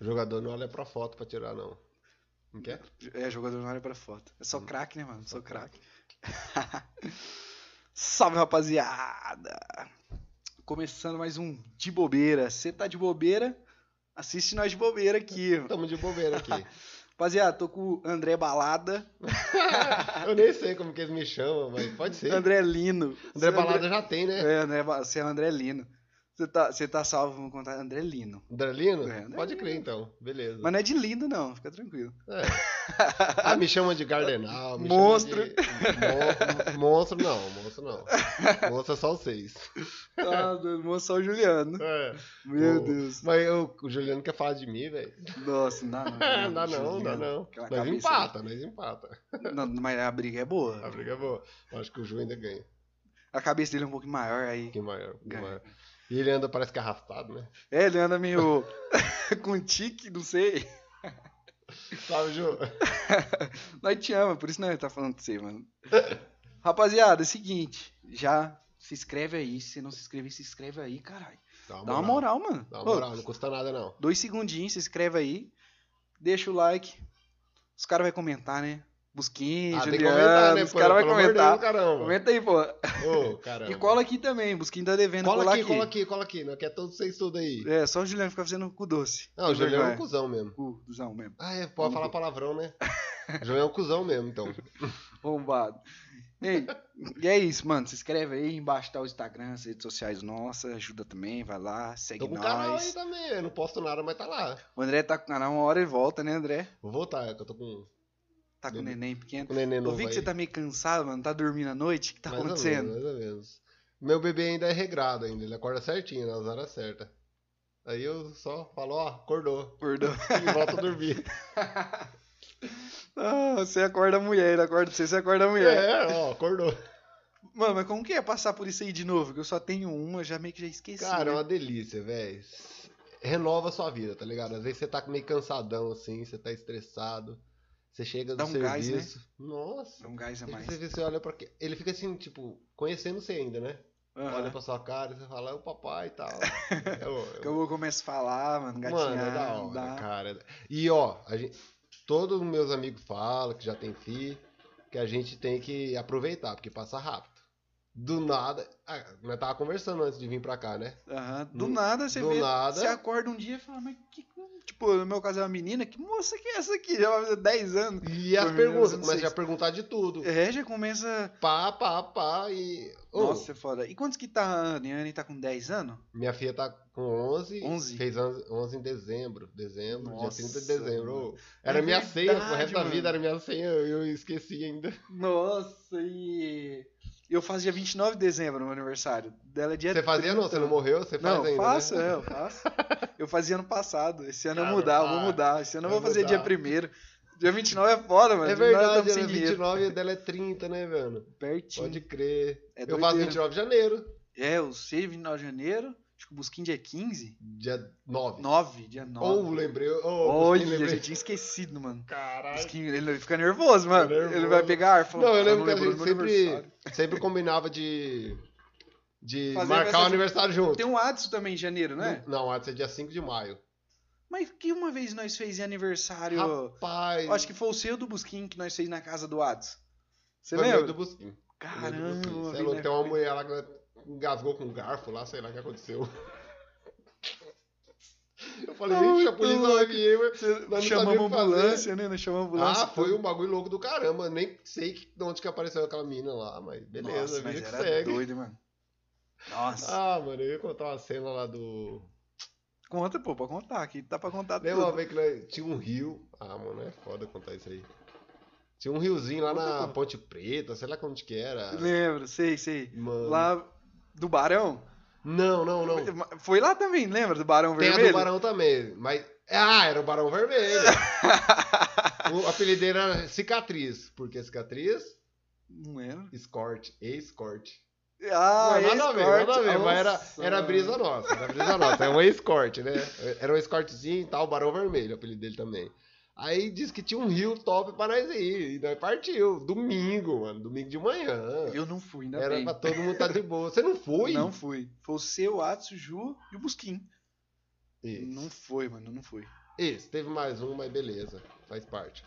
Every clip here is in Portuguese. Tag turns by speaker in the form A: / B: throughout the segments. A: Jogador não olha pra foto pra tirar, não. Não quer?
B: É, jogador não olha pra foto. É
A: Hum.
B: só craque, né, mano? Só craque. Salve, rapaziada! Começando mais um De Bobeira. Você tá de bobeira? Assiste nós de bobeira aqui. mano.
A: Tamo de bobeira aqui.
B: Rapaziada, tô com o André Balada.
A: Eu nem sei como que eles me chamam, mas pode ser. André,
B: André Lino. Você é
A: Balada já tem, né?
B: É, André, Ba- você é o André Lino. Você tá, você tá salvo, vamos contar. André Lino.
A: André Lino?
B: É, André
A: pode crer, então. Beleza.
B: Mas não é de lindo, não, fica tranquilo.
A: É. Ah, me chamam de Gardenal. Me
B: Monstro.
A: chamam de- Mon- Monstro não, monstro não. Monstro é só os seis.
B: Tá, do só o Juliano.
A: É.
B: Meu
A: O-
B: Deus.
A: Mas eu- o Juliano quer falar de mim, velho.
B: Nossa, não dá não.
A: Não dá não,
B: Juliano,
A: dá não.
B: aquela
A: Nós
B: cabeça
A: empata, nós empata.
B: dele. Não, mas a briga é
A: A
B: boa.
A: briga é boa. Eu acho que o Ju ainda ganha.
B: A cabeça dele é um pouco maior
A: Um
B: aí.
A: pouquinho maior. um pouquinho
B: Ganha.
A: maior. E ele anda, parece que arrastado, né?
B: É, ele anda meio com tique, não sei.
A: Sabe, Ju?
B: Nós te ama, por isso não tá falando de você, mano. Rapaziada, é o seguinte, já se inscreve aí. Se não se inscrever, se inscreve aí, caralho. Dá uma moral, mano.
A: Dá uma
B: Ô,
A: moral, não custa nada, não.
B: dois segundinhos, se inscreve aí. Deixa o like. Os caras vão comentar, né? Busquinho,
A: Ah, tem que
B: Juliano,
A: comentar, né?
B: os
A: pô?
B: caras vão
A: Pelo amor de
B: comentar.
A: Deus, caramba.
B: Comenta aí, pô.
A: Ô, caramba.
B: E cola aqui também, Busquinho tá devendo
A: Cola
B: colar
A: aqui, cola aqui, cola aqui. Não quer todos vocês tudo aí.
B: É, só o Juliano fica fazendo cu doce.
A: Não, o Juliano é um
B: cu.
A: cuzão mesmo.
B: Cuzão mesmo.
A: Ah, é, pode falar palavrão, né? O Juliano é um cuzão mesmo, então.
B: Bombado. Ei, e é isso, mano. Se inscreve aí embaixo, tá o Instagram, as redes sociais nossas. Ajuda também, vai lá, segue
A: Tô com o canal aí
B: nós.
A: também, eu não posto nada, mas tá lá.
B: O André tá com o canal uma hora e volta, né, André?
A: Vou voltar, que eu tô com
B: Tá com o
A: Beleza.
B: neném pequeno.
A: com o neném
B: Eu
A: novo
B: vi que
A: aí.
B: você tá meio cansado, mano. Tá dormindo à noite? O que tá
A: Mais ou
B: acontecendo?
A: menos, né? mais ou menos. Meu bebê ainda é regrado ainda, ele acorda certinho, nas horas certas. Aí eu só falo, ó, acordou.
B: Acordou.
A: E volta a dormir.
B: Ah, você acorda a mulher, ele acorda você, você acorda a mulher.
A: É, ó, acordou.
B: Mano, mas como que é passar por isso aí de novo? Que eu só tenho uma, já meio que já esqueci.
A: Cara, é
B: né?
A: uma delícia, velho. Renova a sua vida, tá ligado? Às vezes você tá meio cansadão, assim, você tá estressado. Você chega do
B: Dá um gás, né?
A: serviço. Nossa.
B: Dá um gás a
A: Ele,
B: mais.
A: você, vê, você olha pra... que- ele fica assim, tipo, conhecendo você ainda, né?
B: Aham.
A: Olha pra sua cara e você fala, é o papai e tal. É o-
B: Que eu começo a falar, mano, gatinhar.
A: Mano, é da hora,
B: dá.
A: cara. é da- E ó, a gente- todos os meus amigos falam que já tem fi, que a gente tem que aproveitar, porque passa rápido. Do nada. Ah, nós tava conversando antes de vir pra cá, né?
B: Aham. Do
A: Hum,
B: nada você
A: do
B: vê,
A: nada.
B: você acorda um dia e fala, mas que, tipo, no meu caso é uma menina, que moça que é essa aqui? Já vai fazer 10 anos.
A: E as
B: Por
A: perguntas,
B: menos, não
A: começa
B: sei
A: já a perguntar de tudo.
B: É, já começa,
A: Pá, pá, pá e. Ô,
B: nossa, é foda. E quantos que tá a Anne? A Anne tá com 10 anos?
A: Minha filha tá com 11.
B: 11?
A: Fez 11, 11 em dezembro. Dezembro,
B: Nossa,
A: dia 30 de dezembro.
B: mano.
A: Ô, Era
B: É
A: minha senha, pro
B: verdade,
A: resto da
B: mano.
A: vida era minha senha, eu eu esqueci ainda.
B: Nossa, e... Eu faço dia 29 de dezembro, meu aniversário. Dela é dia
A: Você fazia não? Você não morreu? Você faz
B: Não,
A: ainda?
B: faço,
A: né?
B: é, eu faço. Eu fazia ano passado. Esse ano eu
A: Cara,
B: vou mudar, eu vou
A: para.
B: mudar. Esse ano eu
A: Vai
B: vou fazer
A: mudar.
B: dia 1 Dia 29 é foda, mano.
A: É
B: Dia 29 eu
A: verdade,
B: tava sem
A: ela é
B: dinheiro.
A: 29 e dela é 30, né, velho?
B: Pertinho.
A: Pode crer.
B: É
A: eu faço
B: doideira.
A: 29 de janeiro,
B: É, eu sei, 29 de janeiro. Acho que o Busquinho dia 15.
A: dia 9.
B: 9, dia 9.
A: Ou lembrei, ou
B: Olha,
A: lembrei.
B: eu tinha esquecido, mano.
A: Caralho.
B: Busquinho, ele fica nervoso, mano.
A: Fica nervoso.
B: Ele vai pegar ar e fala,
A: Não, eu
B: "Cara,
A: lembro que a
B: lembrou do
A: gente
B: meu
A: sempre,
B: aniversário."
A: sempre combinava de, de
B: Fazer
A: marcar o
B: aniversário-
A: aniversário junto.
B: Tem um Adson também em janeiro, não é?
A: Não, antes é dia 5 de maio.
B: Mas que uma vez nós fez em aniversário...
A: Rapaz.
B: Eu Acho que foi o seu do Busquinho que nós fez na casa do Adson. Você
A: foi meio
B: lembra?
A: do Busquinho. Foi meio do
B: Caramba,
A: Busquinho. Você é
B: velho,
A: louco,
B: né?
A: tem uma mulher lá que engasgou com um garfo lá, sei lá o que aconteceu. Eu falei,
B: Tá
A: gente, a
B: muito
A: polícia vai vir, mas-
B: Você-
A: não sabia
B: chamamos
A: o que fazer.
B: ambulância, né? Nós chamamos ambulância.
A: Ah, foi um bagulho louco do caramba. Nem sei que, de onde que apareceu aquela menina lá, mas beleza,
B: Nossa, mas
A: vida que
B: era
A: segue.
B: doido, mano. Nossa.
A: Ah, mano, eu ia contar uma cena lá do.
B: Conta, pô, pra contar. Aqui dá pra contar tudo.
A: Lembra uma vez que nós- tinha um rio. Ah, mano, é foda contar isso aí. Tinha um riozinho lá
B: Conta,
A: na
B: pô.
A: Ponte Preta, sei lá onde que era.
B: Lembro, sei, sei.
A: Mano.
B: Lá do Barão?
A: Não, não, Ah. não.
B: Foi lá também, lembra? Do Barão
A: Tem a
B: Vermelho?
A: do Barão também, mas. Ah, era o Barão Vermelho. o apelido dele era Cicatriz. Porque cicatriz?
B: Não lembro.
A: Escorte, ex-corte.
B: Ah,
A: não, nada a ver, nada a ver,
B: escort.
A: mas era,
B: Nossa,
A: era a brisa
B: mano.
A: nossa, era a brisa nossa, é um escort, né? Era um escortezinho e tal, Barão Vermelho, o apelido dele também. Aí disse que tinha um rio top pra nós ir, e nós partiu, domingo, mano, domingo de manhã.
B: Eu não fui, ainda
A: Era
B: bem.
A: pra todo mundo estar de boa. Você não foi?
B: Não fui. Foi o seu, o Atsu, o Ju e o Busquinho.
A: Isso.
B: Não foi, mano, não foi.
A: Isso, teve mais um, mas beleza. Faz parte.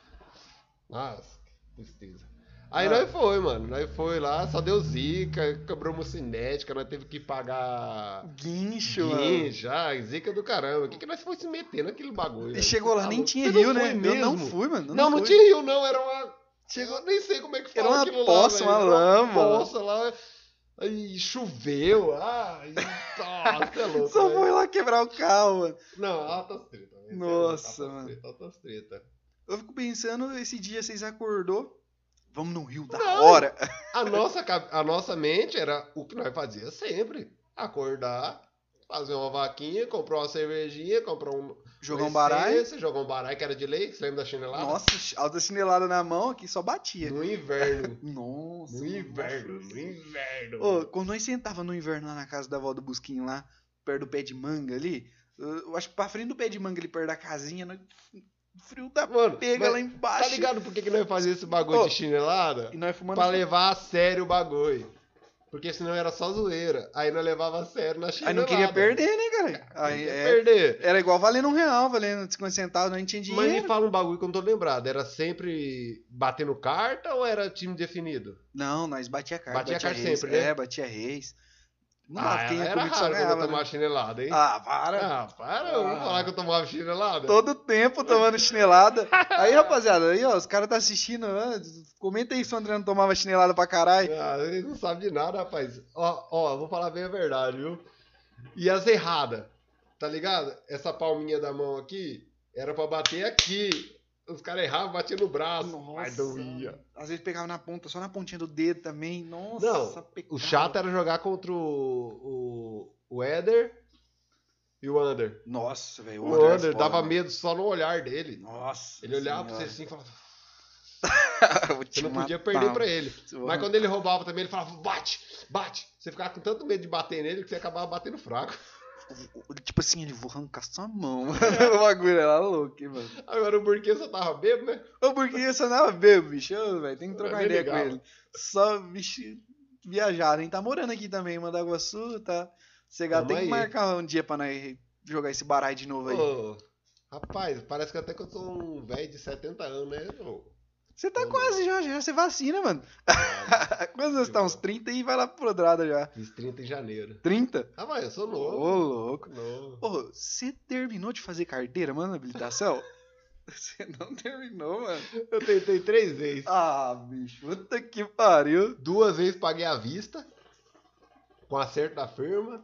A: Nossa, que tristeza. Aí
B: Ah.
A: nós foi, mano. Nós foi lá, só deu zica, quebrou cinética, nós teve que pagar.
B: Guincho, mano.
A: Sim, já, zica do caramba. O que, que nós foi se meter naquele bagulho?
B: E
A: velho?
B: chegou lá,
A: Tá
B: nem
A: louco?
B: tinha
A: Você não foi
B: rio, né? Eu não
A: mesmo?
B: fui, mano. eu
A: Não, não
B: fui.
A: tinha rio, não. Era uma.
B: Chegou-
A: Eu nem sei como é que
B: Era
A: fala
B: uma
A: aquilo
B: poça,
A: lá, velho.
B: uma
A: Era uma
B: lama.
A: poça lá. Aí choveu. Ai, nossa, é louco.
B: Só
A: velho.
B: foi lá quebrar o carro, mano.
A: Não, altas treta. velho.
B: Nossa,
A: Altas
B: mano.
A: treta, Altas treta.
B: Eu fico pensando, esse dia vocês acordou, vamos no rio da
A: Não.
B: hora.
A: A nossa, ca- a nossa mente era o que nós fazia sempre. Acordar, fazer uma vaquinha, comprar uma cervejinha, comprar um.
B: Jogar um baralho.
A: Você jogou um baralho que era de lei, você lembra da chinelada?
B: Nossa, alta chinelada na mão aqui só batia.
A: No inverno.
B: Nossa.
A: No
B: mano,
A: inverno, né?
B: nossa.
A: no inverno.
B: Ô, quando nós sentava no inverno lá na casa da avó do Busquinho lá, perto do pé de manga ali, eu eu acho que pra frente do pé de manga ali, perto da casinha, nós- frio da
A: Mano,
B: pega
A: mas
B: lá
A: tá
B: embaixo.
A: ligado por que, que nós fazia esse bagulho
B: Ô,
A: de chinelada?
B: E nós fumando.
A: Pra levar a sério o bagulho. Porque senão era só zoeira. Aí nós levava a sério na
B: Aí
A: chinelada.
B: não queria perder, né, cara?
A: Não
B: Aí,
A: queria
B: é,
A: perder.
B: era igual valendo um real, valendo 50 centavos, não tinha
A: Mas me
B: dinheiro.
A: fala um bagulho que eu não tô lembrado. Era sempre batendo carta ou era time definido?
B: Não, nós batia carta.
A: Batia carta
B: reis.
A: sempre, né?
B: É, batia reis. Não
A: ah,
B: dava, quem ia
A: era
B: comigo só
A: raro quando eu
B: ganhava.
A: tomava
B: né?
A: chinelada, hein? Ah,
B: Ah, para.
A: para, eu vou
B: Ah.
A: falar que eu tomava chinelada.
B: Todo tempo tomando chinelada. Aí, rapaziada, aí, ó, os caras tá assistindo. ó, comenta aí se o André não tomava chinelada pra caralho.
A: Ah, ele não sabe de nada, rapaz. Ó, ó, eu vou falar bem a verdade, viu? E as erradas, tá ligado? Essa palminha da mão aqui era pra bater aqui. Os caras erravam, batiam no braço. Ai, doía.
B: Às vezes pegava na ponta, só na pontinha do dedo também. Nossa,
A: Não, O
B: pecado.
A: chato era jogar contra o, o, o Eder e o Under.
B: Nossa, velho.
A: O Wander
B: foda,
A: é dava
B: né?
A: medo só no olhar dele.
B: Nossa.
A: Ele olhava pra você
B: senhora.
A: assim e falava,
B: Eu vou
A: você
B: te
A: não podia
B: matar.
A: perder pra ele.
B: Você-
A: Mas quando ele roubava também, ele falava, bate, bate. Você ficava com tanto medo de bater nele que você acabava batendo fraco.
B: Tipo assim, ele vou arrancar sua mão. o bagulho era louco, hein, mano.
A: Agora o Burquê só tava bebo, né?
B: Ô, porque eu só dava bebo, bicho. Ô, velho, tem que trocar
A: Bem
B: ideia
A: legal.
B: com ele. Só, bicho, viajar, hein? Tá morando aqui também, em Mato Grosso, tá? Cegar,
A: Tamo
B: tem que
A: aí.
B: marcar um dia pra nós jogar esse baralho de novo aí.
A: Ô, rapaz, parece que até que eu sou um velho de 70 anos, né? Ô,
B: Você tá
A: ô,
B: quase já, já você vacina, mano.
A: cara,
B: Quantos anos você tá? Uns 30 e vai lá pro Prodrada já.
A: Fiz 30 em janeiro.
B: 30?
A: Rapaz, eu sou
B: Ô,
A: novo.
B: louco.
A: novo.
B: Ô, você terminou de fazer carteira, mano, habilitação? Você não terminou, mano.
A: Eu tentei três vezes.
B: Ah, bicho, puta que pariu.
A: Duas vezes paguei à vista, com acerto da firma.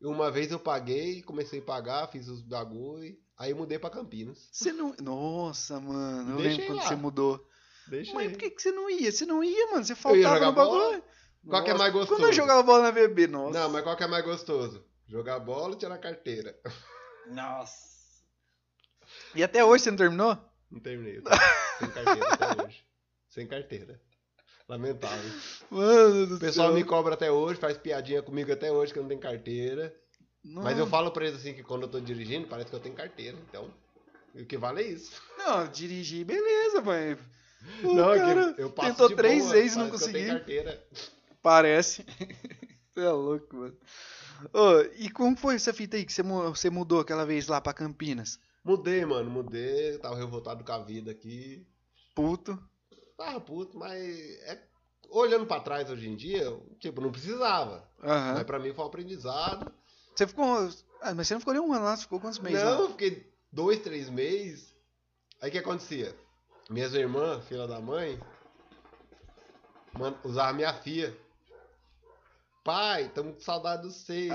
A: E uma vez eu paguei, comecei a pagar, fiz os bagulho. Aí mudei pra Campinas.
B: Você não. Nossa, mano, eu
A: Deixei
B: lembro quando
A: lá.
B: você mudou.
A: Deixa
B: Mas
A: aí.
B: por que, que você não ia? Você não ia, mano. Você
A: ia
B: faltava
A: jogar
B: no bagulho.
A: Qual que é
B: Nossa,
A: mais gostoso?
B: Quando eu jogava bola na BB, nossa.
A: Não, mas qual que é mais gostoso? Jogar bola ou tirar carteira?
B: Nossa. E até hoje você não terminou?
A: Não terminei. eu tô Sem carteira até hoje. Sem carteira. Lamentável.
B: Mano do
A: O pessoal
B: céu.
A: me cobra até hoje, faz piadinha comigo até hoje que eu não tenho carteira.
B: Não, é.
A: Mas eu falo pra eles assim que quando eu tô dirigindo, parece que eu tenho carteira. Então, o que vale é isso.
B: Não, dirigi, beleza, mas. O
A: é que
B: cara
A: eu passo
B: tentou
A: de
B: três
A: boa,
B: vezes e não
A: parece que eu tenho
B: conseguiu.
A: carteira.
B: Parece. Você é louco, mano. Ô, e como foi essa fita aí que você mu- você mudou aquela vez lá pra Campinas?
A: Mudei, mano, mudei. Tava revoltado com a vida aqui.
B: Puto.
A: Tava puto, mas é- olhando pra trás hoje em dia, eu, tipo, não precisava.
B: Aham.
A: Mas pra mim foi um aprendizado.
B: Você ficou. Ah, mas você não ficou nem um ano lá, você ficou quantos meses? né?
A: não,
B: lá?
A: eu fiquei dois, três meses. Aí o que acontecia? Minhas irmãs, filha da mãe, man- usava minha filha. Pai, tamo com saudade do você e
B: Ah.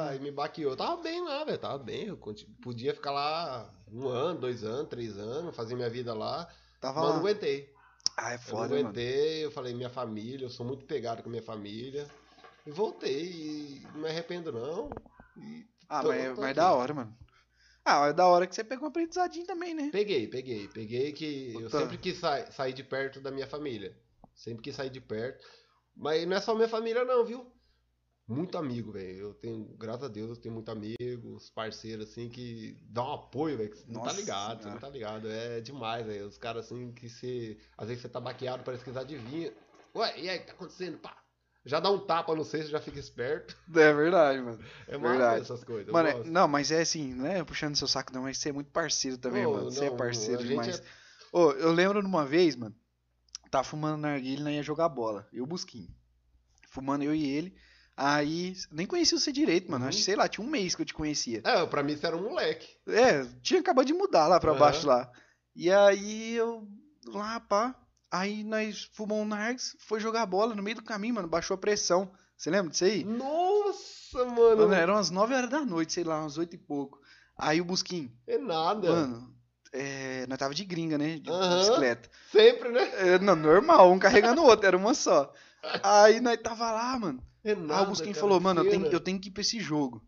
A: tal. Ai, me baqueou. Tava bem lá, velho. Tava bem. Eu conti- podia ficar lá um ano, dois anos, três anos, fazer minha vida lá.
B: Tava
A: Mas não
B: lá.
A: aguentei.
B: Ah, é
A: Eu não
B: foda, mano.
A: aguentei, eu falei, minha família, eu sou muito pegado com minha família. E voltei e não me arrependo, não. E
B: Ah,
A: Tô-
B: mas,
A: tô
B: mas
A: aqui.
B: da hora, mano. Ah, mas da hora que você pegou um aprendizadinho também, né?
A: peguei, peguei, peguei que eu
B: Puta.
A: sempre quis sa- sair de perto da minha família. Sempre quis sair de perto. Mas não é só minha família, não, viu? Muito amigo, velho. Eu tenho, graças a Deus, eu tenho muito amigo, os parceiros, assim, que dão um apoio, velho. que Você não tá
B: Nossa
A: ligado, você
B: Senhora.
A: não tá ligado. É demais, velho. Os caras, assim, que você. Às vezes você tá baqueado, parece que eles adivinham. Ué, e aí, tá acontecendo? Pá. Já dá um tapa no sexto, já fica esperto.
B: É verdade, mano.
A: É
B: Verdade.
A: maravilhoso essas coisas. eu
B: Mano, é-
A: gosto.
B: não, mas é assim, né? Puxando seu saco, não, mas você é muito parceiro também,
A: Ô,
B: mano. Você é
A: não,
B: parceiro
A: a gente
B: demais.
A: é-
B: Ô, eu lembro numa vez, mano, tá fumando narguilha e não ia jogar bola. Eu busquinho. Fumando eu e ele. Aí, nem conhecia você direito, mano.
A: Uhum.
B: Acho que, sei lá, tinha um mês que eu te conhecia.
A: É, pra mim você era um moleque.
B: É, tinha acabado de mudar lá pra
A: Aham.
B: baixo lá. E aí eu. Lá, pá. Aí nós fumamos um narguis, foi jogar bola no meio do caminho, mano. Baixou a pressão. Você lembra disso aí?
A: Nossa, mano.
B: Mano, eram umas 9 horas da noite, sei lá, umas 8 e pouco. Aí o Busquinho,
A: É nada.
B: mano, é, nós tava de gringa, né? De
A: Aham.
B: bicicleta.
A: Sempre, né?
B: É, não, normal, um carregando o outro, era uma só. Aí nós tava lá, mano.
A: É nada.
B: Aí o Busquinho
A: cara,
B: Ah, falou, mano, eu tenho,
A: pena.
B: eu tenho que ir pra esse jogo.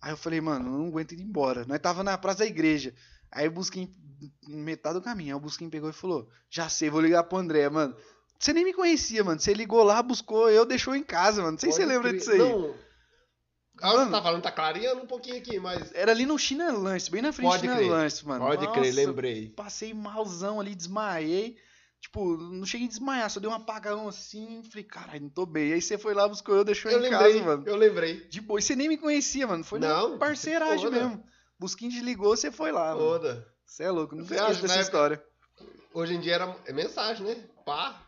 B: Aí eu falei, mano, eu não aguento ir embora. Nós tava na praça da igreja. Aí o Busquinho, metade do caminho, aí o Busquinho pegou e falou, já sei, vou ligar pro André, mano. Você nem me conhecia, mano. Você ligou lá, buscou eu, deixou em casa, mano. Não sei se você
A: Pode
B: lembra
A: crer.
B: disso aí.
A: Não. Ah,
B: Mano.
A: você tá falando, tá clareando um pouquinho aqui, mas.
B: Era ali no China Lance, bem na frente
A: Pode
B: do China
A: crer.
B: Lance, mano.
A: Pode crer,
B: Nossa,
A: lembrei.
B: Passei malzão ali, desmaiei. Tipo, não cheguei a desmaiar, só dei um apagão assim. Falei, caralho, não tô bem. Aí você foi lá, buscou eu, deixou
A: Eu
B: em
A: lembrei,
B: casa, mano.
A: eu lembrei.
B: De boa. E você nem me conhecia, mano. Foi
A: Não,
B: na parceiragem
A: foda.
B: mesmo. Busquinho desligou, você foi lá, mano.
A: Foda.
B: Você é louco, nunca
A: Você acha
B: esqueço dessa
A: na época-
B: história.
A: Hoje em dia era é mensagem, né? Pá.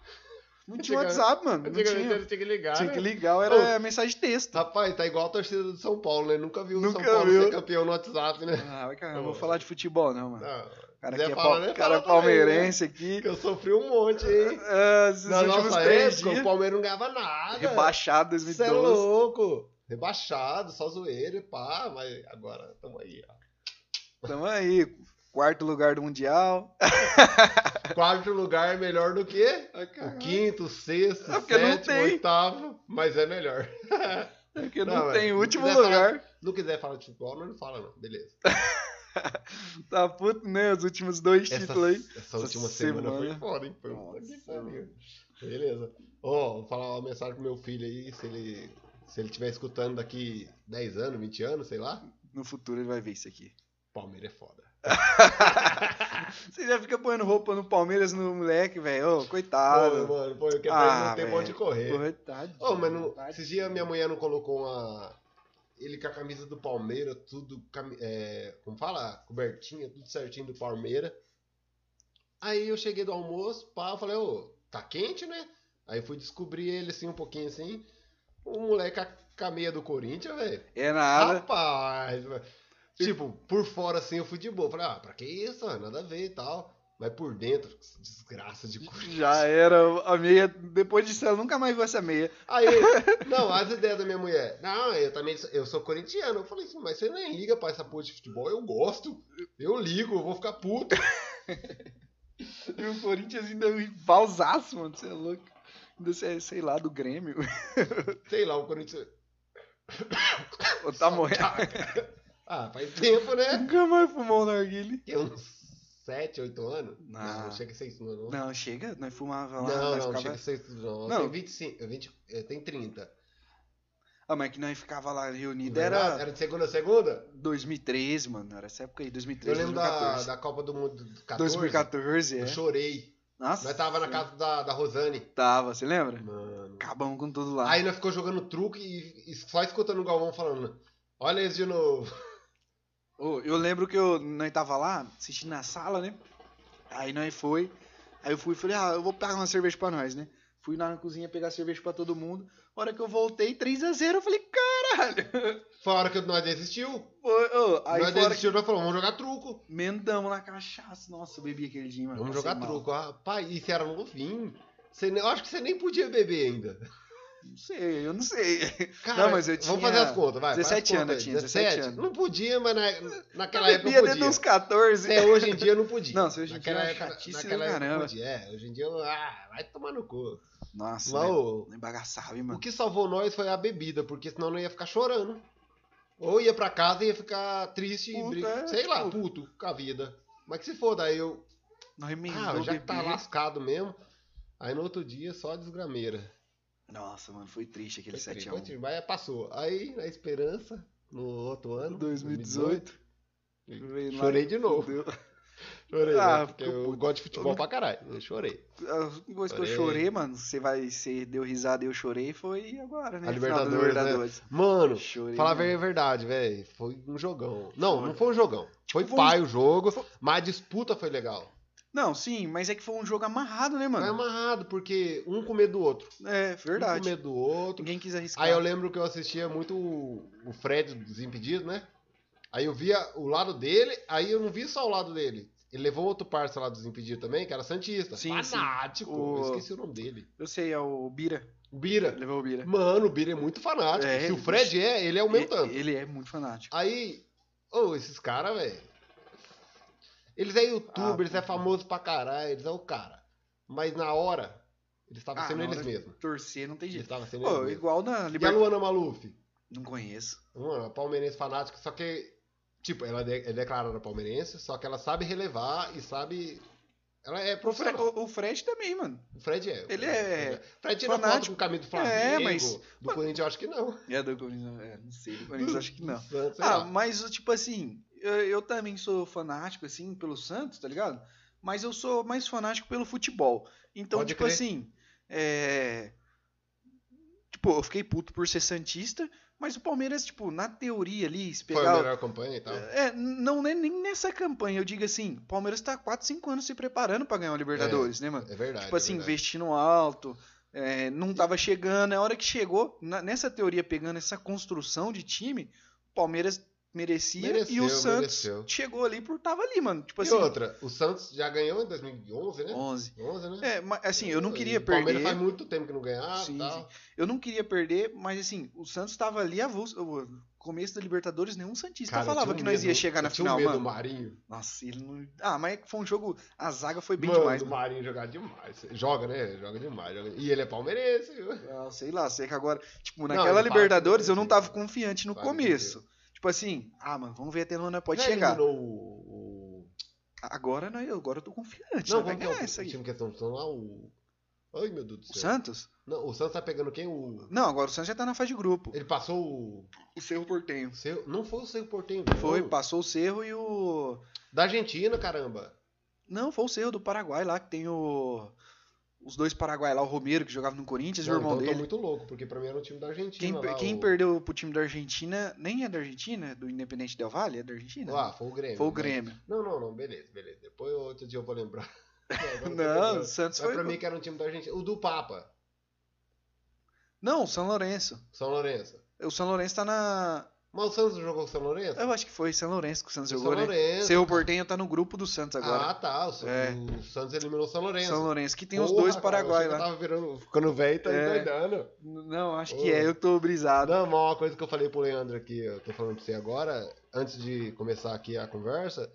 B: Não tinha
A: Antigamente-
B: WhatsApp, mano. Não
A: Antigamente
B: tinha.
A: era- tinha que ligar.
B: Tinha
A: né?
B: que ligar,
A: Ô.
B: era mensagem de texto.
A: Rapaz, tá igual a torcida do São Paulo, né? Nunca viu o São
B: Nunca
A: Paulo
B: viu.
A: ser campeão no WhatsApp, né?
B: Ah, vai caramba,
A: Ô.
B: não vou falar de futebol, não, mano.
A: Ah,
B: O cara,
A: Zé
B: aqui é,
A: fala,
B: pau-
A: né?
B: cara
A: Fala também, né?
B: palmeirense aqui.
A: que eu sofri um monte, hein?
B: Ah, esses
A: Na
B: últimos
A: nossa
B: três
A: época, o
B: dias.
A: Palmeiras não ganhava nada.
B: Rebaixado
A: Você é
B: 2012.
A: louco. Rebaixado, só zoeira, e pá. Mas agora, tamo aí, ó.
B: Tamo aí. Quarto lugar do Mundial.
A: Quarto lugar é melhor do que o
B: caralho.
A: quinto, o sexto,
B: É
A: o
B: porque não
A: sétimo,
B: tem.
A: oitavo. Mas é melhor.
B: Porque
A: Não,
B: É não,
A: velho,
B: tem
A: não
B: último
A: quiser
B: lugar.
A: Não quiser falar de futebol, não fala não. Beleza.
B: Tá puto, né? Os últimos dois
A: Essa,
B: títulos aí.
A: essa última semana,
B: semana.
A: foi foda, hein? Foi puta que
B: Nossa,
A: pariu. Beleza. Ó, vou falar uma mensagem pro meu filho aí, se ele se ele estiver escutando daqui 10 anos, 20 anos, sei lá.
B: No futuro ele vai ver isso aqui.
A: Palmeiras é foda.
B: Você já fica pondo roupa no Palmeiras no moleque, velho. Ô,
A: Pô,
B: coitado.
A: mano, pô, eu quero
B: Ah,
A: ah, ter
B: velho.
A: bom de correr.
B: Coitado.
A: Ô, mas não,
B: Tá.
A: esses dias minha mulher não colocou uma. Ele com a camisa do Palmeiras, tudo. cami- é, como fala? Cobertinha, tudo certinho do Palmeiras. Aí eu cheguei do almoço, pá, eu falei, ô, tá quente, né? Aí fui descobrir ele assim, um pouquinho assim. O moleque com a camisa do Corinthians, velho.
B: É nada.
A: Rapaz, velho. Tipo, por fora assim eu fui de boa. Falei, ah, pra que isso? mano? Nada a ver e tal. Mas por dentro, desgraça de Corinthians.
B: Já era a meia. Depois disso, ela nunca mais viu essa meia.
A: Aí, não, as ideias da minha mulher. Não, eu também sou- eu sou corintiano. Eu falei assim, mas você nem liga pra essa porra de futebol, eu gosto. Eu ligo, eu vou ficar puto.
B: E o Corinthians ainda é um rivalzaço, mano. Você é louco. Ainda você é, sei lá, do Grêmio.
A: Sei lá, o Corinthians.
B: Ou tá morrendo.
A: Ah, faz tempo, né?
B: Nunca mais fumou um narguile.
A: Tem uns 7, 8 anos. Não,
B: Ah.
A: não chega a 6 anos, não.
B: Não, chega. Nós fumava lá.
A: Não,
B: nós
A: não,
B: ficava...
A: chega a 6 anos, não.
B: Não.
A: Tem 25, 20, eh, tem 30.
B: Ah, mas que nós ficava lá reunido
A: Era,
B: era
A: era de segunda a segunda?
B: 2013, mano. Era essa época aí,
A: Eu
B: 2013,
A: lembro da,
B: 2014.
A: da Copa do Mundo de 14.
B: 2014,
A: Eu
B: é.
A: chorei.
B: Nossa.
A: Nós tava na
B: senhora.
A: casa da, da Rosane.
B: Tava, você lembra?
A: Mano.
B: Acabamos com tudo lá.
A: Aí nós ficou jogando truque e, e só escutando o Galvão falando. Olha eles de novo.
B: Ô, eu lembro que eu, nós tava lá, assistindo na sala, né? Aí nós foi. Aí eu fui e falei, ah, eu vou pegar uma cerveja pra nós, né? Fui lá na cozinha pegar cerveja pra todo mundo. A hora que eu voltei, 3x0, eu falei, caralho!
A: Foi a hora que nós desistiu.
B: Foi, ô, aí
A: nós
B: foi a hora que
A: desistiu, nós falamos, vamos jogar truco.
B: mentamos na cachaça. Nossa, eu bebi aquele dia, mano.
A: Vamos
B: passei
A: jogar
B: mal.
A: truco. Ah, pai, e você era novinho. Você, nem- eu acho que você nem podia beber ainda.
B: Não sei, eu não sei.
A: Cara,
B: Não, mas eu
A: Vamos
B: tinha
A: fazer as contas, vai. faz as
B: 17 anos,
A: contas aí.
B: eu tinha 17 anos.
A: Não podia, mas na- naquela
B: eu
A: época
B: bebia
A: eu
B: desde
A: podia.
B: uns 14.
A: Até hoje em dia não podia.
B: Não, se hoje em dia é uma
A: época-
B: chatice do
A: naquela época
B: caramba.
A: podia. É, hoje em dia, ah, vai tomar no cu. Mas,
B: Nossa, né?
A: ô,
B: Não embagaçava, hein,
A: O
B: mano.
A: que salvou nós foi a bebida, porque senão não ia ficar chorando. Ou ia pra casa e ia ficar triste e
B: Puto,
A: brin...
B: é,
A: sei lá,
B: tipo-
A: puto com a vida. Mas que se foda, aí eu,
B: Nós
A: ah,
B: emendou
A: já
B: ah,
A: que tá lascado mesmo. Aí no outro dia só desgrameira.
B: Nossa, mano, foi triste aquele
A: Foi triste,
B: 7x1.
A: foi triste, Mas é, passou. Aí na esperança, no outro ano,
B: 2018.
A: 2018, Chorei de novo. Chorei,
B: Ah,
A: né? Porque
B: ficou
A: eu
B: puto.
A: gosto de futebol pra caralho. Eu chorei.
B: A única coisa que eu
A: Chorei.
B: chorei, mano, você vai, você deu risada e eu chorei, foi agora, né?
A: A
B: Final da
A: Libertadores, né? Mano,
B: Chorei,
A: falar a
B: mano.
A: ver- verdade, velho. Foi um jogão. Não,
B: Foi.
A: não foi um jogão. Foi
B: Foi um-
A: pai o jogo, mas a disputa foi legal.
B: Não, sim, mas é que foi um jogo amarrado, né,
A: Foi
B: mano?
A: Tá amarrado, porque um com medo do outro.
B: É,
A: Um com
B: verdade.
A: medo do outro.
B: Ninguém quis arriscar.
A: Aí eu lembro que eu assistia muito o o Fred dos Impedidos, né? Aí eu via o lado dele, aí eu não vi só o lado dele. Ele levou outro parça lá dos Impedidos também, que era Santista.
B: Sim, sim.
A: fanático.
B: O-
A: Eu esqueci o nome dele.
B: Eu sei, é o Bira.
A: O Bira.
B: Levou o Bira.
A: Mano, o Bira é muito fanático.
B: É,
A: Se o Fred é, ele é o mesmo tanto.
B: Ele, ele é muito fanático.
A: Aí, ô, esses caras, velho. Eles é youtuber,
B: Ah,
A: eles é famoso pra caralho, eles é o cara. Mas na hora, eles estavam
B: Ah,
A: sendo
B: na
A: eles
B: hora-
A: mesmos.
B: Torcer não tem
A: Eles
B: jeito.
A: estavam sendo
B: Pô,
A: eles mesmos.
B: igual na
A: é E a
B: Libertadores.
A: Luana Maluf?
B: Não conheço.
A: Mano, palmeirense fanática, só que. Tipo, ela de- é declarada palmeirense, só que ela sabe relevar e sabe. Ela é
B: O, Fre
A: profissional.
B: o, o Fred também, mano.
A: O Fred é.
B: Ele é
A: Fred tira foto
B: fanático.
A: com o caminho do Flamengo.
B: É, mas-
A: Do Corinthians eu acho que não.
B: É do Corinthians. É, não sei. Do Corinthians acho que não.
A: Santos, sei
B: ah,
A: lá.
B: mas tipo assim, eu, eu também sou fanático assim pelo Santos, tá ligado? Mas eu sou mais fanático pelo futebol. Então,
A: Pode
B: tipo
A: crer.
B: assim, é, tipo, eu fiquei puto por ser santista, mas o Palmeiras, tipo, na teoria ali, se
A: Foi a
B: pegar
A: melhor então. campanha e tal.
B: é, não é nem nessa campanha, eu digo assim, o Palmeiras tá 4, 5 anos se preparando pra ganhar o Libertadores, né, mano?
A: É verdade.
B: Tipo assim,
A: é verdade.
B: investindo alto, é, não tava chegando. A hora que chegou, na- nessa teoria, pegando essa construção de time, o Palmeiras merecia e
A: Mereceu,
B: o Santos
A: mereceu.
B: chegou ali por tava ali, mano. Tipo
A: e
B: assim,
A: outra, o Santos já ganhou em 2011, né?
B: 11.
A: 11, né?
B: É, mas assim, eu não
A: E
B: queria
A: o Palmeiras faz
B: perder.
A: muito tempo que não ganhava
B: Sim,
A: e tal.
B: Eu não queria perder, mas assim, o Santos tava ali avulso. O começo da Libertadores, nenhum Santista
A: Cara, eu
B: falava
A: tinha um
B: tá que nós ia
A: medo-
B: chegar
A: eu
B: na
A: tinha um
B: final,
A: medo do
B: mano.
A: Marinho.
B: Nossa, ele não. Ah, mas foi um jogo. A zaga foi bem
A: Mano,
B: demais,
A: o
B: mano.
A: Marinho jogar demais. Joga, né? Joga demais. joga- E ele é palmeirense, viu?
B: Ah, sei lá, sei que agora. Tipo,
A: Não,
B: naquela
A: ele
B: Libertadores
A: fala que
B: eu não
A: não
B: tava confiante no
A: Fala que não
B: começo. Tipo assim, ah, mano, vamos ver até onde nós pode
A: Já
B: chegar.
A: é eliminou O, o...
B: Agora, nós, agora eu tô confiante.
A: Não,
B: né? vai
A: como que é
B: ganhar
A: o,
B: essa
A: o
B: aí.
A: time que eles estão lá? O. Ai, meu Deus do
B: O
A: céu.
B: Santos?
A: Não, o Santos tá pegando quem? O.
B: Não, agora o Santos já tá na fase de grupo.
A: Ele passou
B: O Cerro Portenho.
A: o. Seu... Não foi o Cerro Portenho.
B: Foi,
A: não.
B: passou o Cerro e o.
A: Da Argentina, caramba.
B: Não, foi o Cerro do Paraguai lá, que tem o. Os dois Paraguai lá, o Romero, que jogava no Corinthians, e
A: Não,
B: o irmão
A: então eu tô
B: dele.
A: muito louco, porque pra mim era o time da Argentina.
B: Quem, per-
A: lá,
B: quem
A: o-
B: perdeu pro time da Argentina, nem é da Argentina, é do Independente Del Valle, é da Argentina?
A: Ah, foi o Grêmio.
B: foi o
A: né?
B: Grêmio.
A: Não, não, não, beleza, beleza. Depois outro dia eu vou lembrar. Agora eu tô
B: Não, o
A: lembrando.
B: Santos
A: Mas
B: foi.
A: pra mim que era um time da Argentina. O do Papa,
B: Não, o São Lourenço.
A: São Lourenço.
B: O São Lourenço tá na.
A: Mas o Santos não jogou com o São Lourenço?
B: Eu acho que foi São Lourenço que o Santos
A: O São
B: jogou, né?
A: Lourenço.
B: Cerro Portenho tá no grupo do Santos agora.
A: Ah, tá. O, Sa-
B: É.
A: o Santos eliminou o São Lourenço.
B: São Lourenço, que tem os
A: Porra,
B: dois
A: cara,
B: Paraguai
A: eu achei que
B: lá.
A: eu Tava virando, ficando velho e tá
B: É.
A: endoidando.
B: Não, acho
A: Ô.
B: que é, eu tô brisado.
A: Não, mas uma coisa que eu falei pro Leandro aqui, eu tô falando pra você agora, antes de começar aqui a conversa,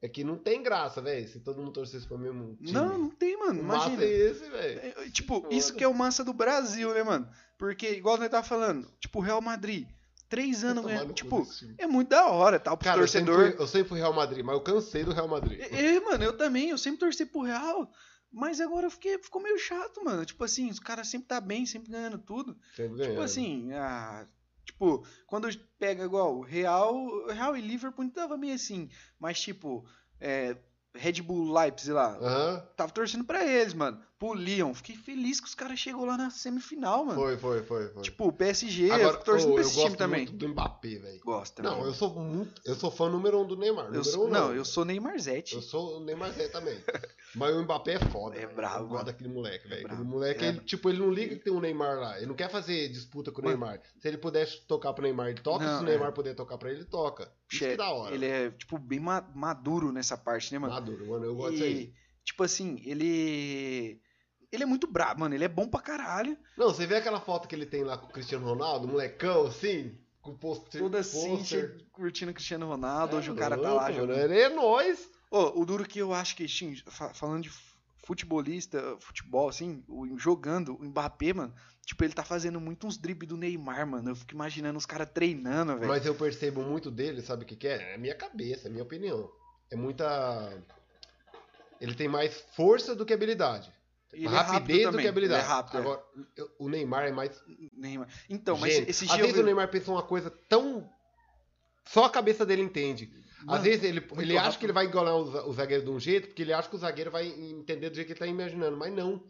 A: é que não tem graça, velho, se todo mundo torcesse pro mesmo time.
B: Não, não tem, mano.
A: o massa é
B: Imagina.
A: esse, velho.
B: É, Tipo,
A: Foda.
B: isso que é o massa do Brasil, né, mano? Porque, igual nós tava falando, tipo, o Real Madrid, três
A: Tomar
B: anos
A: no
B: ganhando.
A: cu
B: Tipo,
A: desse time.
B: é muito da hora, tal, pro
A: cara, eu sempre,
B: torcedor.
A: fui, eu sempre fui Real Madrid, mas eu cansei do Real Madrid.
B: É, é, mano, eu também, eu sempre torci pro Real. Mas agora eu fiquei, ficou meio chato, mano. Tipo assim, os caras sempre tá bem, sempre ganhando tudo.
A: Sempre
B: Tipo
A: ganhando.
B: assim, ah, tipo, quando pega igual o Real, o Real e Liverpool tava meio assim, mas tipo, é, Red Bull Leipzig lá,
A: Aham,
B: tava torcendo pra eles, mano. Pro Lyon, fiquei feliz que os caras chegou lá na semifinal, mano.
A: foi, foi, foi, foi.
B: Tipo, o PSG, eu
A: Agora,
B: fico torcendo
A: ô,
B: pra
A: eu
B: esse time
A: gosto
B: também.
A: muito do Mbappé, velho.
B: Gosta,
A: Não, eu sou muito, eu sou fã número um do Neymar. número
B: sou,
A: um,
B: não, eu sou Neymar
A: Eu
B: Zete.
A: sou o Neymar Zé também. Mas o Mbappé é foda.
B: É
A: velho.
B: brabo,
A: Eu gosto
B: mano.
A: daquele moleque, velho. Aquele
B: brabo.
A: moleque,
B: É.
A: ele, tipo, ele não liga que tem um Neymar lá. Ele não quer fazer disputa com o
B: Mano.
A: Neymar. Se ele puder tocar pro Neymar, ele toca.
B: Não,
A: Se o
B: é.
A: Neymar puder tocar pra ele, ele toca. Isso que é da hora.
B: Ele é, tipo, bem ma- maduro nessa parte, né, mano?
A: Maduro, mano. Eu gosto
B: e,
A: disso aí.
B: tipo assim, ele. Ele é muito brabo, mano. Ele é bom pra caralho.
A: Não, você vê aquela foto que ele tem lá com o Cristiano Ronaldo, molecão, assim? Com o poster.
B: Toda assim,
A: poster.
B: che- curtindo Cristiano Ronaldo,
A: É
B: hoje o cara tá
A: louco,
B: lá
A: mano.
B: jogando.
A: Ele é nóis.
B: Ô, o duro que eu acho que, sim, fa- falando de fu- futebolista, futebol, assim, o- jogando, o Mbappé, mano, tipo, ele tá fazendo muito uns dribles do Neymar, mano. Eu fico imaginando os caras treinando, velho.
A: Mas eu percebo muito dele, sabe o que, que é? É minha cabeça, é minha opinião. É muita. Ele tem mais força do que habilidade.
B: E ele é rápido
A: rapidez do
B: também,
A: que habilidade.
B: ele é rápido, é.
A: Agora, eu- o Neymar é mais.
B: Neymar. Então, mas
A: gênio.
B: esse
A: Às
B: dia eu
A: vezes
B: vi...
A: o Neymar pensa uma coisa tão Só a cabeça dele entende. Às
B: Mano,
A: vezes ele,
B: muito
A: ele acha
B: rápido.
A: que ele vai engolir o, za- o zagueiro de um jeito, porque ele acha que o zagueiro vai entender do jeito que ele tá imaginando, mas não.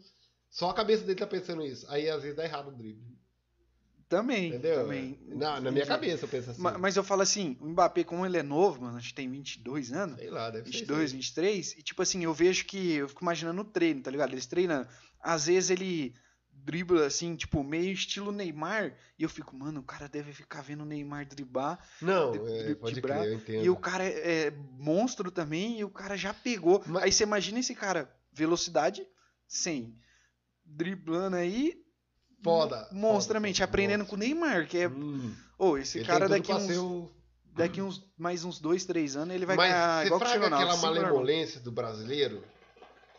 A: Só a cabeça dele tá pensando isso. Aí às vezes dá errado o drible.
B: Também.
A: Entendeu?
B: Também.
A: Na, na minha
B: Entendi.
A: cabeça eu penso assim.
B: Ma- Mas eu falo assim, o Mbappé, como ele é novo, mano, acho que tem 22 anos,
A: Sei lá, deve ser. isso
B: 22,
A: aí.
B: 23, e tipo assim, eu vejo que, eu fico imaginando o treino, tá ligado? Eles treinam, às vezes ele dribla assim, tipo, meio estilo Neymar, e eu fico, mano, o cara deve ficar vendo o Neymar driblar,
A: Não,
B: de-
A: é,
B: de-
A: pode
B: de
A: crer,
B: bra-
A: eu entendo.
B: e o cara é é monstro também, e o cara já pegou.
A: Mas-
B: Aí você imagina esse cara, velocidade, 100, driblando aí...
A: Foda,
B: Monstramente,
A: foda, foda,
B: aprendendo com o Neymar, que é.
A: Hum,
B: Ô, esse
A: ele
B: cara
A: tem tudo
B: daqui
A: pra
B: uns
A: ser o-
B: daqui uns mais uns dois, três anos ele vai
A: mas
B: ganhar
A: você
B: igual que o
A: fraga
B: Cristiano Ronaldo.
A: aquela
B: cinco armas.
A: malemolência do brasileiro?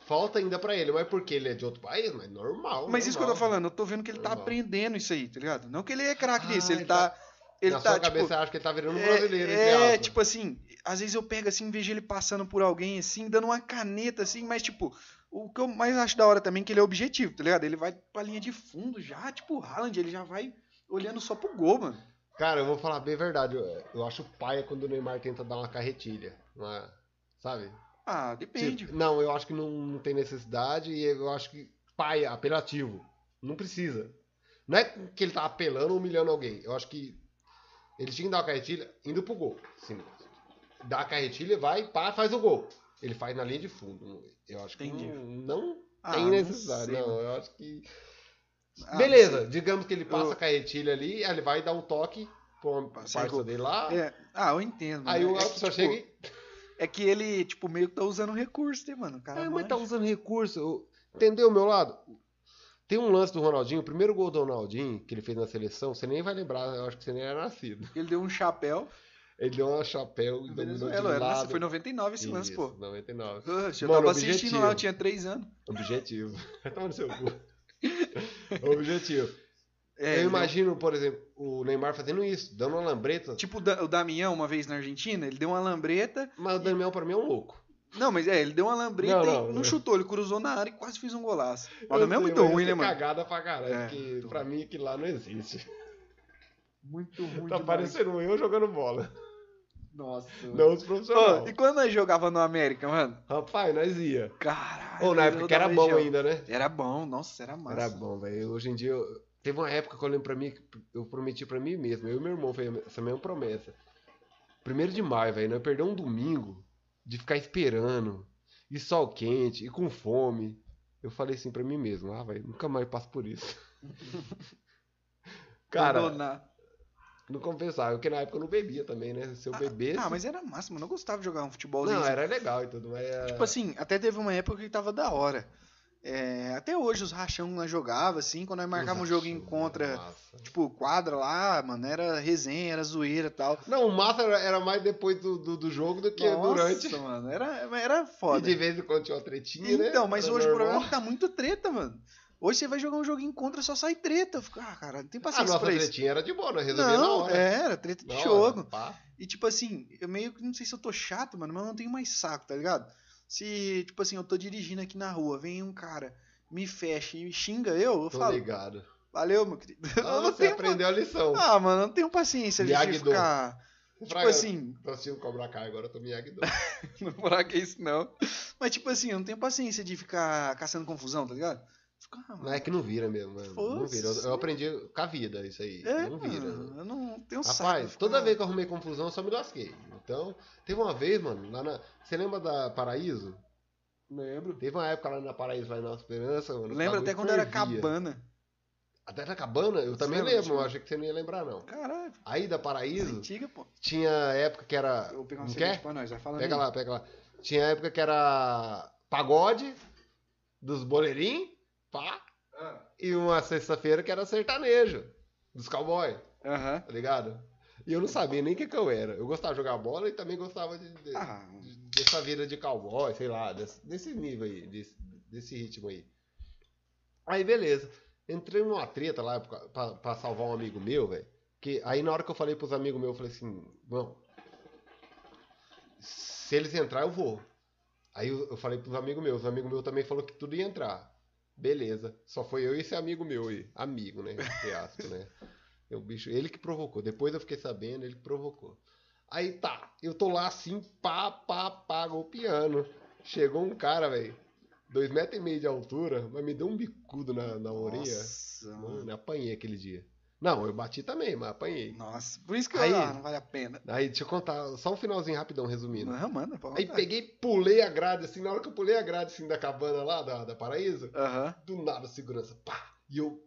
A: Falta ainda pra ele, mas porque ele é de outro país, mas normal.
B: Mas isso que eu tô
A: normal.
B: falando, eu tô vendo que ele tá
A: Normal.
B: aprendendo isso aí, tá ligado? Não que ele é craque
A: Ah,
B: disso, ele
A: ele
B: tá. Ele
A: Na
B: tá,
A: sua
B: tipo.
A: cabeça você acha que ele tá virando um brasileiro, entre
B: é, é
A: aspas.
B: tipo assim, às vezes eu pego assim, vejo ele passando por alguém assim, dando uma caneta assim, mas tipo, o que eu mais acho da hora também é que ele é objetivo, tá ligado? Ele vai pra linha de fundo já, tipo o Haaland, ele já vai olhando só pro gol, mano.
A: Cara, eu vou falar bem a verdade. Eu, eu acho paia quando o Neymar tenta dar uma carretilha. Uma, sabe?
B: Ah, depende.
A: Tipo, não, eu acho que não, não tem necessidade e eu acho que paia, apelativo. Não precisa. Não é que ele tá apelando ou humilhando alguém. Eu acho que ele tinha que dar uma carretilha indo pro gol. Sim. Dá a carretilha, vai, pá, faz o gol. Ele faz na linha de fundo. Eu acho que
B: Entendi.
A: não, não
B: Ah,
A: tem
B: não
A: necessidade.
B: sei,
A: é Não,
B: mano.
A: eu acho que.
B: Ah,
A: Beleza, digamos que ele passa
B: Eu-
A: a carretilha ali, aí ele vai dar um toque pro
B: Passa
A: parça
B: gol.
A: dele lá.
B: É, ah, eu entendo.
A: Aí
B: mano.
A: o
B: É que,
A: só
B: tipo,
A: chega e.
B: É que ele, tipo, meio que tá usando recurso, né, mano? O cara
A: Ah, mas
B: manja.
A: tá usando recurso. eu- Entendeu o meu lado? Tem um lance do Ronaldinho, o primeiro gol do Ronaldinho que ele fez na seleção, você nem vai lembrar, eu acho que você nem era nascido.
B: Ele deu um chapéu.
A: Ele deu uma chapéu e dominou de
B: Venezuela, era,
A: lado.
B: nossa, É, foi 99 esse lance,
A: Isso,
B: pô.
A: 99.
B: Oxe, eu
A: Mano,
B: tava assistindo
A: objetivo.
B: lá, eu tinha 3 anos.
A: Objetivo. Toma no seu cu. Objetivo.
B: É, ele
A: eu imagino, por exemplo, o Neymar fazendo isso, dando uma lambreta.
B: deu- tipo o Da- o Damião, uma vez na Argentina, ele deu uma lambreta.
A: Mas o Daniel pra mim é um louco.
B: Não, mas é, ele deu uma lambreta
A: Não,
B: e
A: não,
B: não,
A: não.
B: chutou, ele cruzou na área e quase fez um golaço. Mas o
A: Eu
B: Damião é
A: sei,
B: muito
A: mas
B: ruim,
A: isso
B: né,
A: é
B: mano?
A: cagada pra caralho,
B: É,
A: porque
B: tô-
A: pra mim que lá não existe.
B: Muito ruim.
A: Tá
B: demais.
A: parecendo eu jogando bola,
B: Nossa. mano.
A: não os profissionais.
B: Ô, e quando nós jogava no América, mano?
A: Rapaz, nós ia.
B: Caralho.
A: Ou na
B: eu
A: época que era
B: dava
A: bom
B: região.
A: ainda, né?
B: Era bom, nossa, era massa.
A: Era bom, velho. Hoje em dia, eu- teve uma época que eu lembro pra mim, que eu prometi pra mim mesmo, eu e meu irmão fez essa mesma promessa. Primeiro de maio, velho, nós perdemos um domingo de ficar esperando, e sol quente, e com fome. Eu falei assim pra mim mesmo, ah, velho, nunca mais passo por isso. Cara,
B: Abandonar.
A: não compensava, porque na época eu não bebia também, né? Se eu
B: Ah,
A: bebesse...
B: Ah, mas era massa, mano. Eu gostava de jogar um futebolzinho.
A: Não,
B: assim.
A: era legal e tudo, mas... era-
B: Tipo assim, até teve uma época que tava da hora. É, até hoje os rachão lá jogava, assim, quando nós marcava um
A: Nossa,
B: jogo em contra,
A: massa.
B: tipo, quadra lá, mano, era resenha, era zoeira e tal.
A: Não, o massa era, era mais depois do, do, do jogo do que é
B: Nossa,
A: durante.
B: mano, era, era
A: E
B: foda.
A: de vez em quando tinha uma tretinha, né?
B: Então, mas
A: Era
B: hoje o
A: normal.
B: problema é que tá muito treta, mano. Hoje você vai jogar um jogo em contra, só sai treta. Eu fico, ah, cara, não tem
A: A
B: paciência
A: nossa
B: pra isso.
A: tretinha era de boa, nós resolvia na
B: Não,
A: hora.
B: era treta de
A: Na hora,
B: jogo.
A: pá.
B: E tipo assim, eu meio que não sei se eu tô chato, mano, mas eu não tenho mais saco, tá ligado? Se, tipo assim, eu tô dirigindo aqui na rua, vem um cara, me fecha e xinga eu, eu assim,
A: Tô
B: falo,
A: ligado.
B: valeu, meu querido.
A: Ah,
B: Eu não
A: você
B: tenho
A: aprendeu a lição.
B: pa- Ah, mano, eu não tenho paciência de
A: Miyagi-Do.
B: ficar. Tipo
A: Fraga,
B: assim,
A: Tô assistindo Cobra Kai, agora eu tô miyagi
B: não falar que é isso não. Mas tipo assim, eu não tenho paciência de ficar caçando confusão, tá ligado? Fico, ah,
A: Não é que não vira mesmo, mano. Não
B: Foda-se.
A: vira. Eu, eu aprendi com a vida isso aí.
B: é,
A: não vira.
B: mano, eu não tenho um saco. de
A: Rapaz,
B: ficar-
A: toda vez que eu arrumei confusão, eu só me lasquei. Então, teve uma vez, mano, lá na. Você lembra da Paraíso?
B: Lembro.
A: Teve uma época lá na Paraíso, lá em Nossa Esperança, mano. o
B: Lembro
A: bagulho
B: até quando era
A: fervia.
B: cabana.
A: Até na cabana? Eu também
B: Lembra,
A: lembro, eu
B: tipo-
A: achei que você não ia lembrar, não.
B: Caralho,
A: Aí da Paraíso,
B: antiga, pô.
A: tinha época que era.
B: Eu vou pegar uma
A: não
B: cerveja
A: quer?
B: pra nós, vai falando
A: Pega
B: aí.
A: lá, pega lá. Tinha época que era pagode dos boleirinhos, pá,
B: Ah.
A: e uma sexta-feira que era sertanejo, dos cowboy,
B: Aham.
A: tá ligado? E eu não sabia nem o que, que eu era. Eu gostava de jogar bola e também gostava de, de-
B: Ah,
A: dessa vida de cowboy, sei lá, desse, desse nível aí, desse, desse ritmo aí. Aí beleza. Entrei numa treta lá pra- pra, pra salvar um amigo meu, velho. Que aí na hora que eu falei pros amigos meus, eu falei assim, vão. Se eles entrar, eu vou. Aí eu, eu falei pros amigos meus, os amigos meus também falou que tudo ia entrar. Beleza. Só foi eu e esse amigo meu aí. É Amigo, né? Entre aspas, né? Eu, bicho, ele que provocou. Depois eu fiquei sabendo, ele que provocou. Aí tá, eu tô lá assim, pá, pá, pá, golpeando. Chegou um cara, velho, dois metros e meio de altura, mas me deu um bicudo na, na orelha.
B: Nossa, mano.
A: Mano, eu apanhei aquele dia. Não, eu bati também, mas apanhei.
B: Nossa, por isso que
A: Aí-
B: eu, ah, não vale a pena.
A: Aí, deixa eu contar só um finalzinho rapidão, resumindo.
B: Não, mano, tá pode.
A: Aí peguei, pulei a grade, assim, na hora que eu pulei a grade, assim, da cabana lá, da, da Paraíso,
B: Aham.
A: do nada, segurança, pá, e eu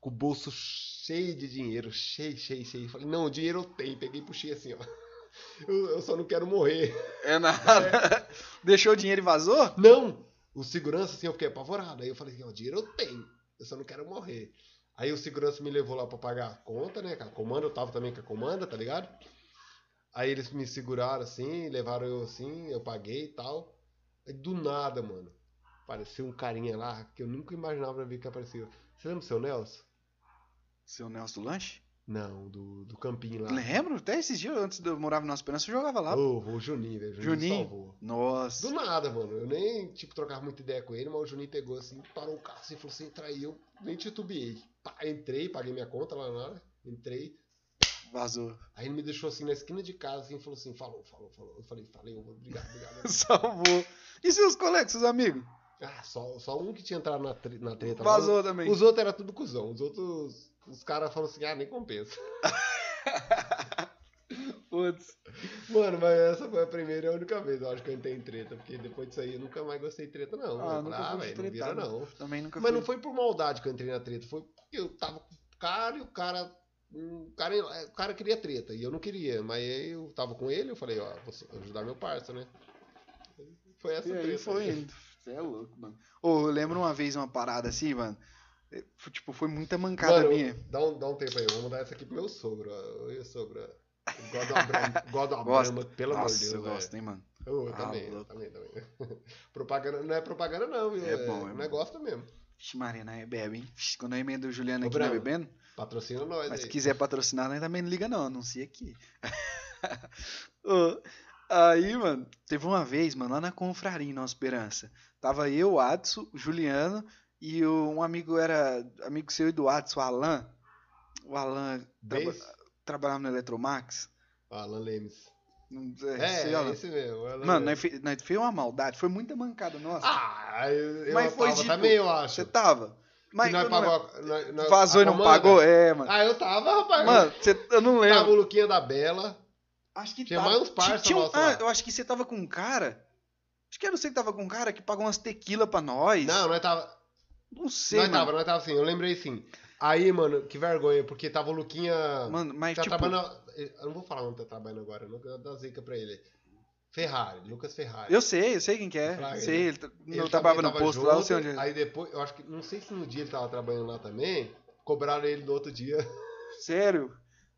A: com o bolso cheio de dinheiro, cheio, cheio, cheio. Falei, não, o dinheiro eu tenho. Peguei e puxei assim, ó. Eu, eu só não quero morrer.
B: É nada. Deixou o dinheiro e vazou?
A: Não! O segurança, assim, eu fiquei apavorado. Aí eu falei, assim, ó, o dinheiro eu tenho, eu só não quero morrer. Aí o segurança me levou lá pra pagar a conta, né, com a comanda, eu tava também com a comanda, tá ligado? Aí eles me seguraram assim, levaram eu assim, eu paguei e tal. Aí do nada, mano, apareceu um carinha lá que eu nunca imaginava ver que apareceu. Você lembra do seu Nelson?
B: Seu Nelson do lanche?
A: Não, do, do campinho lá.
B: Lembro, até esses dias antes de eu morar no Nossa Esperança, eu jogava lá.
A: Tá. Ô, o Juninho, velho. Juninho,
B: Juninho.
A: salvou. Do
B: Nossa.
A: nada, mano. Eu nem, tipo, trocava muita ideia com ele, mas o Juninho pegou assim, parou o carro assim, falou assim, entra aí. Eu nem titubeei. Pá, entrei, paguei minha conta lá na hora, entrei.
B: Vazou.
A: Aí ele me deixou assim na esquina de casa, assim, falou assim, falou, falou, falou. Eu falei, falei, obrigado, obrigado.
B: Salvou. E seus colegas, seus amigos?
A: ah, só, só um que tinha entrado na, tre- na treta. lá.
B: Vazou também.
A: Os outros era tudo cuzão. Os outros, os caras falaram assim, ah, nem compensa.
B: Putz.
A: Mano, mas essa foi a primeira e a única vez, eu acho que eu entrei em treta, porque depois disso aí eu nunca mais gostei de treta, não.
B: Ah,
A: Eu
B: nunca
A: falei,
B: fui de
A: velho, não vira
B: tretar, né?
A: não.
B: Também nunca
A: Mas
B: fui.
A: não foi por maldade que eu entrei na treta, foi porque eu tava com o cara e o cara. hum, O cara, é, o cara queria treta e eu não queria, mas aí eu tava com ele eu falei, ó, vou se- ajudar meu parça, né? Foi essa
B: E aí
A: treta. né?
B: foi indo. Você é louco, mano. Ô, eu lembro uma vez uma parada assim, mano. Eh, foi, Tipo, foi muita mancada
A: Mano,
B: minha.
A: Dá um, dá um tempo aí, eu vou mandar essa aqui pro meu sogro. ó. Oi, sogro. Eu gosto da Brahma- Gosto da
B: Gosto.
A: Brahma, pelo amor de
B: Nossa,
A: Deus.
B: eu
A: velho.
B: gosto, hein, mano.
A: Eu, eu
B: Ah,
A: também, eu
B: louco.
A: também, também. propaganda, não é propaganda não, viu?
B: É bom, é bom.
A: negócio mesmo.
B: Vixe, Maria, nós bebe, hein? Vixe, quando a emenda do Juliano
A: Ô,
B: aqui nós
A: Brama,
B: bebendo.
A: Patrocina nós
B: Mas se
A: aí.
B: quiser patrocinar, nós também não liga, não. Anuncia aqui. Ô, aí, mano, teve uma vez, mano, lá na confraria em Nossa Esperança. Tava eu, o Adson, o Juliano e o- um amigo era amigo seu e do Adson, o Alan. O Alan traba-
A: Beijo,
B: trabalhava no Eletromax.
A: Alan Lemes.
B: Não
A: É,
B: sei, sei lá.
A: é esse mesmo. Alan Lemes.
B: Mano, nós fe- nós fez uma maldade, foi muita mancada nossa.
A: Ah, eu, eu
B: Mas foi
A: tava
B: de-
A: também, eu acho.
B: Você tava? Mas
A: que nós
B: eu não lembro.
A: pagou, a- nós- nós-
B: vazou
A: a
B: e não
A: comanda.
B: pagou? É, mano.
A: Ah, eu tava, rapaz.
B: Mano, você- eu não lembro.
A: tava o Luquinha da Bela.
B: Acho que
A: Tinha
B: tava-
A: mais uns parça
B: ti- tinha um-
A: nosso
B: ah,
A: lá.
B: eu acho que você tava com um cara. Acho que era você que tava com um cara que pagou umas tequila pra nós.
A: Não, nós tava.
B: não sei,
A: nós
B: mano.
A: tava, nós tava assim, eu lembrei sim. Aí, mano, que vergonha, porque tava o Luquinha.
B: Mano, mas
A: tá
B: tipo,
A: trabalhando. Eu não vou falar onde tá trabalhando agora, eu não eu dou zica pra ele. Ferrari, Lucas Ferrari.
B: eu sei, eu sei quem que é.
A: Fraga,
B: sei,
A: né?
B: ele, tra-
A: Ele
B: eu
A: também
B: trabalhava no
A: tava
B: posto lá, eu
A: junto,
B: sei onde é.
A: Aí depois, eu acho que, não sei se no dia ele tava trabalhando lá também, cobraram ele no outro dia.
B: é. Sério?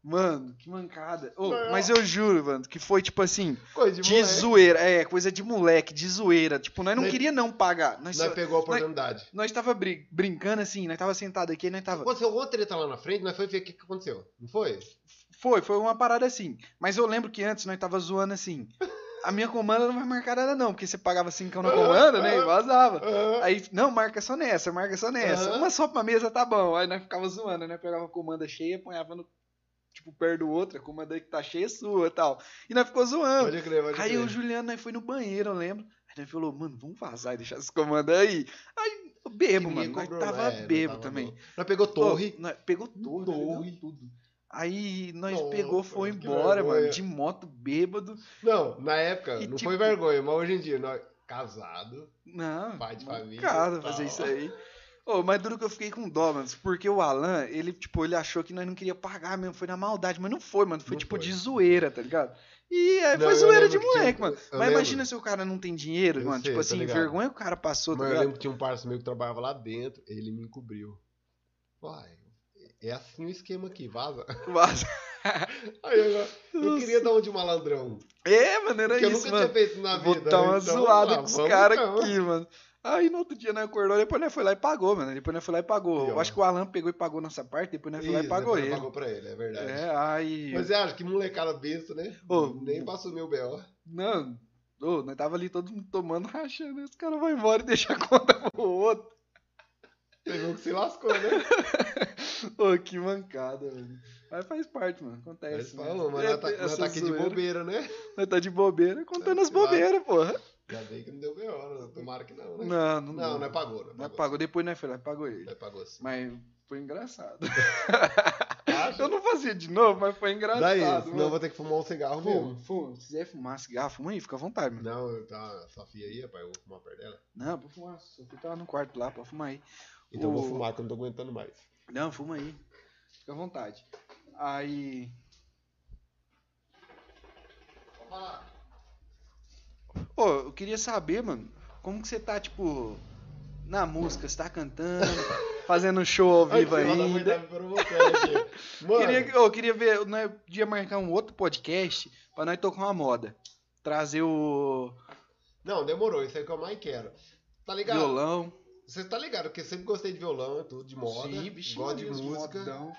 B: Mano, que mancada. Ô,
A: Não, eu-
B: mas eu juro, mano, que foi tipo assim,
A: Coisa
B: de,
A: de moleque.
B: zoeira. É, coisa de moleque, de zoeira. Tipo, nós não
A: Nós-
B: queria não pagar. Nós, só-
A: Nós pegou a oportunidade.
B: nós tava brin- brincando assim, nós tava sentado aqui, nós tava...
A: Aconteceu outra treta tá lá na frente, nós foi ver o que, que aconteceu, não foi?
B: Foi, foi uma parada assim. Mas eu lembro que antes nós tava zoando assim. A minha comanda não vai marcar nada, não, porque você pagava cincão na comanda, né? E vazava. Aí, não, marca só nessa, marca só nessa.
A: Aham.
B: Uma só pra mesa tá bom. Aí nós ficava zoando, né? Pegava a comanda cheia, apanhava no. Tipo, perto do outro, a comanda aí que tá cheia é sua e tal. E nós ficou zoando.
A: Pode crer, pode
B: Aí
A: crer.
B: o Juliano nós foi no banheiro, eu lembro. Aí nós falou, mano, vamos vazar e deixar esses comandos aí. Aí eu bebo,
A: Ninguém
B: mano. Nós
A: cobrou,
B: tava
A: né?
B: bebo
A: Nós tava
B: também.
A: bom. Nós pegou torre.
B: Ô, nós- pegou torre, né?
A: Torre.
B: Deu tudo. Aí nós
A: Nossa,
B: pegou, foi
A: que
B: embora, mano,
A: vergonha.
B: de moto, bêbado.
A: Não, na época,
B: E
A: não
B: tipo-
A: foi vergonha, mas hoje em dia, nós... casado.
B: Não,
A: Pai de família,
B: cara,
A: tal.
B: fazer isso aí. Ô, mas duro que eu fiquei com dó, mano, porque o Alan, ele, tipo, ele achou que nós não queria pagar mesmo, foi na maldade, mas não foi, mano, foi
A: Não
B: tipo
A: foi.
B: de zoeira, tá ligado? E aí
A: Não,
B: foi
A: eu
B: zoeira
A: lembro
B: de
A: que tinha-
B: moleque, mano.
A: eu
B: Mas
A: lembro.
B: imagina se o cara não tem dinheiro,
A: Eu
B: mano,
A: sei,
B: tipo
A: tô
B: assim,
A: ligado.
B: vergonha o cara passou,
A: Mas
B: tá
A: eu
B: ligado?
A: lembro que tinha um parceiro meu que trabalhava lá dentro, ele me encobriu. Uai, é assim o esquema aqui, vaza.
B: Mas-
A: Aí eu, eu queria dar um de malandrão.
B: É, mano, era
A: Porque eu
B: isso,
A: nunca
B: mano.
A: tinha feito na vida.
B: Vou dar uma
A: então,
B: zoada
A: vamos lá,
B: com os
A: vamos
B: caras
A: então.
B: aqui, mano. Aí no outro dia nós acordou, depois nós foi lá e pagou, mano. Depois nós foi lá e pagou. Eu
A: Pior.
B: acho que o Alan pegou e pagou nossa parte, depois nós foi lá e
A: Isso,
B: pagou
A: depois
B: ele.
A: Pagou pra ele, é verdade.
B: É, aí.
A: Mas é, acho que molecada besta, né?
B: Ô, hum.
A: Nem pra assumir o B.O.
B: Não, ô, nós tava ali todo mundo tomando, rachando. Os caras vão embora e deixam a conta pro outro.
A: Pegou que se lascou, né?
B: Ô, que mancada, velho. Mas faz parte, mano. Acontece.
A: Mas
B: né?
A: falou, mas
B: É,
A: nós tá, nós
B: essa
A: tá aqui de
B: zoeira.
A: bobeira, né?
B: Nós tá de bobeira contando as
A: Sei lá.
B: bobeiras, porra.
A: Ainda bem que não deu pior, tomara que não, né?
B: Não, não.
A: Não,
B: deu.
A: não é pagou, não
B: Nós
A: é pagou.
B: pagou. Depois nós foi lá, e pagou ele.
A: Não é pagou sim.
B: Mas foi engraçado.
A: Acha?
B: Eu não né? fazia de novo, mas foi engraçado.
A: Daí,
B: mano.
A: senão eu vou ter que fumar um cigarro
B: Fuma,
A: mesmo.
B: fuma. Se quiser fumar cigarro, fuma aí, fica à vontade, mano.
A: Não, eu tá, essa fia aí, rapaz, eu vou fumar perto dela.
B: Não, pode fumar. Só que tava no quarto lá, pode fumar aí.
A: Então eu vou
B: O-
A: fumar, que eu não tô aguentando mais.
B: Não, fuma aí. Fica à vontade. Aí. Ô, eu queria saber, mano, como que você tá, tipo, na música? Você tá cantando, fazendo um show ao vivo
A: Ai, que filha da mãe
B: ainda?
A: tá me provocando aqui. Mano,
B: Queria, eu queria ver, nós podia marcar um outro podcast pra nós tocar uma moda. Trazer o
A: não, demorou, isso é o que eu mais quero. Tá ligado?
B: violão.
A: Você tá ligado, porque eu sempre gostei de violão e tudo, de moda, gosto de
B: Maria, os
A: música.
B: modão.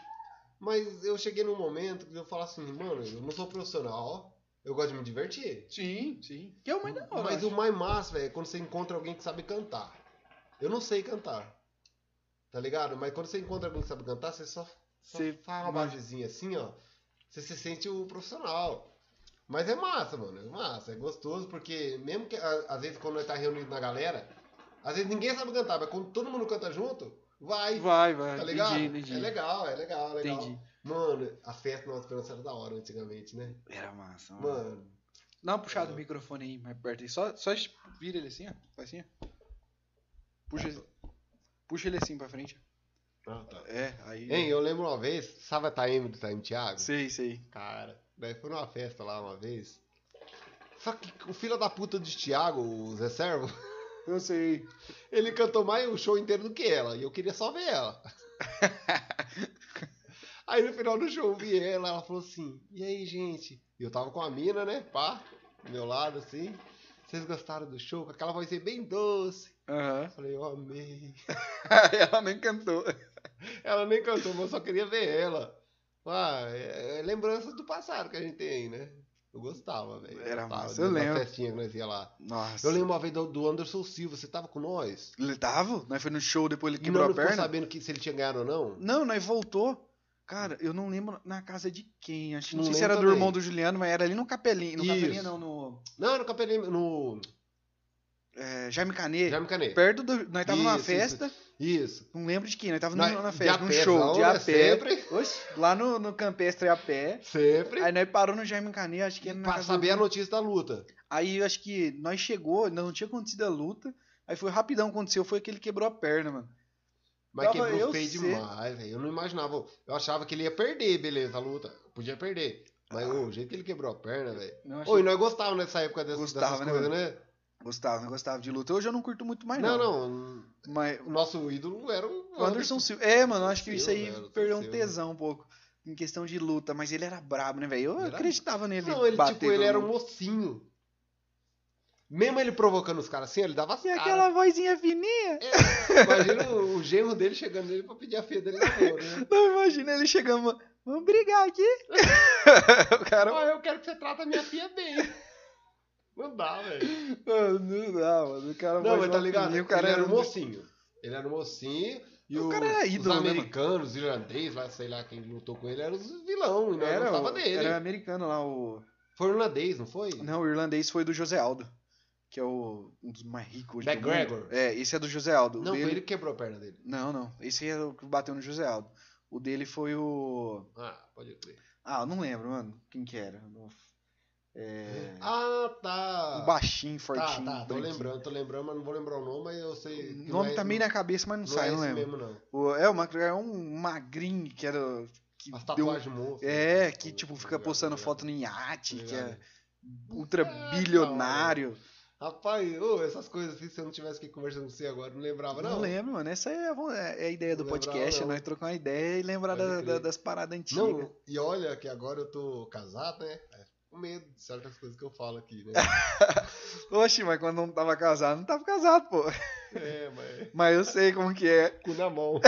A: Mas eu cheguei num momento que eu falo assim, mano, eu não sou profissional, eu gosto de me divertir.
B: Sim, sim. Que é o mais da hora.
A: Mas
B: eu
A: o
B: acho.
A: mais massa, velho, é quando você encontra alguém que sabe cantar. Eu não sei cantar. Tá ligado? Mas quando você encontra alguém que sabe cantar, você só, só
B: Você
A: faz uma
B: manja.
A: baixezinha assim, ó. Você se sente o profissional. Mas é massa, mano. É massa, é gostoso, porque mesmo que a- às vezes quando nós tá reunido na galera, às vezes ninguém sabe cantar, mas quando todo mundo canta junto, vai.
B: Vai, vai.
A: Tá ligado?
B: Entendi, entendi.
A: É legal, é legal, é legal.
B: Entendi.
A: Mano, a festa na Esperança era da hora antigamente, né?
B: Era massa, mano.
A: Mano,
B: Dá uma puxada do microfone aí, mais perto aí. Só, só es- vira ele assim, ó. Faz assim, ó. Puxa, ele- puxa ele assim pra frente.
A: ah, tá.
B: É, aí.
A: Hein, eu lembro uma vez, sabe a Taeme do Taeme Thiago?
B: Sei, sei.
A: Cara, daí foi numa festa lá uma vez. Só que o filho da puta de Thiago, o Zé Servo,
B: Eu sei.
A: ele cantou mais o show inteiro do que ela. E eu queria só ver ela. aí no final do show eu vi ela, ela falou assim, e aí, gente? E eu tava com a mina, né? Pá, do meu lado, assim. Vocês gostaram do show? Com aquela vozinha bem doce.
B: Aham.
A: Eu falei, eu amei.
B: Ela nem cantou.
A: Ela nem cantou, mas eu só queria ver ela. Ah, é, é lembrança do passado que a gente tem, né? Eu gostava, velho.
B: Era
A: Gostava
B: massa, eu
A: da
B: lembro.
A: festinha que nós ia lá.
B: Nossa.
A: Eu lembro uma vez do, do Anderson Silva, você tava com nós.
B: Ele tava? Nós foi no show, depois ele
A: E nós
B: quebrou
A: não
B: a
A: ficou
B: perna?
A: sabendo que, se ele tinha ganhado ou não.
B: Não, nós voltou. Cara, eu não lembro na casa de quem. Acho que não,
A: Não
B: sei se era
A: lembro
B: do irmão
A: também.
B: do Juliano, mas era ali no Capelinho. No
A: Isso.
B: Capelinho não, no
A: Não, era no Capelinho, no
B: é, Jaime Canê.
A: Jaime Canet.
B: Perto do. Nós tava numa
A: Isso, isso.
B: festa,
A: Isso.
B: não lembro de quem, nós tava
A: Na-
B: numa
A: de
B: festa,
A: a
B: num
A: pé,
B: show
A: não,
B: de
A: né?
B: a pé.
A: Sempre.
B: Oxe, lá no, no Campestre a pé.
A: Sempre.
B: Aí nós parou no Jaime Canê, acho que era na
A: pra
B: casa
A: saber
B: do-
A: a notícia da luta.
B: Aí eu acho que nós chegou, ainda não tinha acontecido a luta. Aí foi rapidão, aconteceu, foi que ele quebrou a perna, mano.
A: Mas
B: Tava
A: quebrou
B: eu
A: feio
B: cedo.
A: demais, velho. Eu não imaginava. Eu achava que ele ia perder, beleza, a luta. Podia perder. Mas
B: Ah.
A: ô, o jeito que ele quebrou a perna, velho.
B: Não, achei-
A: Oi, nós gostávamos nessa época dessas,
B: Gostava,
A: dessas
B: né,
A: coisas, né?
B: Gostava, não gostava de luta. Hoje eu não curto muito mais,
A: Não,
B: não.
A: não.
B: Mas
A: O nosso ídolo era o
B: O Anderson Silva. É, mano, eu acho que
A: Silva,
B: isso aí
A: velho,
B: perdeu um
A: Anderson
B: tesão um pouco. Em questão de luta, mas ele era brabo, né, velho? Eu
A: Era-
B: acreditava nele.
A: Não, ele,
B: bater
A: tipo, ele
B: todo
A: era um
B: mundo.
A: mocinho. Mesmo ele provocando os caras assim, ele dava as
B: E
A: caras.
B: aquela vozinha fininha.
A: É, Imagina o, o genro dele chegando nele pra pedir a filha dele na mão, né?
B: Não, imagina ele chegando. Vamos brigar aqui. o cara.
A: Ó, eu quero que você trata a minha filha bem. Não dá, velho.
B: Mano, não dá, mano. O cara
A: Não,
B: voz
A: mas tá
B: mó
A: ligado?
B: fininha, O cara
A: ele era
B: era
A: um mocinho. Ele era um mocinho. E
B: O
A: os,
B: cara era
A: os
B: ídolo, né, mano?
A: americanos, os irlandeses, lá, sei lá quem lutou com ele, eram os vilão. E nós
B: Era,
A: gostava
B: o-
A: dele.
B: era americano lá, o.
A: Foi irlandês, não foi?
B: Não, o irlandês foi do José Aldo. Que é o... um dos mais ricos hoje do mundo.
A: McGregor.
B: É, esse é do José Aldo. O
A: Não, foi
B: dele-
A: ele que quebrou a perna dele.
B: Não, não. Esse é o que bateu no José Aldo. O dele foi o.
A: Ah, pode crer.
B: Ah, eu não lembro, mano. Quem que era? Não- É...
A: Ah, tá.
B: um baixinho, fortinho.
A: Tá, tá, tô
B: branquinho.
A: lembrando, tô lembrando, mas não vou lembrar o nome, mas eu sei.
B: O nome tá meio na cabeça, mas não,
A: não
B: sai,
A: é
B: não
A: esse
B: lembro.
A: mesmo, não.
B: O, é, o McGregor é um magrinho que era. Que
A: As
B: deu-
A: tatuagens monstras.
B: É, que tipo fica
A: Tá ligado,
B: postando
A: tá ligado.
B: foto no iate, que é
A: Ligado.
B: ultra bilionário.
A: Rapaz, ô, essas coisas assim, se eu não tivesse que conversando com você agora, eu não lembrava,
B: Não,
A: não.
B: lembro, mano. Essa é a, vo- é a ideia do
A: Não lembrava,
B: podcast,
A: não.
B: nós trocar uma ideia e lembrar
A: Pode
B: da-
A: crer.
B: da- das paradas
A: Não,
B: antigas.
A: e olha que agora eu tô casado, né? É, Com medo de certas coisas que eu falo aqui, né?
B: Oxe, mas quando não tava casado, não tava casado, pô.
A: é, mas.
B: Mas eu sei como que é.
A: Cu na mão.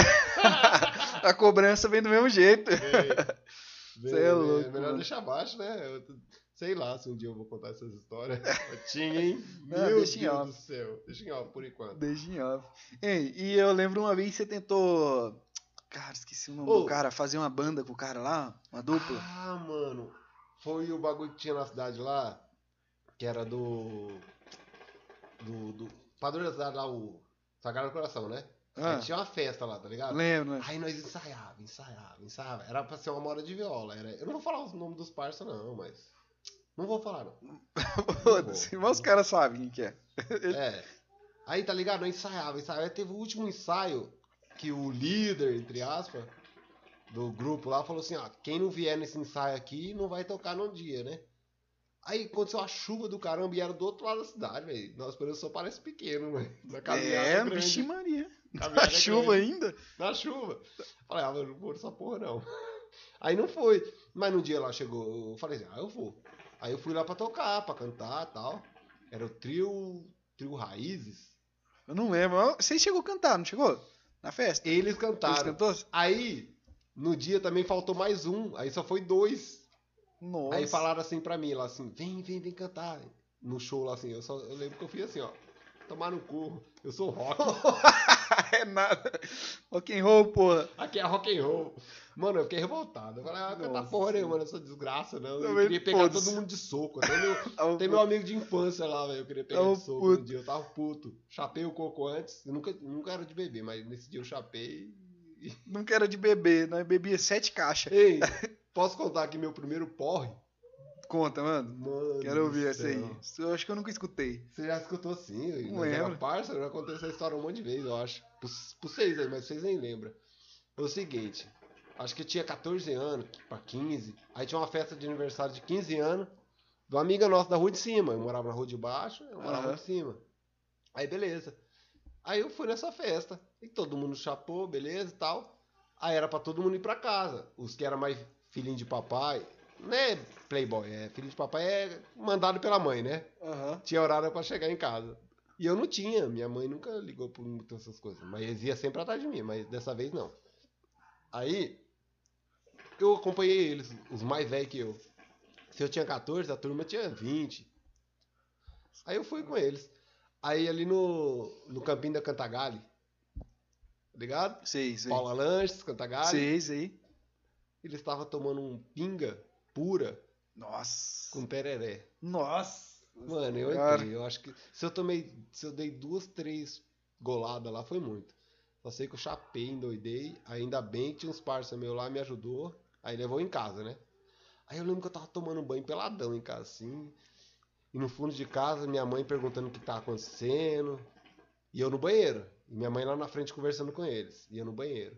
B: A cobrança vem do mesmo jeito.
A: Vê,
B: Cê é
A: vê,
B: louco,
A: melhor
B: mano.
A: deixar baixo, né? Eu t- sei lá se um dia eu vou contar essas histórias. Eu tinha, hein?
B: Não,
A: Meu
B: deixa em
A: Deus
B: off.
A: do céu. Deixa em off por enquanto.
B: Desde em off. Ei, e eu lembro uma vez que você tentou Cara, esqueci o nome
A: Ô.
B: do cara. Fazia uma banda com o cara lá, uma dupla.
A: Ah, mano. Foi o bagulho que tinha na cidade lá, que era do. Do. do padrão da cidade lá, o Sagrado Coração, né?
B: Ah,
A: Aí tinha uma festa lá, tá ligado?
B: lembro, né?
A: Aí nós ensaiava, ensaiava, ensaiava. Era pra ser uma moda de viola. Era... Eu não vou falar os nomes dos parça, não, mas. Não vou falar, não.
B: Foda-se, mas os caras sabem quem que é.
A: É. Aí, tá ligado? Eu ensaiava, ensaiava. Aí teve o último ensaio que o líder, entre aspas, do grupo lá falou assim: ó, quem não vier nesse ensaio aqui não vai tocar num dia, né? Aí aconteceu uma chuva do caramba e era do outro lado da cidade, velho. Nossa, pelo só parece pequeno, velho. Na caminhada
B: É,
A: grande,
B: vixe Maria.
A: caminhada
B: A chuva
A: grande,
B: ainda?
A: Na chuva. Falei, ah, mano, não vou nessa porra não. Aí não foi. Mas no dia lá chegou, eu falei assim, ah, eu vou. Aí eu fui lá pra tocar, pra cantar tal. Era o trio. Trio Raízes.
B: Eu não lembro. mas Você chegou a cantar, não chegou? Na festa?
A: Eles
B: Eles
A: cantaram.
B: cantou?
A: Aí, no dia também faltou mais um. Aí só foi dois.
B: Nossa.
A: Aí falaram assim pra mim, lá assim, vem, vem, vem cantar. No show lá assim, eu só eu lembro que eu fui assim, ó. Tomar no cu, eu sou rock.
B: é nada. Rock and roll, porra.
A: Aqui é rock and roll. Mano, eu fiquei revoltado. Eu falei, ah, cantar
B: Nossa.
A: porra nenhuma nessa desgraça, não. Eu
B: Também
A: queria pegar
B: foda-se.
A: todo mundo de soco. Até meu,
B: Eu
A: tem meu amigo de infância lá, velho. Eu queria pegar
B: Tava
A: de soco
B: puto.
A: um dia. Eu tava puto. Chapei o coco antes. Eu nunca, nunca era de beber, mas nesse dia eu chapei.
B: Não quero de beber, nós bebia sete caixas.
A: Ei, posso contar aqui meu primeiro porre?
B: Conta, mano.
A: Mano.
B: Quero ouvir
A: do
B: essa aí.
A: céu.
B: Isso Eu acho que eu nunca escutei.
A: Você já escutou sim, eu
B: Não
A: nós era
B: lembro.
A: parça, eu já contei essa história um monte de vezes, eu acho. Pros, pros vocês aí, mas vocês nem lembram. É o seguinte, acho que eu tinha 14 anos, pra 15. Aí tinha uma festa de aniversário de 15 anos, de uma amiga nossa da rua de cima. Eu morava na rua de baixo, eu morava na rua
B: Aham.
A: de cima. Aí beleza. Aí eu fui nessa festa. E todo mundo chapou, beleza e tal. Aí era pra todo mundo ir pra casa. Os que eram mais filhinho de papai. Não é playboy, é filho de papai é mandado pela mãe, né?
B: Aham.
A: tinha horário pra chegar em casa. E eu não tinha, minha mãe nunca ligou por muito essas coisas. Mas ia sempre atrás de mim, mas dessa vez não. Aí, eu acompanhei eles, os mais velhos que eu. Se eu tinha 14, a turma tinha 20. Aí eu fui com eles. Aí ali no, no campinho da Cantagalli, ligado?
B: Sei, sei.
A: Paula Lanches, Cantagalli.
B: Sei, sei.
A: Eles estavam tomando um pinga pura
B: Nossa.
A: com tereré.
B: Nossa.
A: Mano, eu
B: Cara.
A: entrei. Eu acho que. Se eu tomei. Se eu dei duas, três goladas lá, foi muito. Só sei que eu chapei, endoidei. Ainda bem que tinha uns parça meu lá, me ajudou. Aí levou em casa, né? Aí eu lembro que eu tava tomando banho peladão em casa, assim. E no fundo de casa, minha mãe perguntando o que tava acontecendo. E eu no banheiro. E minha mãe lá na frente conversando com eles. E eu no banheiro.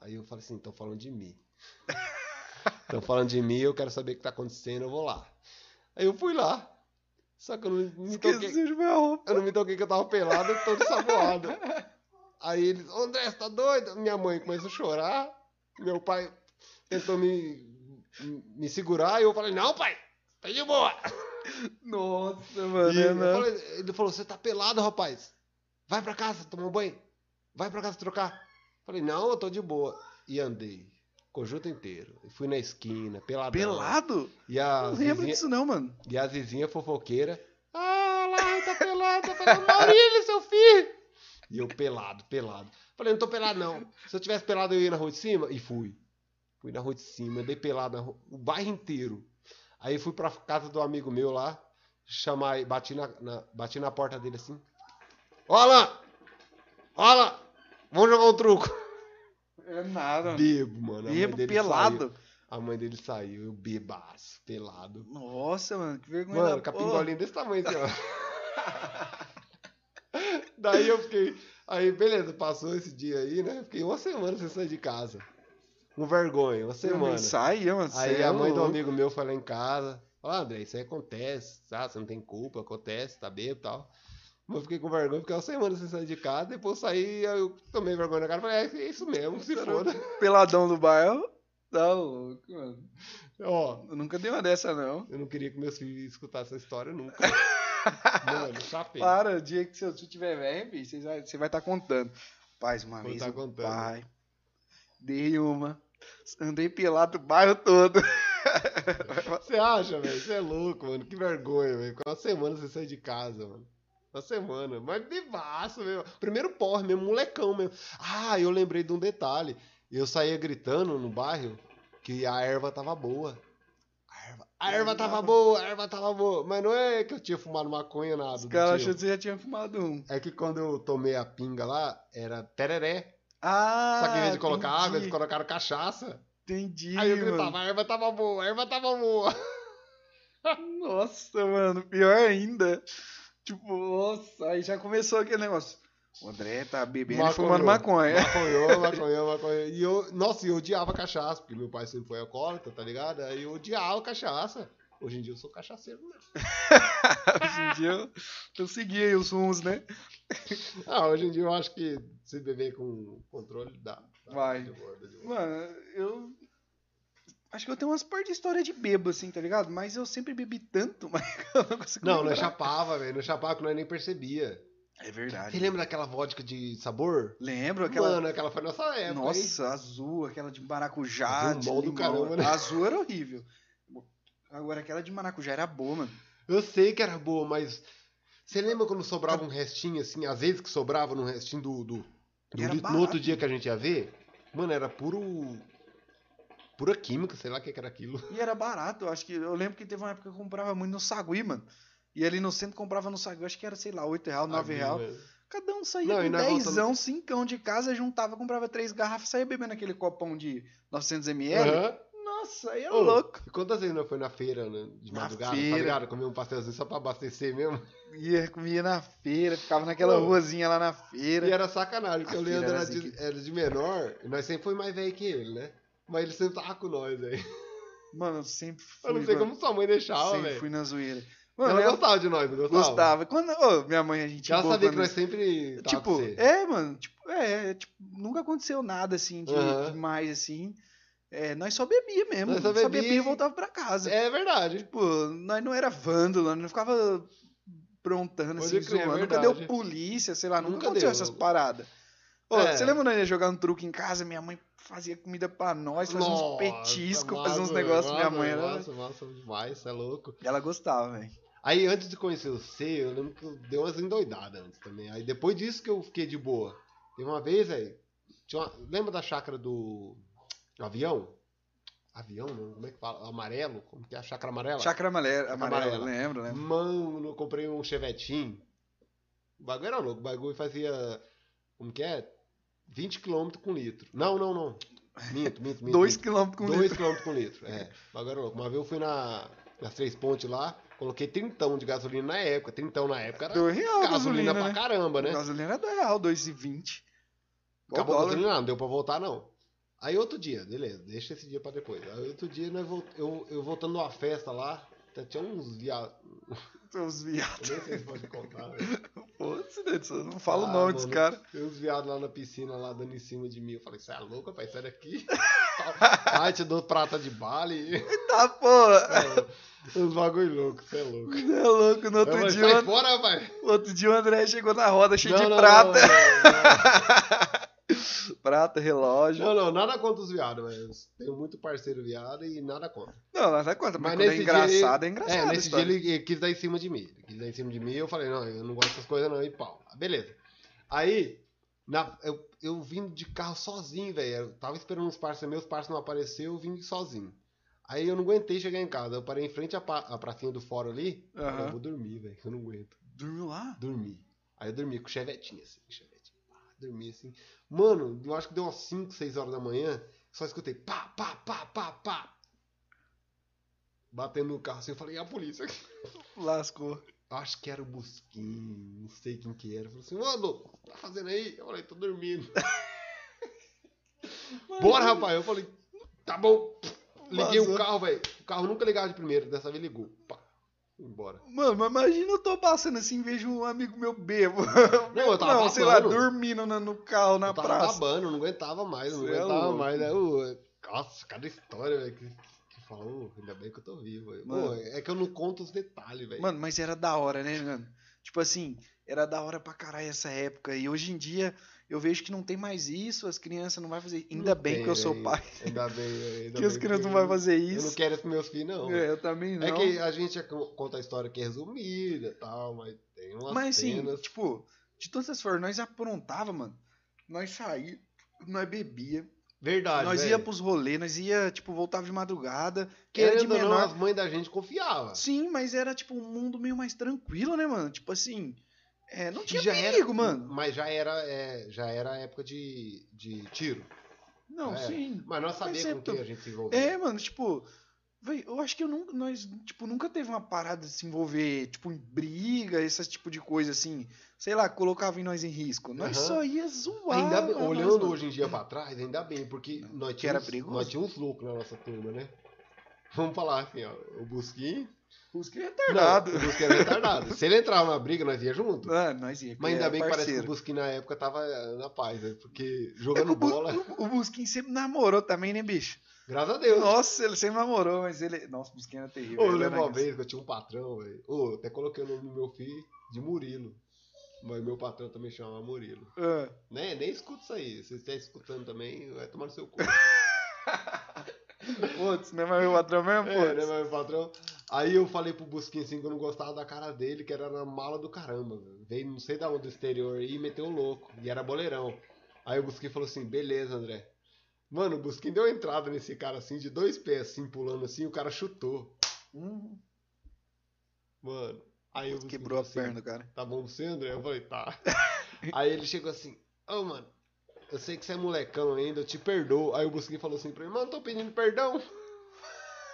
A: Aí eu falei assim, estão falando de mim. Estão falando de mim, eu quero saber o que tá acontecendo, eu vou lá. Aí eu fui lá. Só que eu não me toquei.
B: Esqueci de minha roupa.
A: Eu não me toquei que eu tava pelado, todo saboado. Aí eles, "Ô, André, você tá doido? Minha mãe começou a chorar. Meu pai tentou me, me segurar e eu falei, não, pai, tá de boa.
B: Nossa,
A: E
B: mano. é
A: eu
B: nada.
A: falei- ele falou, você tá pelado, rapaz. Vai pra casa, tomar um banho. Vai pra casa trocar. Falei, não, eu tô de boa. E andei. Conjunto inteiro. E Fui na esquina, peladão.
B: Pelado?
A: E a,
B: não lembro
A: vizinha,
B: disso não, mano.
A: e a vizinha fofoqueira. Ah, lá, tá pelado, tá pelado. Maurílio, seu filho! E eu pelado, pelado. Falei, não tô pelado, não. Se eu tivesse pelado, eu ia na rua de cima. E fui. Fui na rua de cima, andei pelado na rua, o bairro inteiro. Aí fui pra casa do amigo meu lá, chamar, ele, bati na, na- bati na porta dele assim. Ó lá! Ó lá! Vamos jogar um truco.
B: É nada.
A: Bebo, mano. a mãe
B: Bebo
A: dele saiu.
B: pelado.
A: A mãe dele saiu, eu bebaço, pelado.
B: Nossa, mano, que vergonha.
A: Mano,
B: da porra.
A: capingolinho desse tamanho assim, ó. Daí eu fiquei. Aí, beleza, passou esse dia aí, né? Fiquei uma semana sem sair de casa. Com vergonha, uma
B: Eu nem
A: semana.
B: saía, mano.
A: Aí
B: cê é
A: a mãe do
B: louco.
A: amigo meu foi lá em casa. Falou, ah, André, isso aí acontece, tá? Você não tem culpa, acontece, tá bebo e tal. Mas eu fiquei com vergonha, fiquei uma semana sem sair de casa. Depois eu saí, aí eu tomei vergonha na cara e falei, é, é isso mesmo, se
B: Caramba.
A: foda.
B: Peladão do bairro. Tá louco, mano.
A: Ó,
B: Eu nunca dei uma dessa, não.
A: eu não queria que meus filhos escutassem essa história nunca. Mano, chapei.
B: Para, o dia que seu tio tiver velho, bicho, você vai estar contando. Paz, uma
A: Vou
B: vez.
A: tá
B: o
A: contando.
B: Pai. Dei uma. Andei pelado o bairro todo.
A: Você acha, velho? Você é louco, mano. Que vergonha, velho. Com uma semana você sai de casa, mano. Uma semana. Mas bebaço, meu. Primeiro porre mesmo, molecão mesmo. Ah, eu lembrei de um detalhe. Eu saía gritando no bairro que a erva tava boa. A erva, a erva tava boa, a erva tava boa. Mas não é que eu tinha fumado maconha nada.
B: Os
A: do
B: caras
A: tipo.
B: acham que você já tinha fumado um.
A: É que quando eu tomei a pinga lá, era tereré.
B: Ah!
A: Só que em vez de colocar água, eles
B: entendi,
A: colocaram cachaça.
B: Entendi,
A: Aí eu
B: mano.
A: gritava, a erva tava boa, a erva tava boa.
B: Nossa, mano, pior ainda. Tipo, nossa, aí já começou aquele negócio. O André tá bebendo e
A: Maconhou.
B: fumando maconha.
A: Maconhou, maconhou, maconhou. E eu, nossa, e eu odiava cachaça, porque meu pai sempre foi alcoólatra, tá ligado? Aí eu odiava cachaça. Hoje em dia eu sou cachaceiro, né?
B: Hoje em dia eu, eu segui aí os rumos, né?
A: Ah, hoje em dia eu acho que se beber com controle dá. dá
B: Vai.
A: de boa, dá de boa.
B: Mano, eu. Acho que eu tenho umas partes de história de bebo, assim, tá ligado? Mas eu sempre bebi tanto, mas eu não consigo.
A: Não, nós
B: lembrar.
A: chapava, velho. Nós chapava que nós nem percebia.
B: É verdade.
A: Você lembra daquela vodka de sabor?
B: Lembro aquela.
A: Mano, aquela foi nossa época. hein?
B: Nossa, azul, aquela de maracujá.
A: Azul
B: de
A: mal do
B: limão.
A: caramba, né?
B: A Azul era horrível. Agora, aquela de maracujá era boa, mano.
A: Eu sei que era boa, mas. Você lembra quando sobrava um restinho assim, às vezes que sobrava no restinho do. do, do
B: Era
A: litro,
B: barato.
A: no outro dia que a gente ia ver? Mano, era puro. Pura química, sei lá o que que era aquilo.
B: E era barato, eu acho que. Eu lembro que teve uma época que eu comprava muito no Sagui, mano. E ali no centro comprava no Sagui, acho que era, sei lá, 8 real, 9 real. Cada um saía
A: Não,
B: com
A: e nós
B: 10
A: voltamos-
B: cincão de casa, juntava, comprava três garrafas, saía bebendo aquele copão de 900ml.
A: Aham.
B: Nossa, aí é
A: Ô,
B: louco.
A: E quantas vezes nós foi na feira, né, de
B: Na
A: madrugada,
B: feira.
A: tá ligado? Comer um pastelzinho só pra abastecer mesmo.
B: Ia, comia na feira, ficava naquela
A: Ô.
B: ruazinha lá na
A: E
B: feira.
A: era sacanagem, porque
B: A
A: o
B: feira
A: Leandro
B: era assim
A: era de, era de menor, e nós sempre foi mais velho que ele, né? Mas ele sempre tava com nós, velho.
B: Mano, eu sempre fui.
A: Eu não sei
B: mano.
A: como sua mãe deixava,
B: Sempre
A: velho.
B: fui na zoeira. Mano,
A: Ela
B: ela
A: gostava de nós, não gostava?
B: gostava. Quando, ô, minha mãe, a gente
A: Ela
B: boa
A: sabia que
B: quando-
A: nós sempre tava com
B: Tipo,
A: você.
B: é, mano, tipo, é, é, tipo, nunca aconteceu nada assim de,
A: Aham.
B: demais assim. É, nós só bebia mesmo.
A: Nós
B: só
A: só
B: bebia,
A: bebia
B: e
A: e-
B: voltava pra casa.
A: É verdade.
B: Tipo, nós não era vândalo, nós não ficava prontando
A: Pode
B: assim,
A: crer, é
B: zoando. nunca
A: verdade.
B: deu polícia, sei lá, nunca,
A: Nunca
B: aconteceu
A: deu.
B: essas paradas. Ô,
A: É.
B: Você lembra nós ia jogar um truque em casa? Minha mãe fazia comida pra nós, fazia uns petiscos, fazia uns negócios. Minha mãe né? era.
A: Nossa, nossa, demais, cê é louco.
B: Ela gostava, velho.
A: Aí antes de conhecer você, eu lembro que eu dei umas endoidadas antes também. Aí depois disso que eu fiquei de boa. Teve uma vez, velho. tinha uma- Lembra da chácara do. do avião? Avião, não? Como é que fala? Amarelo? Como que é a chácara amarela?
B: Chacra amarela,
A: Chácara
B: amarela,
A: amarela.
B: lembro, lembro.
A: Mano, eu comprei um chevetinho. O bagulho era louco. O bagulho fazia. Como que é? 20 km com litro. Não, não, não. Minto, minto, minto.
B: 2 km com
A: 2
B: litro.
A: km com litro. É, o bagulho era louco. Uma vez eu fui na, nas Três Pontes lá, coloquei trintão de gasolina na época. Trintão na época era
B: 2 real
A: gasolina,
B: gasolina,
A: pra
B: né?
A: caramba, né?
B: Gasolina era 2 real, 2,20. Igual
A: Acabou a
B: dólar.
A: gasolina, não deu pra voltar não. Aí outro dia, beleza, deixa esse dia pra depois. Aí outro dia nós volt- eu, eu voltando numa festa lá, até tinha uns viados.
B: Seus viados.
A: Nem sei se pode contar, velho.
B: Pô, Cideto, eu não falo o
A: Ah,
B: nome dos
A: mano.
B: caras.
A: Tem uns viados lá na piscina, lá dando em cima de mim. Eu falei, você é louco, rapaz, sai daqui. Ai, te dou prata de bale.
B: Tá, porra.
A: Uns bagulho louco, você é louco.
B: É louco, no outro
A: Não, mas
B: dia,
A: sai
B: o And-
A: fora, rapaz.
B: outro dia o André chegou na roda cheio de
A: Não, não,
B: prata. é,
A: Não,
B: Prata, relógio.
A: não, não. Não, não, nada contra os viados, mas tenho muito parceiro viado e nada contra.
B: Não, nós vai conta,
A: Mas
B: mas quando é
A: nesse dia ele-
B: engraçado, é
A: é,
B: engraçado. a
A: nesse dia
B: história.
A: ele, ele quis dar em cima de mim. Ele quis dar em cima de mim e eu falei, não, eu não gosto dessas coisas não, e pau. Ah, Beleza. Aí, na- eu, eu vim de carro sozinho, velho. Eu tava esperando uns parceiros meus, os parceiros não apareceram, eu vim sozinho. Aí eu não aguentei chegar em casa. Eu parei em frente à, pa- à pracinha do fórum ali.
B: Aham.
A: Falei, Eu vou dormir, velho, que eu não aguento.
B: Dormiu lá?
A: Dormi. Aí eu dormi com chevetinha, assim, chevetinha. Pá, dormi assim. Mano, eu acho que deu umas 5, 6 horas da manhã. Só escutei pá, pá, pá, pá, pá. Batendo no carro assim, eu falei, e a polícia?
B: Lascou.
A: Eu Acho que era o Busquinho, não sei quem que era. Falou assim, ô louco, o que tá fazendo aí? Eu falei, tô dormindo. Bora, rapaz. Eu falei, tá bom. Liguei
B: Vazou.
A: o carro, velho. O carro nunca ligava de primeira, dessa vez ligou. Pá, fui embora.
B: Mano, mas imagina eu tô passando assim e vejo um amigo meu bebo.
A: Não, eu tava
B: não, sei lá,
A: passando.
B: dormindo na- no carro, na
A: eu tava
B: praça.
A: acabando, não aguentava mais, não
B: Cê é
A: aguentava
B: louco.
A: mais, né? Ô, nossa, cada história, velho, que, que fala, ô, ainda bem que eu tô vivo, velho. Pô,
B: Mano.
A: é que eu não conto os detalhes, velho.
B: Mano, mas era da hora, né, mano? Tipo assim, era da hora pra caralho essa época. E hoje em dia eu vejo que não tem mais isso, as crianças não vão fazer. Ainda
A: Não
B: bem
A: tem,
B: que eu sou
A: velho.
B: pai,
A: Ainda bem, velho, ainda
B: que as
A: bem
B: crianças
A: eu-
B: não vão fazer
A: Eu não
B: isso.
A: quero isso pros meus filhos, não.
B: É, eu também não.
A: É que a gente ac- conta a história que é resumida e tal, mas tem umas
B: Mas assim,
A: cenas...
B: tipo, de todas as formas, nós aprontava, mano. Nós saía, nós bebia,
A: Verdade,
B: nós ia
A: Ah, velho.
B: pros rolês, nós ia, tipo, voltava de madrugada. era de
A: Querendo ou não,
B: menor.
A: as mães da gente confiavam.
B: Sim, mas era, tipo, um mundo meio mais tranquilo, né, mano? Tipo assim. É, não tinha
A: já
B: perigo,
A: era,
B: mano.
A: Mas já era, é, já era época de, de tiro.
B: Não,
A: É.
B: sim.
A: Mas nós sabíamos com
B: sempre-
A: quem a gente se envolveu.
B: É, mano, tipo. Véi, eu acho que eu nunca, nós, tipo, nunca teve uma parada de se envolver, tipo, em briga, esse tipo de coisa, assim. Sei lá, colocava em nós em risco. Nós
A: Aham.
B: só ia zoar.
A: Ainda bem-
B: mano,
A: olhando
B: mano.
A: hoje em dia pra trás, ainda bem, porque nós
B: que era
A: tínhamos,
B: perigoso.
A: nós tínhamos uns loucos na nossa turma, né? Vamos falar assim, ó. O Busquinho.
B: Os que é
A: Não,
B: retardado.
A: o Busquinho era retardado. Se ele entrava na briga, nós ia junto.
B: Ah, nós ia.
A: Mas ainda
B: era
A: bem que parece que o
B: parceiro.
A: Busquinho na época tava eh, na paz, né? Porque
B: É que
A: jogando
B: o, Bu-
A: bola,
B: o, o Busquinho sempre namorou também, né, bicho?
A: graças a Deus.
B: Nossa, ele sempre namorou, mas ele. Nossa, o Busquinho era terrível.
A: Ô, eu
B: ele era
A: lembro uma
B: engraçado.
A: vez que eu tinha um patrão, velho. Ô, eu até coloquei o nome do meu filho de Murilo. Mas meu patrão também chamava Murilo.
B: Ah.
A: Né? Nem escuta isso aí. Se você está escutando também, vai tomar no seu cu.
B: Putz, não é mais meu patrão mesmo, pô?
A: É, né, meu patrão? Aí eu falei pro Busquinho assim que eu não gostava da cara dele, que era na mala do caramba. velho. Veio não sei da onde do exterior aí e meteu o louco. E era boleirão. Aí o Busquinho falou assim: beleza, André. Mano, o Busquinho deu uma entrada nesse cara assim, de dois pés, assim, pulando assim, e o cara chutou.
B: Hum,
A: Mano. Aí o Busquinho
B: quebrou a
A: falou assim,
B: perna, do cara.
A: Tá bom pra você, André? Eu falei, tá. Aí ele chegou assim, ô mano, eu sei que você é molecão ainda, eu te perdoo. Aí o Busquinho falou assim pra mim, mano, tô pedindo perdão.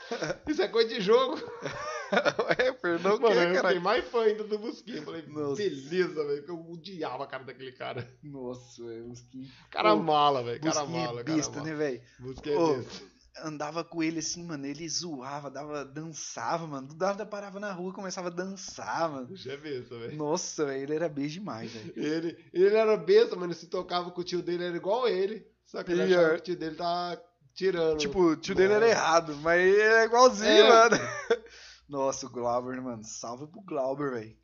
A: Isso é coisa de jogo.
B: é, perdão, o quê,
A: Mano, eu
B: caralho?
A: fiquei mais fã ainda do Busquinho. Eu falei,
B: Nossa.
A: beleza, velho, que eu odiava a cara daquele cara.
B: Nossa,
A: é,
B: velho, o Busquinho.
A: Cara
B: Ô,
A: mala, velho, cara
B: Busquinho
A: mala,
B: é
A: cara
B: besta,
A: mala.
B: né, velho?
A: Busquinho é
B: Ô,
A: besta.
B: Andava com ele assim, mano, ele zoava, dava, dançava, mano. Do nada parava na rua, começava a dançar, mano.
A: Puxa, é besta, velho.
B: Nossa, velho, ele era beijo demais, velho.
A: Ele, ele era besta, mano, se tocava com o tio dele, era igual ele. Só que ele
B: Pior.
A: achava que o tio dele tava tirando.
B: é. Tipo, o tio dele era
A: Nossa.
B: errado, mas ele é igualzinho,
A: É.
B: mano. Nossa, o Glauber, mano. Salve pro Glauber, velho.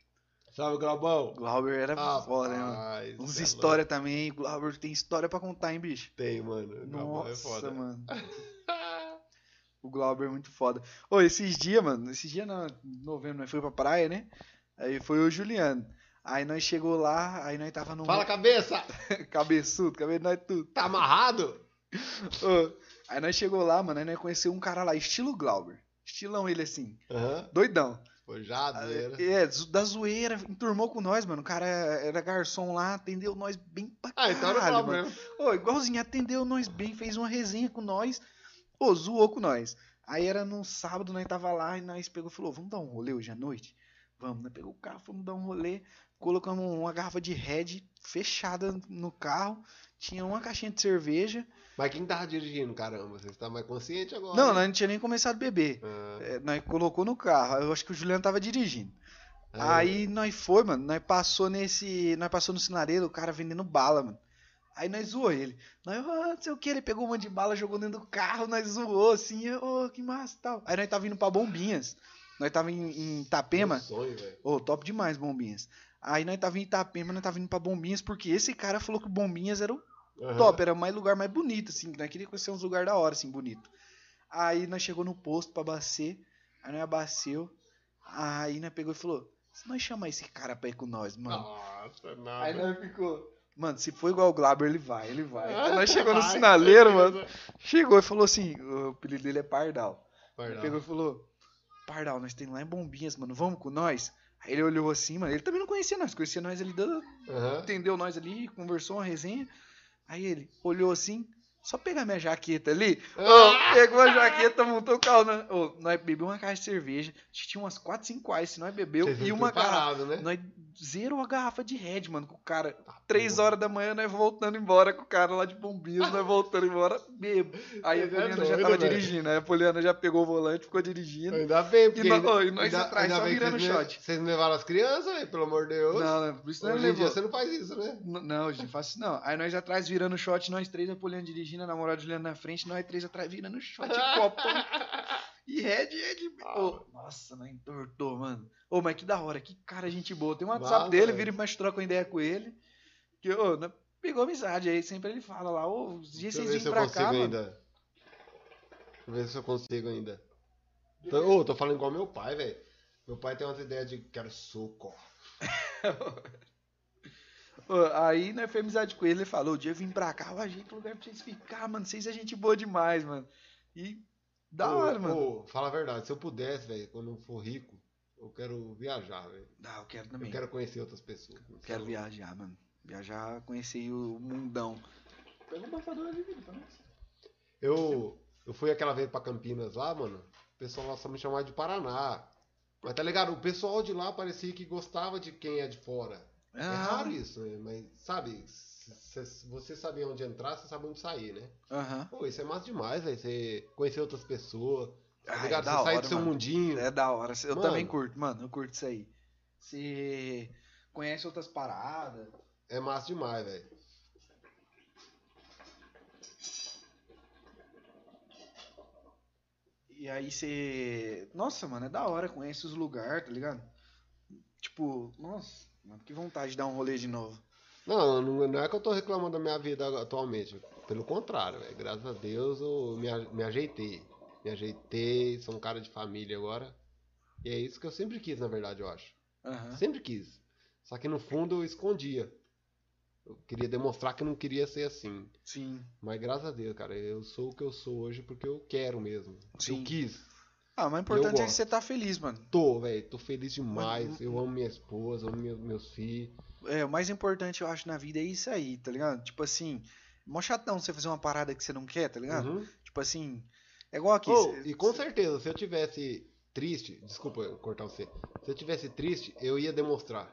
A: Sabe, Globão?
B: Glauber era foda, né, mano?
A: Rapaz,
B: Uns
A: cê é
B: histórias também, hein? Glauber tem história pra contar, hein, bicho?
A: louco. Tem, mano. Nossa, é
B: Nossa,
A: foda. Ah,
B: mano. O Glauber é muito foda. Ô, esses dias, mano, esses dias não, novembro, nós foi pra praia, né? Aí foi o Juliano. Aí nós chegou lá, aí nós tava num
A: Fala, cabeça!
B: cabeçudo, cabelo nós tudo.
A: Tá amarrado?
B: Ô, Aí nós chegou lá, mano, aí nós conheceu um cara lá, estilo Glauber. Estilão ele assim,
A: Aham. né?
B: doidão.
A: Fojadeira.
B: É, zo- da zoeira, enturmou com nós, mano. O cara era garçom lá, atendeu nós bem pra
A: Ah,
B: caralho,
A: então não fala
B: mano.
A: mesmo.
B: Ô, igualzinho, atendeu nós bem, fez uma resenha com nós, ô, zoou com nós. Aí era num sábado, nós tava lá e nós pegou e falou, vamos dar um rolê hoje à noite? Vamos, nós pegou o carro, fomos dar um rolê, colocamos uma garrafa de Red fechada no carro, tinha uma caixinha de cerveja.
A: Mas quem tava dirigindo, caramba? Você tá mais consciente agora?
B: Não,
A: né?
B: nós não tinha nem começado a beber.
A: Ah,
B: É, nós colocou no carro, eu acho que o Juliano tava dirigindo. É.
A: aí.
B: Aí nós foi, mano. Nós passou nesse. Nós passou no sinareiro, o cara vendendo bala, mano. Aí nós zoou ele. Nós, ah, não sei o que, ele pegou um monte de bala, jogou dentro do carro, nós zoou assim, ô, que massa tal. Aí nós tava indo pra Bombinhas. Nós tava em, em Itapema.
A: Meu Um sonho, velho.
B: Ô, top demais, Bombinhas. Aí nós tava em Itapema, nós tava indo pra Bombinhas, porque esse cara falou que Bombinhas era o
A: Aham.
B: top, era o mais lugar mais bonito, assim, que nós queríamos conhecer uns lugares da hora, assim, bonito. Aí nós chegou no posto pra abastecer, aí nós abasteceu, aí nós pegou e falou, se nós chamar esse cara pra ir com nós, mano.
A: Nossa, nada.
B: aí nós ficou, mano, se for igual o Glauber, ele vai, ele vai.
A: Ah,
B: Aí nós chegou no
A: vai,
B: sinaleiro,
A: certeza.
B: mano, chegou e falou assim, o apelido dele é Pardal. Ele
A: Pardal.
B: pegou e falou: Pardal, nós tem lá em Bombinhas, mano, vamos com nós? Aí ele olhou assim, mano, ele também não conhecia nós, conhecia nós ali da,
A: Aham.
B: atendeu nós ali, conversou uma resenha. Aí ele olhou assim, só pegar minha jaqueta ali.
A: Ah,
B: Ô, pegou a jaqueta, montou o carro. Né? Ô, nós bebeu uma caixa de cerveja, acho que tinha umas 4, 5 reais, se nós bebeu,
A: Vocês
B: e
A: não
B: uma
A: estão
B: garrafa.
A: parados, né?
B: Nós zerou a garrafa de Red, mano, com o cara.
A: Tá,
B: Três
A: porra.
B: horas da manhã, nós voltando embora com o cara lá de bombinhas, nós voltando embora, bebo. Aí a
A: Vocês é
B: Poliana já
A: doido,
B: tava
A: velho.
B: dirigindo, aí a Poliana já pegou o volante, ficou dirigindo.
A: Ainda bem, porque.
B: nós- ô, e nós
A: ainda-
B: atrás,
A: ainda
B: só
A: bem que
B: virando
A: vocês
B: o
A: não- é-
B: shot.
A: Vocês não levaram as crianças, velho, pelo amor de Deus.
B: Não, não, é por isso nós
A: Hoje em dia
B: levou.
A: você não faz isso, né?
B: N- Não, gente, faço isso não. Aí nós atrás virando shot, nós três, a Poliana dirigindo, a namorada Juliana na frente, nós três atrás virando shot, copo. E Red, Red.
A: Ah,
B: Ô, nossa, não entortou, mano. Ô, mas que da hora, que cara, gente boa. Tem um WhatsApp
A: Massa,
B: dele,
A: velho.
B: vira e mais troca uma ideia com ele. Que, ô, nós- pegou amizade aí, sempre ele fala lá, ô, os dias
A: Deixa eu
B: vocês
A: ver se
B: virem
A: eu
B: pra
A: consigo
B: cá, mano.
A: ainda. Deixa eu ver se eu consigo ainda. Tô, ô, tô falando igual meu pai, velho. Meu pai tem umas ideias de quero soco.
B: Ô, Aí nós fez amizade com ele, ele falou, o dia eu vim pra cá, eu ajeito é um lugar pra vocês ficar, mano. Vocês é gente boa demais, mano. E da
A: Ô,
B: hora, mano.
A: ô, fala a verdade, se eu pudesse, velho, quando eu for rico, eu quero viajar, velho.
B: Ah, eu quero
A: Eu
B: também.
A: quero conhecer outras pessoas.
B: Quero viajar, mano. Viajar, conhecer o mundão. Pega um bafador de vida pra nós.
A: Eu, eu fui aquela vez pra Campinas lá, mano. O pessoal lá só me chamava de Paraná. Mas tá ligado? O pessoal de lá parecia que gostava de quem é de fora. É
B: Ah.
A: raro isso, né? Mas, sabe, se- se você sabe onde entrar, você sabe onde sair, né?
B: Ah, Aham.
A: Pô, isso é massa demais, velho. Você conhecer outras pessoas. Tá
B: Ah,
A: ligado?
B: é da
A: você sair
B: hora,
A: do seu
B: mano.
A: mundinho.
B: É da hora. Eu
A: Mano.
B: também curto, mano. Eu curto isso aí. Você conhece outras paradas.
A: É massa demais, velho.
B: E aí você. Nossa, mano, é da hora. Conhece os lugares, tá ligado? Tipo, nossa, mano, que vontade de dar um rolê de novo.
A: Não, não, não é que eu tô reclamando da minha vida ag- atualmente. Pelo contrário, velho. Graças a Deus eu me, a- me ajeitei. Me ajeitei, sou um cara de família agora. E é isso que eu sempre quis, na verdade, eu acho.
B: Aham.
A: Sempre quis. Só que no fundo eu escondia. Eu queria demonstrar que eu não queria ser assim.
B: Sim.
A: Mas graças a Deus, cara, eu sou o que eu sou hoje porque eu quero mesmo.
B: Sim.
A: Eu quis.
B: Ah, mas o importante é que
A: gosto.
B: você tá feliz, mano.
A: Tô, velho, tô feliz
B: Mas-
A: demais. Eu amo minha esposa, amo meus, meus filhos.
B: É, o mais importante, eu acho, na vida é isso aí, tá ligado? Tipo assim, mó chatão você fazer uma parada que você não quer, tá ligado?
A: Uhum.
B: Tipo assim, é igual aqui.
A: Oh,
B: cê-
A: e com certeza, se eu tivesse triste, desculpa eu cortar você. Se eu tivesse triste, eu ia demonstrar.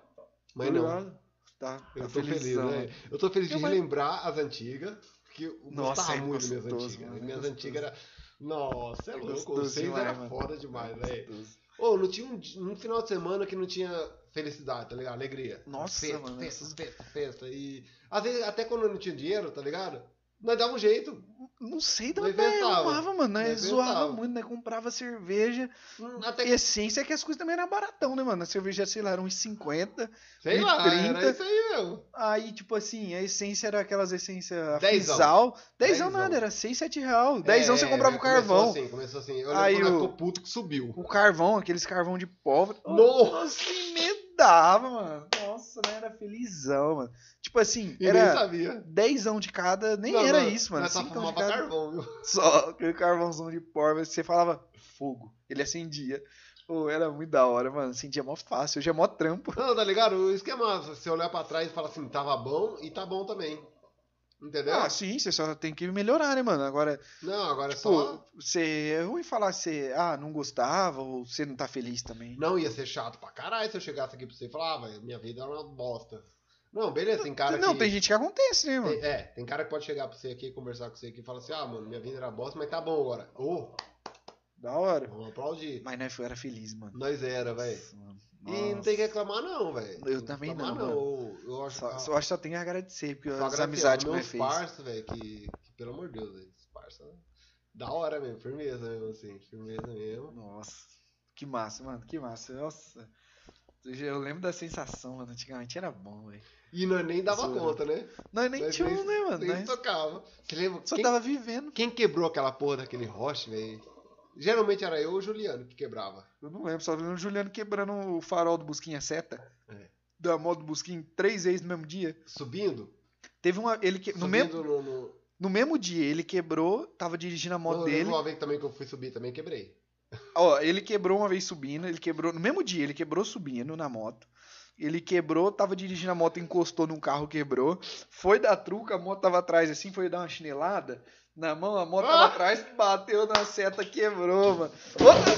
A: Mas
B: Tá
A: não.
B: ligado? Tá,
A: Eu
B: tá
A: tô feliz,
B: felizão.
A: né? Eu tô feliz de
B: Não, mas-
A: relembrar as antigas, que eu
B: Nossa,
A: gostava
B: é
A: muito das minhas
B: gostoso,
A: antigas.
B: mano, é
A: minhas
B: gostoso.
A: antigas era Nossa, é
B: É
A: louco,
B: gostoso
A: vocês
B: demais,
A: era
B: mano.
A: foda demais, velho.
B: Gostoso.
A: Ô, não tinha um, di- um final de semana que não tinha felicidade, tá ligado? Alegria.
B: Nossa,
A: festa,
B: mano,
A: Festa,
B: essas-
A: festa, festa. E às vezes, até quando não tinha dinheiro, tá ligado? Nós dava um jeito.
B: Não sei de
A: Nós
B: onde nós
A: inventava.
B: arrumava, mano. Nós
A: Nós
B: zoava
A: inventava.
B: muito, né? Comprava cerveja.
A: Hum, Até
B: E
A: que.
B: essência é que as coisas também eram baratão, né, mano? A cerveja, sei lá, era uns 50.
A: Sei lá, era
B: 30.
A: isso aí mesmo.
B: Aí, tipo assim, a essência era aquelas essências
A: Dezão.
B: fisal. Dezão
A: Dezão.
B: nada, era 6, 7 real. Dezão você
A: É,
B: comprava o carvão.
A: Começou assim, começou assim. Eu
B: Aí
A: lembro quando
B: o-
A: ela ficou puto que subiu.
B: O carvão, aqueles carvão de pobre.
A: Nossa!
B: Emendava, mano. Nossa, né? Era felizão, mano. Tipo assim,
A: E nem
B: era
A: sabia.
B: dezão de cada, nem
A: Não,
B: era
A: não, é
B: isso, mano.
A: nós só
B: Cincão de
A: fumava
B: cada.
A: carvão, viu?
B: Só aquele carvãozão de porva, você falava fogo. Ele acendia. Pô, era muito da hora, mano. Acendia mó fácil, hoje é mó trampo.
A: Não, tá ligado? O esquema, você olhar pra trás e falar assim, tava bom e tá bom também. Entendeu?
B: Ah, sim, você só tem que melhorar, né, mano? Agora,
A: Não, agora é
B: Tipo,
A: só.
B: pô, você é ruim falar que você, ah, não gostava ou você não tá feliz também.
A: Não, ia ser chato pra caralho se eu chegasse aqui pra você e falava, "Ah, minha vida era uma bosta. Não, beleza, tem cara
B: não,
A: que.
B: tem gente que acontece, né, mano?
A: tem- é, tem cara que pode chegar pra você aqui, conversar com você aqui e falar assim, ah, mano, minha vida era bosta, mas tá bom agora. Ô,
B: Da hora.
A: vamos aplaudir.
B: Mas nós foi- era feliz, mano.
A: Nós era, velho.
B: Nossa, mano.
A: E não tem que reclamar, não, velho.
B: Eu também
A: reclamar,
B: não,
A: Eu, eu acho
B: Só,
A: ah,
B: só acho que só tenho a agradecer, porque
A: só
B: as
A: agradecer
B: amizades que
A: aos
B: nós
A: meus
B: fez.
A: parça, velho, que, que, pelo amor de Deus, velho, os parça, né? da hora mesmo, firmeza mesmo, assim, firmeza mesmo.
B: Nossa, que massa, mano, que massa. Nossa, eu já- eu lembro da sensação, mano. Antigamente era bom, velho.
A: E nós nem dava
B: Zoeira.
A: conta, né?
B: Nós nem
A: Nós
B: tínhamos,
A: nem-
B: né, mano?
A: Nem
B: é. Nós
A: tocava. Você lembra?
B: só
A: quem-
B: tava vivendo.
A: Quem quebrou aquela porra daquele roche, velho? Geralmente era eu ou o Juliano que quebrava.
B: Eu não lembro, só lembro o Juliano quebrando o farol do Busquinha Seta.
A: É.
B: Da moto do Busquinha três vezes no mesmo dia.
A: Subindo?
B: Teve uma. Ele que, no,
A: subindo
B: mesmo,
A: no. no...
B: no mesmo dia, ele quebrou, tava dirigindo a
A: Eu
B: moto
A: lembro
B: dele.
A: uma vez também que eu fui subir, também quebrei.
B: Ó, ele quebrou uma vez subindo, ele quebrou. No mesmo dia, ele quebrou subindo na moto. Ele quebrou, tava dirigindo a moto, encostou num carro, quebrou. Foi dar truca, a moto tava atrás assim, foi dar uma chinelada. Na mão, a moto tava
A: Ah!
B: atrás, bateu na seta, quebrou, mano. Outra-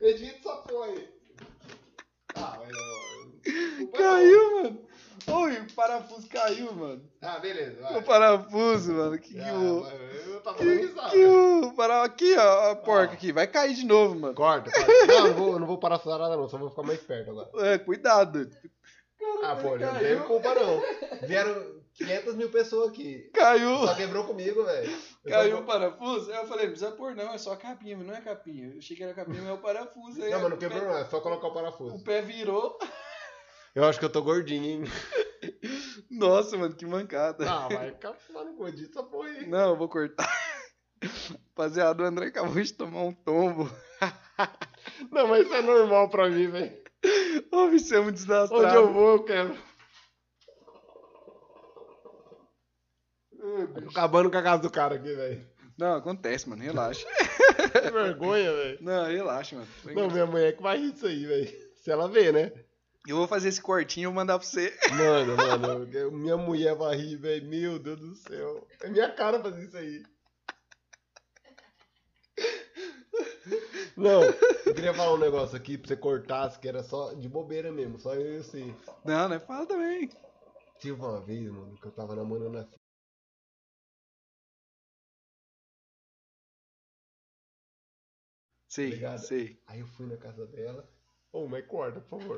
A: Edita essa porra aí. Ah, mas não.
B: Caiu, mano. Oi, o parafuso caiu, mano.
A: Ah, beleza, vai.
B: O parafuso, mano. Que, que,
A: Ah,
B: o-
A: mas eu tava dando
B: que,
A: risada.
B: que o para- Aqui, ó, a porca
A: Ó.
B: aqui. Vai cair de novo, mano.
A: Corta, corta. Não, eu não vou, eu não vou parar essa nada, não, só vou ficar mais perto agora.
B: É, cuidado.
A: Ah,
B: Caramba,
A: pô, não
B: caiu.
A: teve culpa não. Vieram 500 mil pessoas aqui.
B: Caiu.
A: Só quebrou comigo, velho. Eu
B: Caiu
A: só-
B: o parafuso? Aí eu falei, não precisa pôr não, é só a capinha, mas não é capinha. Eu achei que era capinha, mas é o parafuso. Aí
A: Não, mas não
B: o pé-
A: quebrou não, é só colocar o
B: O
A: parafuso.
B: pé virou.
A: Eu acho que eu tô gordinho, hein?
B: Nossa, mano, que mancada.
A: Ah, vai caçar no gordinho essa porra aí.
B: Não, eu vou cortar. Rapaziada, o André acabou de tomar um tombo.
A: Não, mas isso é normal pra mim, velho.
B: Ô, bicho, você é muito desastrado.
A: Onde eu vou, eu quebro. Tô Acabando com a casa do cara aqui, velho.
B: Não, acontece, mano. Relaxa.
A: Que vergonha, velho.
B: Não, relaxa, mano. Foi
A: Não, minha mãe é que vai rir disso aí, velho. Se ela vê, né?
B: Eu vou fazer esse cortinho e vou mandar pra você.
A: Mano, mano, eu- minha mulher vai rir, velho. Meu Deus do céu. É minha cara fazer isso aí. Não, eu queria falar um negócio aqui pra você cortasse, que era só de bobeira mesmo, só eu e você.
B: Não, né? Fala também.
A: Tive uma vez, mano, que eu tava namorando a fi-
B: Sei,
A: Obrigado.
B: sei.
A: Aí eu fui na casa dela. Ô, mas corta, por favor.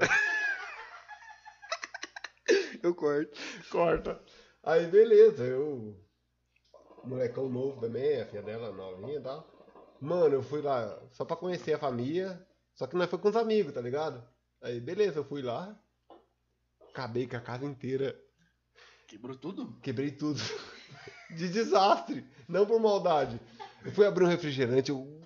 B: Eu corto.
A: corta. Aí, beleza, eu. Molecão novo também, a filha dela novinha e tal. Mano, eu fui lá só pra conhecer a família. Só que nós foi com os amigos, tá ligado? Aí, beleza, eu fui lá. Acabei com a casa inteira.
B: Quebrou tudo?
A: Quebrei tudo. De desastre. Não por maldade. Eu fui abrir um refrigerante, eu.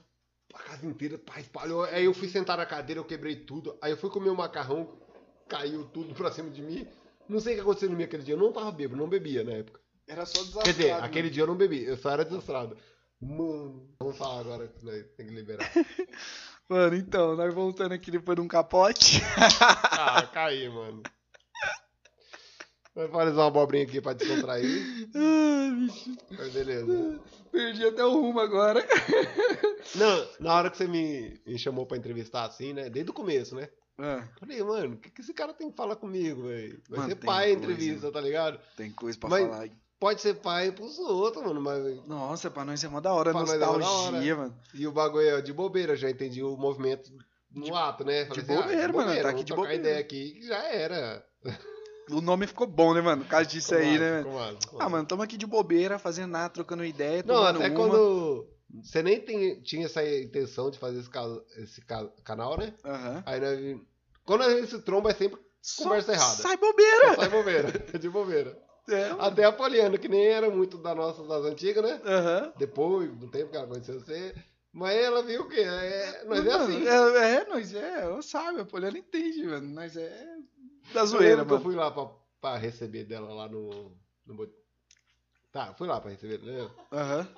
A: A casa inteira, pá, espalhou. Aí eu fui sentar na cadeira, eu quebrei tudo. Aí eu fui comer o macarrão, caiu tudo pra cima de mim. Não sei o que aconteceu no meu aquele dia. Eu não tava bêbado, não bebia na época.
B: Era só né? desastrado.
A: Quer dizer, aquele dia eu não bebi, eu só era desastrado. Mano, vamos falar agora que nós tem que liberar.
B: Mano, então, nós voltando aqui depois de um capote.
A: Ah, caí, mano. Vai fazer uma abobrinha aqui pra descontrair.
B: ah, bicho.
A: Mas beleza.
B: Perdi até o rumo agora.
A: Não, na hora que você me, me chamou pra entrevistar assim, né? Desde o começo, né?
B: Ah,
A: Falei, mano, o que, que esse cara tem que falar comigo, velho? Vai
B: Mano,
A: ser
B: tem
A: pai a
B: coisa.
A: entrevista, tá ligado?
B: tem coisa pra
A: Mas-
B: falar aí.
A: Pode ser pai pros outros, mano, mas.
B: Nossa, pra nós é mó da hora.
A: Pra nós é mó da hora.
B: nostalgia, mano.
A: E o bagulho é de bobeira, já entendi o movimento no ato, né?
B: de bobeira, mano, tá aqui
A: vamos
B: de
A: trocar
B: bobeira.
A: ideia aqui, que já era.
B: O nome ficou bom, né, mano? Por causa disso
A: Ficou
B: aí,
A: massa,
B: né, mano?
A: ficou massa, ficou
B: Ah,
A: massa.
B: mano, tamo aqui de bobeira, fazendo nada, trocando ideia,
A: Não,
B: tomando
A: até
B: uma.
A: quando você nem tem- tinha essa intenção de fazer esse, ca- esse ca- canal, né?
B: Aham.
A: Aí nós- quando a gente se tromba é sempre Conversa
B: Só
A: errada.
B: Sai bobeira.
A: sai bobeira, de bobeira.
B: É.
A: Então, Até a Poliana, que nem era muito da nossa, das antigas, né?
B: Aham.
A: Depois, do tempo que ela conheceu você. Mas ela viu que é, nós é
B: Mano,
A: assim.
B: É, é, nós é, ela sabe, a Poliana entende, mano. Nós é da
A: Eu lembro
B: zoeira,
A: que eu
B: mano.
A: fui lá pra, pra receber dela lá no. no Bo- Tá, eu fui lá pra receber, né?
B: Aham.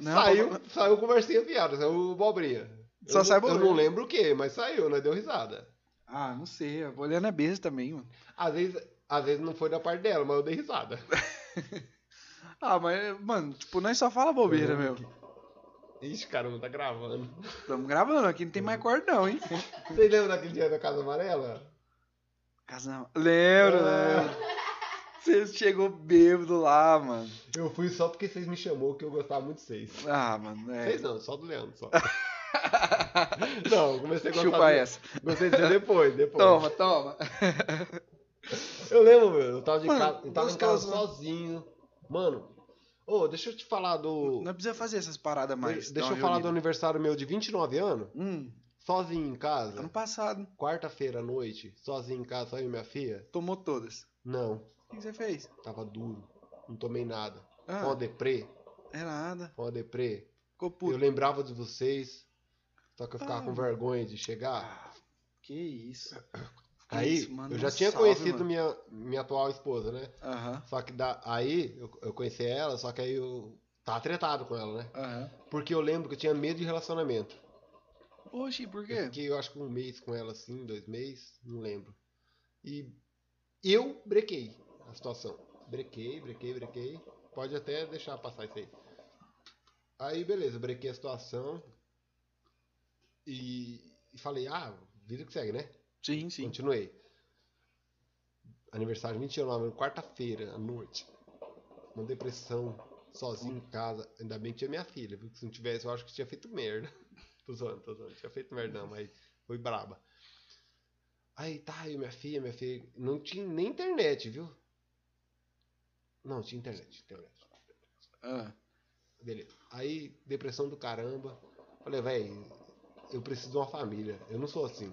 B: Não,
A: saiu,
B: papai-
A: saiu conversinha piada, saiu bobrinha. Eu
B: Só
A: não-
B: sai
A: Eu
B: abobrinha.
A: não lembro o que, mas saiu, nós deu risada.
B: Ah, não sei, a Poliana é besta também, mano.
A: Às vezes, às vezes não foi da parte dela, mas eu dei risada.
B: Ah, mas, mano, tipo, nós só fala bobeira, meu.
A: Ixi, caramba, tá gravando.
B: Tamo gravando, aqui não tem mais corda não, hein?
A: Vocês lembram daquele dia da Casa Amarela?
B: Casal. Lembro,
A: Ah.
B: lembro. Você chegou bêbado lá, mano.
A: Eu fui só porque vocês me chamou que eu gostava muito de vocês.
B: Ah, mano, é.
A: Vocês não, só do Leandro, só. não, eu comecei a gostar
B: Chupa
A: de...
B: essa.
A: Gostei de depois, depois.
B: Toma, toma.
A: Eu lembro, meu, eu tava, de
B: Mano,
A: casa, eu tava em casa
B: gostoso, mano.
A: sozinho. Mano, ô, deixa eu te falar do...
B: Não precisa fazer essas paradas mais.
A: deixa eu falar do aniversário meu de 29 anos,
B: do. Hum,
A: sozinho em casa.
B: ano passado.
A: Quarta-feira à noite, sozinho em casa, só eu e minha filha?
B: Tomou todas.
A: Não,
B: O que que você fez?
A: tava duro. Não tomei nada. Foi
B: Ah,
A: uma deprê,
B: é nada.
A: foi uma deprê.
B: Ficou
A: Eu
B: puto.
A: lembrava de vocês, só que eu ficava
B: Ah.
A: com vergonha de chegar.
B: Ah, que isso. Que
A: Aí,
B: isso, mano,
A: eu já
B: não
A: tinha
B: salve,
A: conhecido
B: mano.
A: minha, minha atual esposa, né?
B: Aham,
A: Só que da, aí, eu, eu conheci ela, só que aí eu tava tretado com ela, né?
B: aham.
A: Porque eu lembro que eu tinha medo de relacionamento.
B: Oxi, por
A: Eu
B: quê?
A: fiquei, eu acho que um mês com ela, assim, dois meses, não lembro. E eu brequei a situação. Brequei, brequei, brequei. Pode até deixar passar isso aí. Aí, beleza, eu brequei a situação. E, e falei, ah, vida que segue, né?
B: Sim, sim.
A: Continuei. Aniversário 29, quarta-feira à noite. Uma depressão, sozinho em casa. Ainda bem que tinha minha filha, porque se não tivesse, eu acho que tinha feito merda. Tô zoando, tô zoando. Tinha feito merda, não, mas foi braba. Aí tá, eu, minha filha, minha filha. Não tinha nem internet, viu? Não, tinha internet, internet.
B: Ah,
A: Beleza. Aí, depressão do caramba. Falei, velho, eu preciso de uma família. Eu não sou assim.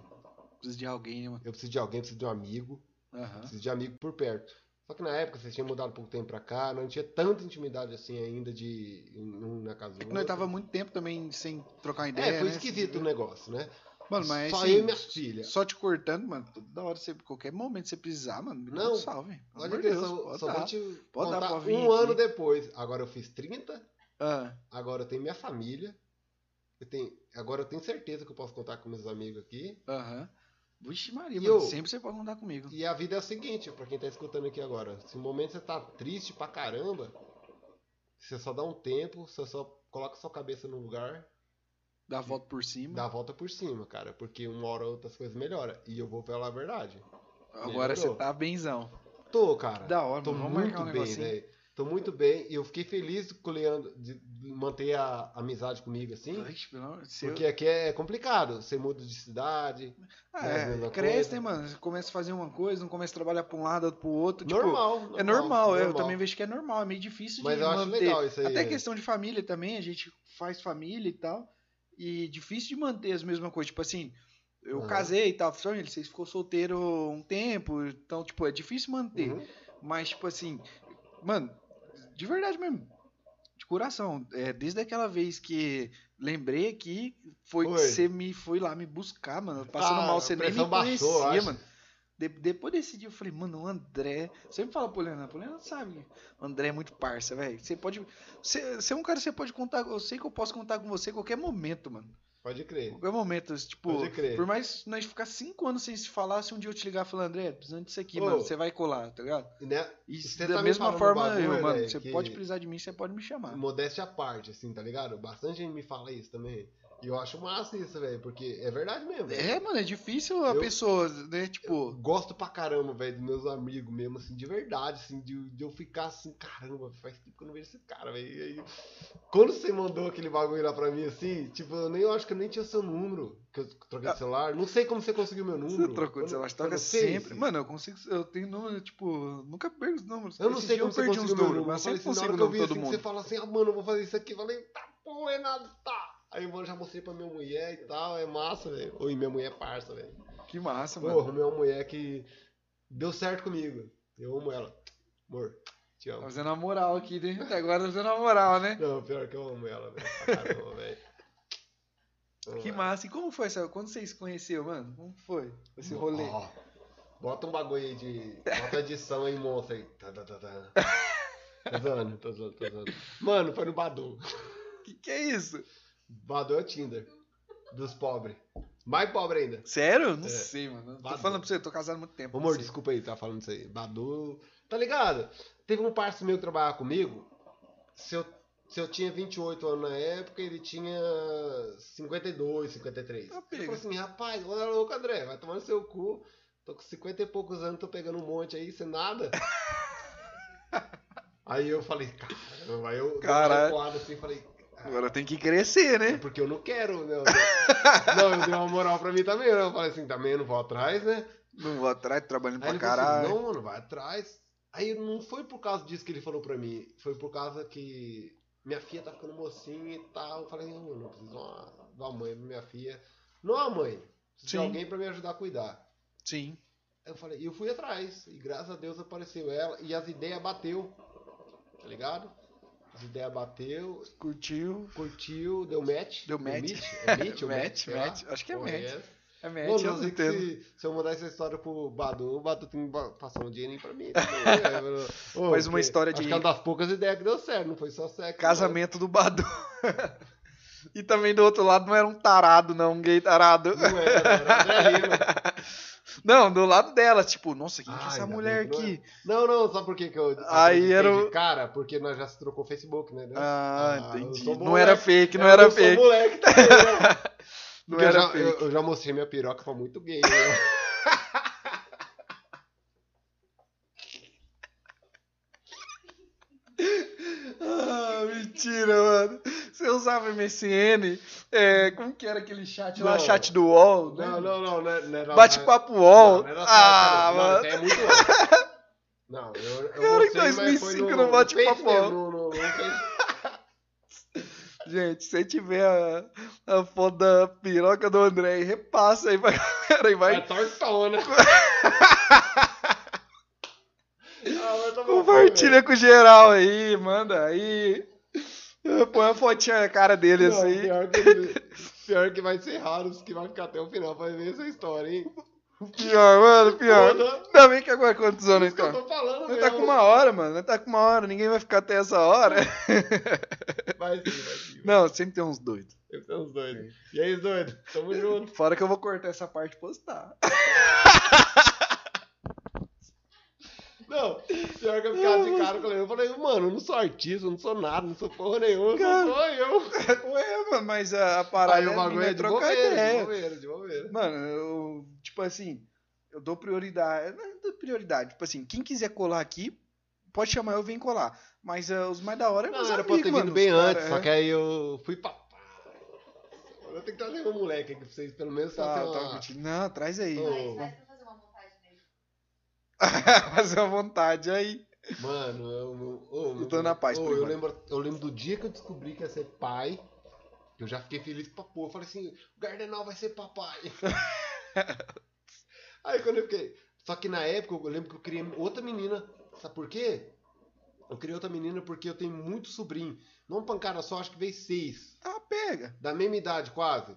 B: precisa de alguém, né, mano?
A: Eu preciso de alguém, preciso de um amigo.
B: Aham.
A: Preciso de amigo por perto. Só que na época vocês tinham mudado um pouco tempo pra cá, não tinha tanta intimidade assim ainda de um na casa do
B: É Nós
A: outro.
B: tava muito tempo também sem trocar ideia.
A: É, foi
B: né?
A: esquisito o negócio, né?
B: Mano, mas
A: Só
B: assim,
A: eu e minha filha.
B: só te cortando, mano, toda hora, você, qualquer momento você precisar, mano, me dá
A: Não,
B: um salve. Pelo
A: Olha
B: amor
A: que
B: de Deus,
A: só,
B: pode
A: só
B: dar.
A: vou te
B: Pode dar
A: contar
B: pra vir
A: um
B: aqui.
A: ano depois. Agora eu fiz 30,
B: Ah,
A: agora eu tenho minha família. Eu tenho, agora eu tenho certeza que eu posso contar com meus amigos aqui.
B: Aham. Vixe Maria,
A: E
B: mano,
A: eu-
B: sempre você pode contar comigo.
A: E a vida é o seguinte, pra quem tá escutando aqui agora, se no momento você tá triste pra caramba, você só dá um tempo, você só coloca sua cabeça no lugar,
B: Dá a volta por cima.
A: dá a volta por cima, cara, porque uma hora ou outra as coisas melhoram. E eu vou falar a verdade.
B: Agora
A: Melhorou.
B: você tá benzão.
A: Tô, cara.
B: Da hora,
A: Tô
B: mano. Vamos
A: muito
B: marcar um
A: bem, né?
B: negocinho.
A: velho. Tô muito bem e eu fiquei feliz com o Leandro de de manter a amizade comigo assim.
B: Vixe, pelo amor de Deus.
A: Porque aqui é complicado, você muda de cidade,
B: Ah,
A: né,
B: é,
A: mesma
B: cresce,
A: coisa.
B: né, mano? Você começa a fazer uma coisa, não começa a trabalhar pra um lado, outro pro outro. tipo,
A: normal,
B: É normal, eu também vejo que é normal, é meio difícil
A: Mas
B: de
A: eu acho
B: manter.
A: legal isso aí.
B: Até é questão de família também, a gente faz família e tal. E difícil de manter as mesmas coisas. Tipo assim, eu
A: Aham.
B: casei e tal, família, vocês ficou solteiro um tempo, então, tipo, é difícil manter.
A: Uhum.
B: Mas, tipo assim, mano, de verdade mesmo. De coração. É, desde aquela vez que lembrei aqui, foi que
A: Foi.
B: você me foi lá me buscar, mano. Passando
A: Ah,
B: mal,
A: a
B: você nem me
A: pressão baixou, eu
B: conhecia,
A: acho.
B: mano. De- depois desse dia eu falei, mano, o André. Sempre fala pro Leonardo, pro Leonardo sabe. O André é muito parça, velho. Você pode. Você você é um cara que você pode contar. Eu sei que eu posso contar com você em qualquer momento, mano.
A: Pode crer.
B: Qualquer momento. Tipo,
A: Pode crer.
B: por mais nós ficar cinco anos sem se falar, se um dia eu te ligar e falar, André, precisando disso aqui,
A: Ô.
B: mano, você vai colar, tá ligado?
A: E, né,
B: E
A: Você
B: da
A: tá me
B: mesma
A: falando um
B: forma,
A: bagulho,
B: eu, mano,
A: velho,
B: você
A: que-
B: pode precisar de mim, você pode me chamar.
A: modéstia à parte, assim, tá ligado? Bastante gente me fala isso também. E eu acho massa isso, velho, porque é verdade mesmo. velho.
B: É, mano, é difícil a
A: Eu-
B: pessoa, né, tipo...
A: Gosto pra caramba, velho, dos meus amigos mesmo, assim, de verdade, assim, de, de eu ficar assim, caramba, faz tempo que eu não vejo esse cara, velho. E aí, quando você mandou aquele bagulho lá pra mim, assim, tipo, eu nem eu acho que eu nem tinha seu número, que eu troquei de celular. Não sei como você conseguiu meu número.
B: Você trocou
A: Eu
B: de celular,
A: não-
B: você toca
A: eu não sei se-
B: sempre. Mano, eu consigo. Eu tenho número, tipo, nunca perco os números.
A: Eu não
B: Esse
A: sei
B: dia
A: como
B: eu
A: você
B: perdi
A: conseguiu
B: uns
A: meu
B: números,
A: número.
B: mas
A: eu falei
B: sempre
A: assim, na
B: consigo
A: hora
B: o
A: que eu
B: nome
A: vi
B: de todo
A: assim, que
B: mundo.
A: você fala assim, ah, mano, eu vou fazer isso aqui. Eu falei, tá, pô, Renato, tá. Aí, mano, já mostrei pra minha mulher e tal, é massa, velho. Oi, minha mulher é parça, velho.
B: Que massa, mano.
A: Porra, minha mulher que deu certo comigo. Eu amo ela. Amor, te
B: Tá
A: amo.
B: fazendo a moral aqui, né? Até agora tá fazendo a moral, né?
A: Não, pior que eu amo ela, velho. pra Caramba, velho. Amo
B: Que
A: ela.
B: massa. E como foi, sabe? Quando vocês se conheceram, mano? Como foi esse
A: Ó,
B: rolê?
A: bota um bagulho aí de. Bota a edição aí, monstro aí. Tá, tá, tá, tá. Tô zoando, tô zoando, tô zoando. Mano, foi no Badu.
B: Que que é isso?
A: Badou é o Tinder. Dos pobres. Mais pobre ainda.
B: Sério? Não
A: É.
B: sei, mano. Tô
A: Vado.
B: falando pra você, eu tô casado há muito tempo.
A: Ô,
B: não
A: Amor,
B: sei.
A: desculpa aí, tá falando isso aí. Badu. Tá ligado? Teve um parceiro meu que trabalhava comigo. Se eu, se eu tinha 28 anos na época, ele tinha 52, 53.
B: Tá
A: ele
B: pega.
A: falou assim: rapaz, olha louco, André, vai tomar no seu cu. Tô com 50 e poucos anos, tô pegando um monte aí, sem nada. aí eu falei: caramba, aí eu
B: Caralho.
A: dei uma recuada assim falei:
B: Agora tem que crescer,
A: É
B: né?
A: porque eu não quero, né? Eu- não, eu dei uma moral pra mim também, né? Eu falei assim, também eu não vou atrás, né?
B: Não vou atrás, tô trabalhando
A: Aí
B: pra
A: ele falou assim,
B: caralho.
A: não, mano, vai atrás. Aí não foi por causa disso que ele falou pra mim, foi por causa que minha filha tá ficando mocinha e tal. Eu falei, não, mano, eu preciso de uma, de uma mãe pra minha filha. Não é uma mãe, preciso de
B: Sim.
A: alguém pra me ajudar a cuidar.
B: Sim.
A: Aí eu falei, e eu fui atrás, e graças a Deus apareceu ela, e as ideias bateu, tá ligado? As ideias bateu,
B: Curtiu.
A: curtiu, deu match.
B: Deu match.
A: Mitch? É match?
B: Match, match. Acho que é match. É
A: Bom,
B: match, eu
A: eu
B: não
A: sei que
B: entendo.
A: se, se eu mandar essa história pro Badu, o Badu tem que ba- passar um dinheirinho pra mim. também, né? Ô,
B: Mas uma
A: porque
B: história de-
A: Acho que é uma das poucas ideias que deu certo, não foi só sexo.
B: Casamento do Badu. e também do outro lado não era um tarado, não, um gay tarado.
A: Não, não é, era André Lima.
B: Não, do lado dela, tipo, nossa, quem que é
A: Ah,
B: essa
A: ainda bem
B: mulher
A: que não
B: aqui?
A: Não, não, sabe por que que eu acreditei
B: Aí era o-
A: de cara? Porque nós já se trocou Facebook, né? né?
B: Ah,
A: Ah, eu
B: entendi.
A: sou
B: Não era
A: moleque. É,
B: fake, não
A: Eu
B: era
A: sou
B: fake.
A: moleque também, né?
B: Não
A: Porque eu
B: era
A: já- eu,
B: fake.
A: eu já mostrei minha piroca pra muito gay. né?
B: Ah, mentira, mano. Você usava MSN? É, como que era aquele chat lá?
A: Não.
B: Chat do UOL? né?
A: Não, não, não, não, não era-
B: Bate-papo
A: Não,
B: UOL.
A: não era só-
B: ah,
A: não,
B: mano.
A: isso aí é muito antes. Não, eu, eu
B: Cara, em
A: mostrei, mas foi
B: 2005
A: no-
B: não bate
A: no
B: papo.
A: Face mesmo, no- no- no Face.
B: Gente, se você tiver a, a foto da piroca do André, aí, repassa aí pra galera e vai
A: É tortona. Ah, vai tomar
B: Compartilha com geral aí, manda aí. Põe a fotinha na cara
A: banho,
B: dele
A: velho. Não,
B: assim.
A: pior que- Pior que vai ser raro os que vai ficar até o final pra ver essa história, hein?
B: Pior, mano, pior.
A: Foda.
B: Ainda bem que agora quantos
A: Por
B: anos
A: isso que eu
B: então?
A: tô falando,
B: Nós tá
A: mesmo.
B: com uma hora, mano. Nós tá com uma hora. Ninguém vai ficar até essa hora.
A: Vai sim, vai sim.
B: Não, sempre tem uns doidos.
A: Eu tenho uns doidos. E aí, os doidos? Tamo junto.
B: Fora que eu vou cortar essa parte e postar.
A: Não, pior que eu ficava de cara, eu falei, eu falei, mano, eu não sou artista, eu não sou nada, não sou porra nenhuma, eu
B: Cara.
A: sou só eu.
B: Ué, mano, mas a, a
A: Aí
B: parada
A: o bagulho
B: mina
A: é de
B: trocar
A: bobeira, de
B: ideia.
A: bobeira, de bobeira.
B: Mano, eu, tipo assim, eu dou prioridade. Não é dou prioridade. Tipo assim, quem quiser colar aqui, pode chamar eu, vem colar. Mas eh, os mais da hora é meus
A: Não, era pra
B: amigos,
A: eu ter
B: mano,
A: vindo
B: os
A: bem
B: cara,
A: antes,
B: é.
A: só que aí eu fui pra... Agora eu tenho que trazer um moleque aqui pra vocês, pelo menos,
B: Tá,
A: fazer
B: tá,
A: uma...
B: curtindo. Não, traz aí.
A: Ô.
C: Aí sai pra
B: Fazer
C: fazer uma montagem né? dele.
B: à vontade aí.
A: Mano, eu, eu, eu,
B: Eu tô na paz
A: eu,
B: por
A: eu,
B: enquanto.
A: lembro, eu lembro do dia que eu descobri que ia ser pai. que Eu já fiquei feliz pra pôr. Eu falei assim, o Gardenal vai ser papai. Aí quando eu fiquei. Só que na época eu lembro que eu criei outra menina. Sabe por quê? Eu criei outra menina porque eu tenho muito sobrinho. Não pancada só, acho que veio seis.
B: Ah, pega.
A: Da mesma idade, quase.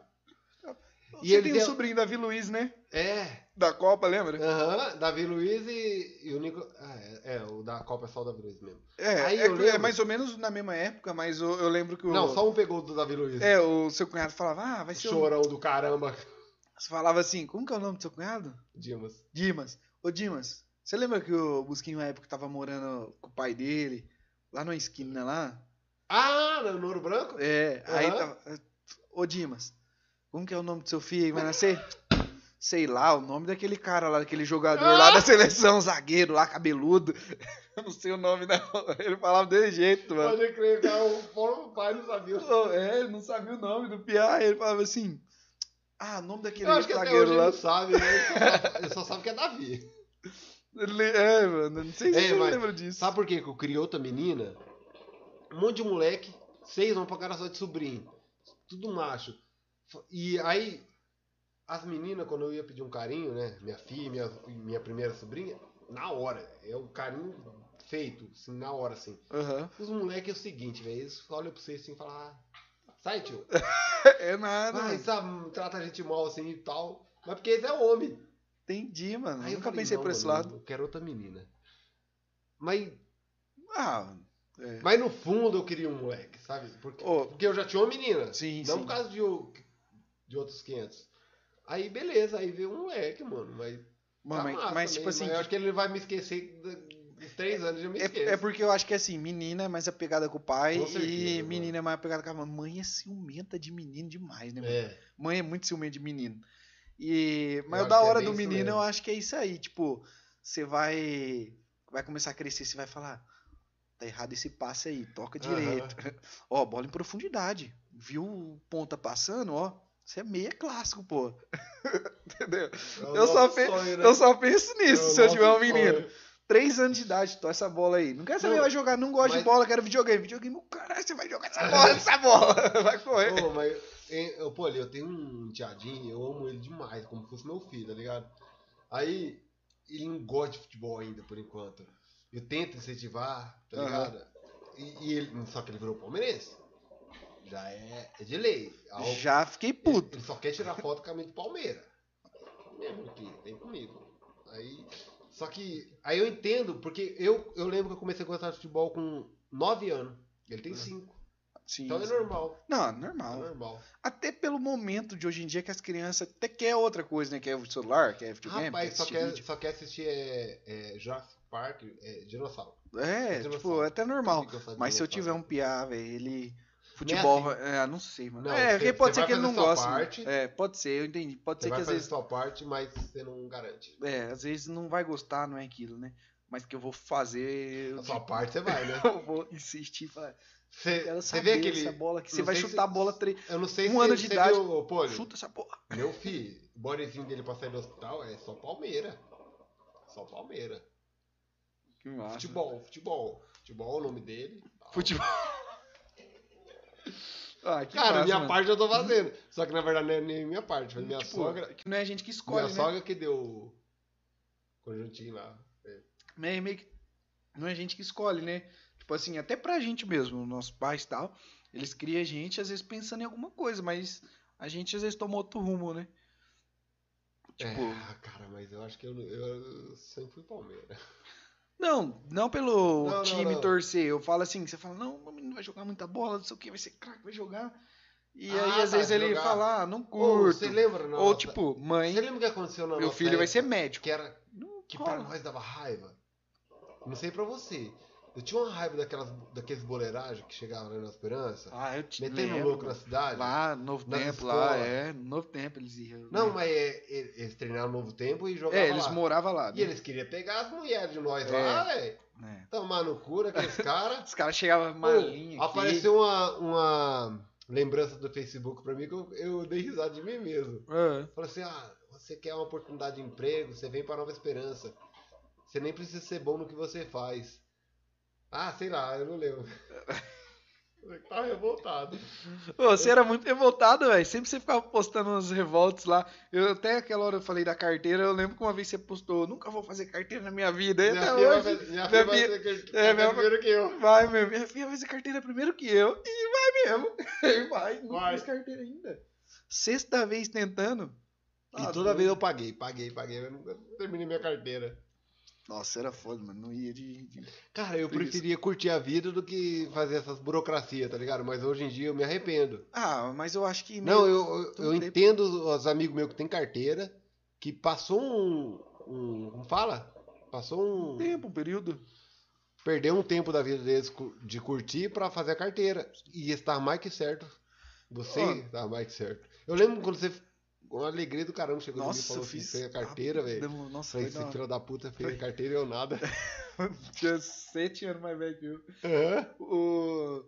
A: E
B: Você
A: ele
B: tem
A: deu-
B: o sobrinho Davi Luiz, né?
A: É,
B: Da Copa, lembra?
A: aham, Davi Luiz e, e o Nico. Ah, é, é, o da Copa é só o Davi Luiz mesmo.
B: É,
A: Aí
B: é,
A: eu lembro-
B: é mais ou menos na mesma época, mas eu, eu lembro que o.
A: Não, só um pegou do Davi Luiz.
B: É, o seu cunhado falava, ah, vai ser. O...
A: Chorão do caramba.
B: Você falava assim, como que é o nome do seu cunhado?
A: Dimas.
B: Dimas. Ô, Dimas, você lembra que o Busquinho, na época, tava morando com o pai dele, lá numa esquina né, lá?
A: Ah, no Ouro Branco?
B: É, aí
A: Aham.
B: tava. Ô, Dimas, como que é o nome do seu filho aí que vai nascer? Sei lá, o nome daquele cara lá, daquele jogador lá da seleção, zagueiro lá, cabeludo. Eu não sei o nome, não. Ele falava desse jeito, mano.
A: Pode crer, cara, o próprio pai não sabia.
B: Ô, É, ele não sabia o nome do Piá. Ele falava assim: Ah, o nome daquele
A: Eu acho que até hoje
B: zagueiro
A: ele
B: lá.
A: não sabe, né? Ele só sabe- Ele só sabe que é Davi.
B: Ele- É, mano, não sei se
A: É,
B: você
A: mas-
B: lembra disso.
A: Sabe por quê? Que eu criei outra menina, um monte de moleque, seis vão pra cara só de sobrinho. Tudo macho. E aí, as meninas, quando eu ia pedir um carinho, né? Minha filha, minha, minha primeira sobrinha, na hora. É o carinho feito, assim, na hora, assim.
B: Aham.
A: Os moleques é o seguinte, velho. Eles olham pra você assim e falam, ah, sai, tio.
B: É nada.
A: Ah,
B: mano.
A: sabe, trata a gente mal assim e tal. Mas porque eles é homem.
B: Entendi, mano.
A: Aí eu
B: Nunca
A: falei,
B: pensei
A: não,
B: por esse
A: mano,
B: lado.
A: Eu quero outra menina. Mas,
B: Ah, é.
A: mas no fundo eu queria um moleque, sabe? Porque,
B: Ô.
A: porque eu já tinha uma menina.
B: Sim,
A: não
B: sim.
A: por causa de, o- tá de outros 500. Aí beleza, aí veio um moleque, mano. Mas,
B: Mano,
A: tá
B: mas,
A: massa
B: mas,
A: também,
B: tipo assim,
A: mas eu acho que ele vai me esquecer dos três anos, já me
B: é,
A: esqueço.
B: é porque eu acho que assim, menina é mais apegada com o pai
A: Com certeza,
B: e
A: mano.
B: menina é mais apegada com a mãe. Mãe é ciumenta de menino demais, né, mano?
A: É,
B: Mãe é muito ciumenta de menino. E, mas
A: Eu acho
B: o da
A: que é
B: hora
A: bem
B: do
A: isso
B: menino,
A: mesmo.
B: eu acho que é isso aí. Tipo, você vai vai começar a crescer, você vai falar, tá errado esse passe aí, toca
A: Aham.
B: direito. ó, bola em profundidade. Viu o ponta passando, ó? Isso é meia clássico, pô. Entendeu?
A: é o
B: Eu só
A: nosso
B: pe-
A: sonho, né?
B: Eu só penso
A: É o
B: nisso se eu tiver um
A: nosso
B: menino.
A: sonho.
B: Três anos de idade, tô essa bola aí. Não quero saber,
A: Não,
B: vai jogar, não gosto
A: mas-
B: de bola, quero videogame. Videogame, caralho, você vai jogar essa bola, essa bola. Vai correr.
A: Pô, mas, hein, eu, pô, ali, eu tenho um tiadinho, eu amo ele demais, como se fosse meu filho, tá ligado? Aí, ele não gosta de futebol ainda, por enquanto. Eu tento incentivar, tá
B: Aham.
A: ligado? E, e ele, só que ele virou palmeirense. Já é, é de lei. A roupa-
B: Já fiquei puto.
A: Ele só quer tirar foto com a minha de Palmeira. Mesmo aqui, vem comigo. Aí, só que, aí eu entendo, porque eu, eu lembro que eu comecei a gostar de futebol com 9 anos. Ele tem 5.
B: Sim.
A: Então é normal.
B: Não,
A: É
B: Uhum. normal.
A: normal.
B: Até pelo momento de hoje em dia que as crianças até quer outra coisa, né? Quer o celular, quer videogame, é
A: Rapaz,
B: quer
A: só
B: assistir
A: quer,
B: vídeo.
A: só quer assistir é, é, Jurassic Park, é, dinossauro.
B: É,
A: dinossauro.
B: tipo, é até normal.
A: Tem que gostar de né,
B: Mas se eu tiver
A: dinossauro.
B: um piá, velho, ele... Futebol,
A: Não
B: é, não sei, mano.
A: assim. Não,
B: é,
A: você-
B: porque pode
A: você
B: ser que
A: vai
B: ele não
A: fazer sua
B: goste. mano.
A: parte.
B: É, pode ser, eu entendi. Pode
A: Você
B: ser um que
A: vai
B: às
A: fazer
B: vezes
A: sua parte, mas você não garante.
B: É, às vezes não vai gostar, não é aquilo, né? Mas que eu vou fazer.
A: A
B: Eu,
A: sua parte você vai, né?
B: eu vou insistir. Falar,
A: Você,
B: quero
A: você
B: saber
A: vê aquele.
B: essa bola que
A: não
B: você vai
A: sei se-
B: chutar a bola três.
A: Eu não sei se
B: um ano de
A: você
B: idade,
A: viu, ô, Polly.
B: Chuta essa porra.
A: Meu filho, o bodezinho dele pra sair do hospital é só Palmeira. Só Palmeira.
B: Que massa.
A: Futebol, futebol. Futebol é o nome dele.
B: Futebol. Ah, que
A: Cara,
B: massa,
A: minha
B: mano.
A: parte eu tô fazendo. Só que na verdade não é nem minha parte, foi minha
B: Tipo,
A: sogra.
B: Que não é a gente que escolhe,
A: minha
B: né?
A: sogra que deu o conjuntinho lá.
B: Meio, meio que... Não é a gente que escolhe, né? Tipo assim, até pra gente mesmo, nossos pais e tal, eles criam a gente, às vezes pensando em alguma coisa, mas a A gente às vezes tomou outro rumo, né? Tipo,
A: É, cara, mas eu acho que eu, eu sempre fui Palmeiras.
B: não, não pelo
A: Não, não,
B: time
A: não.
B: torcer. Eu falo assim, você fala, não, o menino vai jogar muita bola, não sei o que, vai ser craque, vai jogar. E
A: Ah,
B: aí às
A: vai
B: vezes ele
A: jogar.
B: fala, ah, não
A: Ou,
B: curto.
A: você lembra? na
B: Ou
A: nossa-
B: tipo,
A: Você
B: mãe,
A: lembra o que aconteceu na
B: meu
A: nossa
B: filho vai ser
A: época?
B: médico.
A: Que era que pra
B: Cola.
A: nós dava raiva. Não sei pra você. Eu tinha uma raiva daquelas, daqueles boleiragens que chegavam lá na Esperança,
B: Ah, eu te
A: metendo
B: lembro.
A: louco na cidade.
B: Lá, Novo
A: nas
B: Tempo, lá,
A: escolas.
B: é. Novo Tempo eles iam.
A: Não, mas é, e- eles treinaram Novo Tempo e jogavam
B: É, eles
A: lá.
B: moravam lá.
A: E eles queriam pegar as mulheres de nós
B: É.
A: lá, velho.
B: né?
A: Tomar no cu aqueles
B: É.
A: caras.
B: Os caras chegavam Tá malinho. aqui.
A: Apareceu uma, uma lembrança do Facebook pra mim que eu, eu dei risada de mim mesmo.
B: É.
A: Falou assim, ah, você quer uma oportunidade de emprego, você vem para Nova Esperança. Você nem precisa ser bom no que você faz. Ah, sei lá, eu não lembro. tá revoltado.
B: Ô, você era muito revoltado, velho. Sempre você ficava postando uns revoltos lá. Eu até aquela hora eu falei da carteira, eu lembro que uma vez você postou, nunca vou fazer carteira na minha vida. E até
A: Minha filha vai, minha
B: hoje.
A: filha vai
B: minha-
A: ser que- vai
B: é, minha-
A: ser primeiro que eu.
B: Vai, meu. Minha filha vai fazer carteira primeiro que eu. E vai mesmo. E vai, nunca
A: Vai.
B: fez carteira ainda. Sexta vez tentando.
A: E
B: Ah,
A: toda
B: doido.
A: vez eu paguei, paguei, paguei. Eu nunca terminei minha carteira.
B: Nossa, era foda, mano. Não ia de. de-
A: Cara, eu
B: Por isso.
A: preferia curtir a vida do que fazer essas burocracias, tá ligado? Mas hoje em dia eu me arrependo.
B: Ah, mas eu acho que.
A: Não, eu, eu,
B: tudo
A: eu
B: bem.
A: entendo os amigos meus que tem carteira, que passou um, um- Como fala? Passou um.
B: Tempo, um período.
A: Perdeu um tempo da vida deles cu- de curtir pra fazer a carteira. E está mais que certo. Você
B: Ó.
A: está mais que certo. Eu lembro quando você. Uma alegria do caramba chegou em mim e
B: Nossa,
A: falou
B: eu
A: assim:
B: fiz.
A: fez a carteira, velho.
B: Demo- Nossa,
A: Falei,
B: foi da
A: esse
B: hora.
A: filho da puta fez a carteira e eu nada.
B: tinha sete anos mais velho que eu.
A: Aham.
B: O...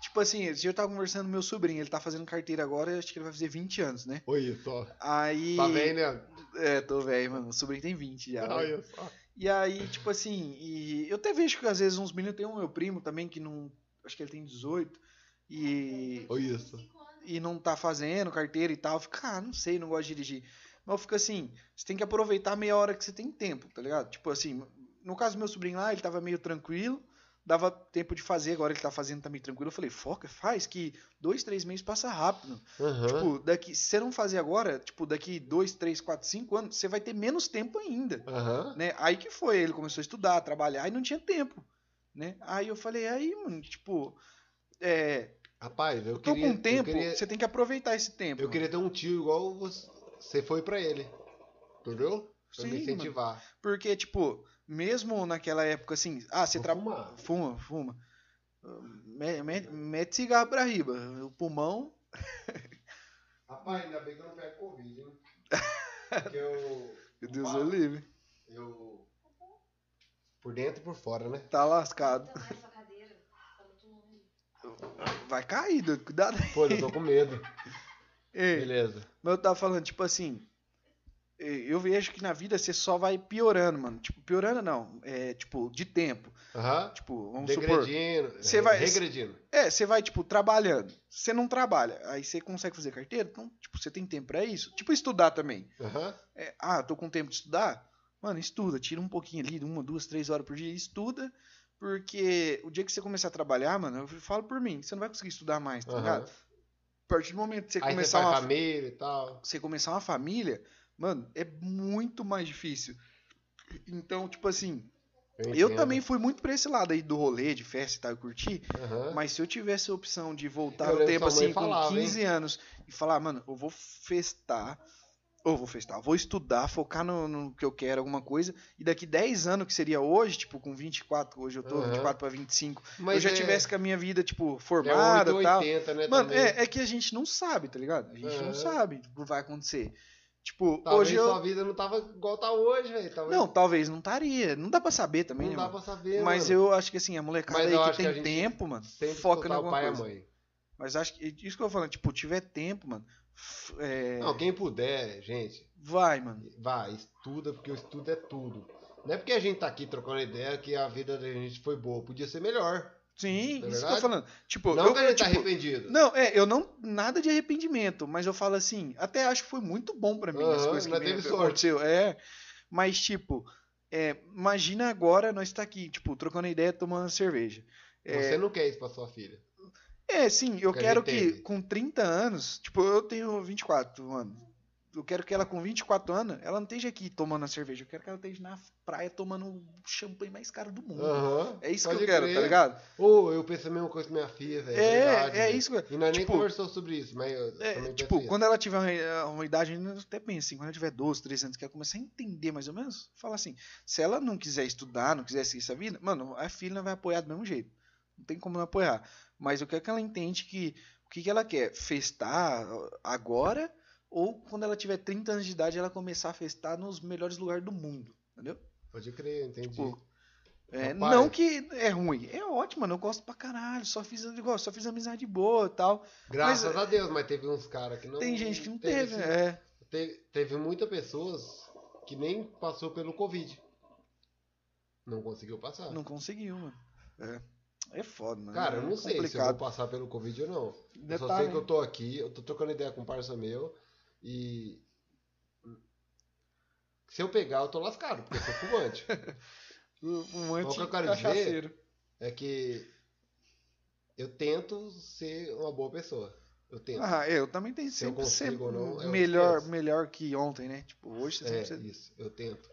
B: Tipo assim, esse dia eu tava conversando com meu sobrinho, ele tá fazendo carteira agora, eu acho que ele vai fazer 20 anos, né?
A: Olha só.
B: Aí.
A: Tá bem, né?
B: É, tô velho, mano. O sobrinho tem 20 já. né?
A: Olha só.
B: E aí, tipo assim, e eu até vejo que às vezes uns meninos tem um meu primo também, que não. Acho que ele tem 18.
C: Então,
B: E.
A: Olha isso.
B: E não tá fazendo carteira e tal. Fica, ah, não sei, não gosto de dirigir. Mas fica assim, você tem que aproveitar a meia hora que você tem tempo, tá ligado? Tipo assim, no caso do meu sobrinho lá, ele tava meio tranquilo, dava tempo de fazer, agora ele tá fazendo também tranquilo. Eu falei, foca, faz, que dois, três meses passa rápido.
A: Aham.
B: Tipo, daqui, se você não fazer agora, tipo, daqui dois, três, quatro, cinco anos, você vai ter menos tempo ainda
A: Aham.
B: né? Aí que foi, ele começou a estudar, a trabalhar e não tinha tempo, né? Aí eu falei, aí, mano, tipo, é,
A: Rapaz, eu
B: eu tô
A: queria.
B: Então, com tempo,
A: eu queria-
B: você tem que aproveitar esse tempo.
A: Eu
B: mano.
A: queria ter um tio igual você você foi pra ele. Entendeu? Pra
B: Sim,
A: me
B: mano.
A: incentivar.
B: Porque, tipo, mesmo naquela época, assim, ah, você
A: Vou
B: trabalha...
A: fumar.
B: Fuma, fuma. Me- me- Mete cigarro pra riba, o pulmão...
A: Rapaz, ainda bem que eu não pego Covid, hein? Porque eu.
B: Meu Deus
A: Fala.
B: eu livre.
A: Eu. Por dentro e por fora, né?
B: Tá lascado.
C: mais sua cadeira. Tá muito longe.
B: Vai cair, doido. Cuidado.
A: Pô, eu tô com medo.
B: Ei.
A: Beleza.
B: Mas eu tava falando, tipo assim, eh, eu vejo que na vida você só vai piorando, mano. Tipo, piorando não, é tipo, de tempo.
A: Aham.
B: Tipo, vamos supor.
A: Degredindo.
B: Você
A: eh,
B: vai-
A: Regredindo.
B: É, você vai, tipo, trabalhando. Você não trabalha, aí você consegue fazer carteira, então, tipo, você tem tempo pra isso. Tipo, estudar também.
A: Aham.
B: É, ah, tô com tempo de estudar? Mano, estuda, tira um pouquinho ali, uma, duas, três horas por dia, e estuda. Porque o dia que você começar a trabalhar, mano, eu falo por mim, você não vai conseguir estudar mais, tá
A: Aham.
B: ligado? A partir do momento que você
A: Aí você
B: começar
A: faz
B: uma
A: família e tal.
B: você começar uma família, mano, é muito mais difícil. Então, tipo assim, eu
A: entendo.
B: também fui muito pra esse lado aí do rolê, de festa e tal, eu curti.
A: Aham.
B: Mas se eu tivesse a opção de
A: Eu
B: voltar no
A: lembro
B: tempo
A: que sua mãe
B: assim,
A: falava,
B: com
A: hein?
B: 15 anos, e falar, mano, eu vou festar, ou vou festar, vou estudar, focar no, no que eu quero, alguma coisa, e daqui 10 anos, que seria hoje, tipo, com 24, hoje eu tô
A: Aham.
B: 24 pra 25,
A: Mas
B: eu já
A: é-
B: tivesse com a minha vida, tipo,
A: é
B: formada e tal.
A: 880, né?
B: Mano,
A: também.
B: é, é que a gente não sabe, tá ligado? A gente não
A: É.
B: sabe o que vai acontecer. Tipo,
A: Talvez
B: hoje
A: sua
B: eu.
A: vida não tava igual tá hoje, velho. Talvez
B: Não, talvez não estaria. Não dá pra saber também,
A: não
B: né?
A: dá
B: mano?
A: pra saber.
B: Mas
A: mano.
B: eu acho que assim, a molecada
A: Mas eu
B: aí que
A: acho que a
B: tem
A: gente
B: tempo, mano,
A: Sempre
B: foca em
A: escutar o
B: alguma
A: pai e a
B: coisa.
A: mãe.
B: Mas acho que. Isso que eu tô falando, tipo, tiver tempo, mano. f- é,
A: Não, quem puder, gente,
B: Vai, mano.
A: vá, estuda, porque o estudo é tudo. Não é porque a gente tá aqui trocando ideia que a vida da gente foi boa, podia ser melhor.
B: Sim,
A: Não é
B: isso que eu tô
A: verdade?
B: falando. Tipo,
A: não
B: eu,
A: que a gente tá
B: tipo,
A: arrependido.
B: Não, é, eu não. Nada de arrependimento, mas eu falo assim, até acho que foi muito bom pra mim as
A: Aham,
B: coisas que
A: ainda
B: me
A: teve sorte.
B: aconteceu. É. Mas, tipo, é, imagina agora nós tá aqui, tipo, trocando ideia, tomando cerveja. É,
A: Você não quer isso pra sua filha.
B: É, sim, eu
A: Que a
B: quero
A: gente
B: que
A: teve.
B: com 30 anos, tipo, eu tenho 24 anos. Eu quero que ela com 24 anos, ela não esteja aqui tomando a cerveja. Eu quero que ela esteja na praia tomando o champanhe mais caro do mundo.
A: Aham.
B: É isso
A: pode
B: que eu quero,
A: crer.
B: tá ligado?
A: Ô, eu pensei a mesma coisa com minha filha, velho.
B: É,
A: verdade,
B: é
A: velho.
B: isso, velho.
A: E nós nem
B: Tipo-
A: conversou sobre isso, mas eu
B: É,
A: também
B: tipo,
A: pensei isso.
B: quando ela tiver uma, eh, uma idade, ainda, eu até penso assim, quando ela tiver 12, 13 anos, que ela começar a entender mais ou menos, fala assim, se ela não quiser estudar, não quiser seguir essa vida, mano, a filha vai apoiar do mesmo jeito. Não tem como não apoiar. Mas eu quero que ela entende que o que, que ela quer, festar ah, agora ou quando ela tiver 30 anos de idade, ela começar a festar nos melhores lugares do mundo, entendeu?
A: Pode crer, entendi.
B: Tipo, É,
A: Rapaz.
B: não que é ruim, é ótimo, mano, eu gosto pra caralho, só fiz, igual, só fiz amizade boa e tal.
A: Graças a Deus, mas teve uns caras que não.
B: é Tem gente que não
A: teve,
B: teve,
A: esse-
B: é.
A: Teve, teve muitas pessoas que nem passou pelo Covid. Não conseguiu passar.
B: Não conseguiu, mano. É. É foda, mano.
A: Ah. Cara,
B: é
A: eu não sei se eu vou
B: complicado.
A: passar pelo Covid ou não. Eu só
B: Detalhe,
A: sei que eu tô aqui, eu tô trocando ideia com um parça meu e. Se eu pegar, eu tô lascado, porque eu sou fumante.
B: Um
A: Mas o que eu quero dizer-
B: anti-cachaceiro.
A: é que eu tento ser uma boa pessoa. Eu tento.
B: Ah, eu também tenho
A: Se eu
B: sempre,
A: consigo
B: sempre
A: ou não, é o
B: melhor,
A: que
B: melhor que ontem, né? Tipo, hoje você
A: É,
B: sempre... precisa-
A: isso, eu tento.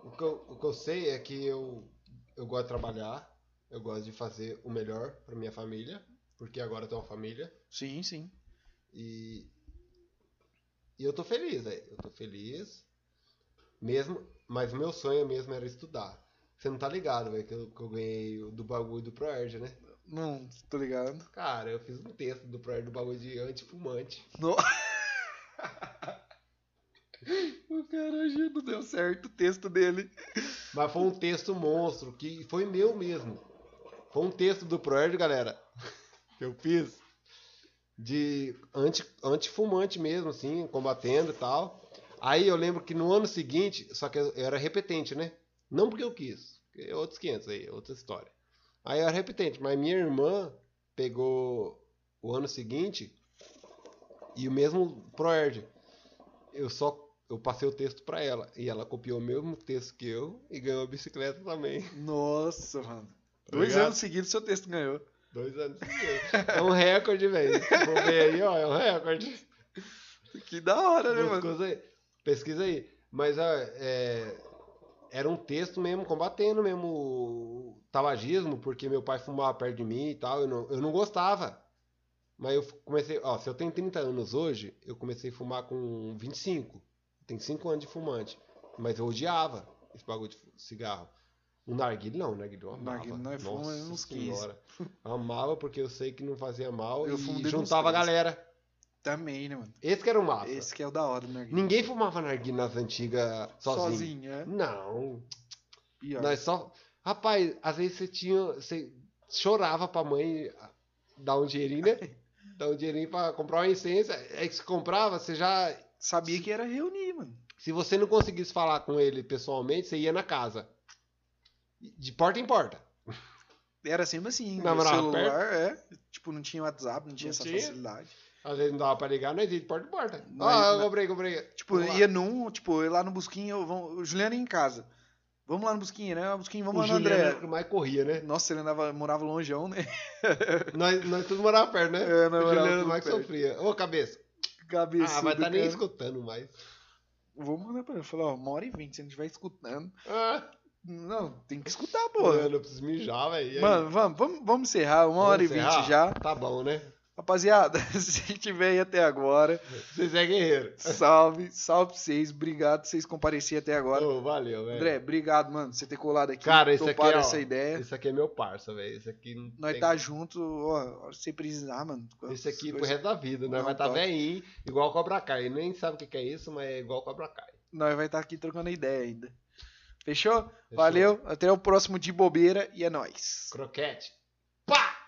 A: O que eu, o que eu sei é que eu, eu gosto de trabalhar, eu gosto de fazer o melhor pra minha família, porque agora eu tenho uma família,
B: Sim, sim.
A: e, e eu tô feliz, velho. Eu tô feliz, mesmo, mas o meu sonho mesmo era estudar. Você não tá ligado, velho, que, eu- que eu ganhei o do bagulho do ProErd, né?
B: Não, tô ligado.
A: Cara, eu fiz um texto do ProErd do bagulho de antifumante.
B: No- o cara hoje não deu certo o texto dele.
A: Mas foi um texto monstro, que foi meu mesmo. Foi um texto do Proerd, galera, que eu fiz. De anti, antifumante mesmo, assim, combatendo e tal. Aí eu lembro que no ano seguinte, só que eu era repetente, né? Não porque eu quis, porque é outros 500 aí, é outra história. Aí eu era repetente, mas minha irmã pegou o ano seguinte e o mesmo Proerd. Eu só eu passei o texto pra ela e ela copiou o mesmo texto que eu e ganhou a bicicleta também.
B: Nossa, mano.
A: Tá
B: Dois
A: ligado?
B: anos seguidos seu texto ganhou.
A: Dois anos. seguidos. É um recorde, velho. Se for ver aí, ó, é um recorde.
B: Que da hora, né, mano?
A: Pesquisa aí. Pesquisa aí. Mas ó, é, era um texto mesmo, combatendo mesmo o tabagismo, porque meu pai fumava perto de mim e tal. Eu não, eu não gostava. Mas eu comecei. Ó, se eu tenho 30 anos hoje, eu comecei a fumar com 25. Tem 5 anos de fumante. Mas eu odiava esse bagulho de fu- cigarro. O narguilho não, o narguilho eu amava.
B: Narguilé não é fumo,
A: Nossa
B: é uns 15.
A: senhora. Amava porque eu sei que não fazia mal
B: Eu fumo
A: e
B: desde uns
A: juntava a
B: 13.
A: galera.
B: Também, né, mano?
A: Esse que era o massa.
B: Esse que é o da hora, né?
A: Ninguém fumava narguilé nas antigas sozinho.
B: Sozinho, é.
A: Não.
B: Pior.
A: Nós só... Rapaz, às vezes você tinha... Você chorava pra mãe dar um dinheirinho, né? dar um dinheirinho pra comprar uma essência. Aí que você comprava, você já...
B: Sabia que era reunir, mano.
A: Se você não conseguisse falar com ele pessoalmente, você ia na casa. De porta em porta.
B: Era sempre assim.
A: Na
B: o
A: moral,
B: celular, é. Tipo, não tinha WhatsApp, não tinha
A: Não
B: essa
A: tinha?
B: facilidade.
A: Às vezes não dava pra ligar, nós ia de porta em porta.
B: Mas-
A: Ah, eu
B: mas-
A: comprei, comprei.
B: Tipo,
A: Vamos lá.
B: ia num, tipo, ia lá no Busquinha, eu, vão, o Juliano ia em casa. Vamos lá no Busquinha, né? Ah, Busquinha, vamos
A: o
B: lá no
A: Juliano era o
B: André.
A: que mais corria, né?
B: Nossa, ele andava, morava longeão, né?
A: Nós, nós todos morávamos perto, né?
B: É, nós
A: o
B: morávamos
A: Juliano
B: tudo
A: mais que
B: perto.
A: sofria. Ô, cabeça.
B: Cabeça.
A: ah, vai estar nem escutando mais.
B: Vou mandar pra ele. Falar, ó, uma hora e vinte, se a gente vai escutando.
A: Ah,
B: Não, tem que escutar, pô.
A: Juliano, eu preciso mijar, velho. E aí?
B: Mano, vamos, vamos, vamos encerrar, uma
A: Vamos
B: hora e
A: encerrar?
B: vinte já.
A: Tá bom, né?
B: Rapaziada, se tiver aí até agora,
A: Vocês é guerreiro.
B: salve, salve pra vocês. Obrigado por vocês comparecerem até agora.
A: Ô, valeu, velho.
B: André, obrigado, mano, por você ter colado aqui,
A: É. Cara, esse aqui,
B: topado
A: ó,
B: essa ideia.
A: Esse aqui é meu parça, velho. Esse aqui não
B: Nós
A: tem...
B: tá junto, ó, a hora que você precisar, mano.
A: Esse aqui pro
B: Nós-
A: resto da vida, né?
B: Não,
A: Vai estar tá
B: tá.
A: bem igual Cobra Kai. Nem sabe o que, que é isso, mas é igual Cobra Kai.
B: Nós vai estar aqui trocando ideia ainda. Fechou?
A: Fechou.
B: Valeu, até o próximo de bobeira e é nóis.
A: Croquete. Pá!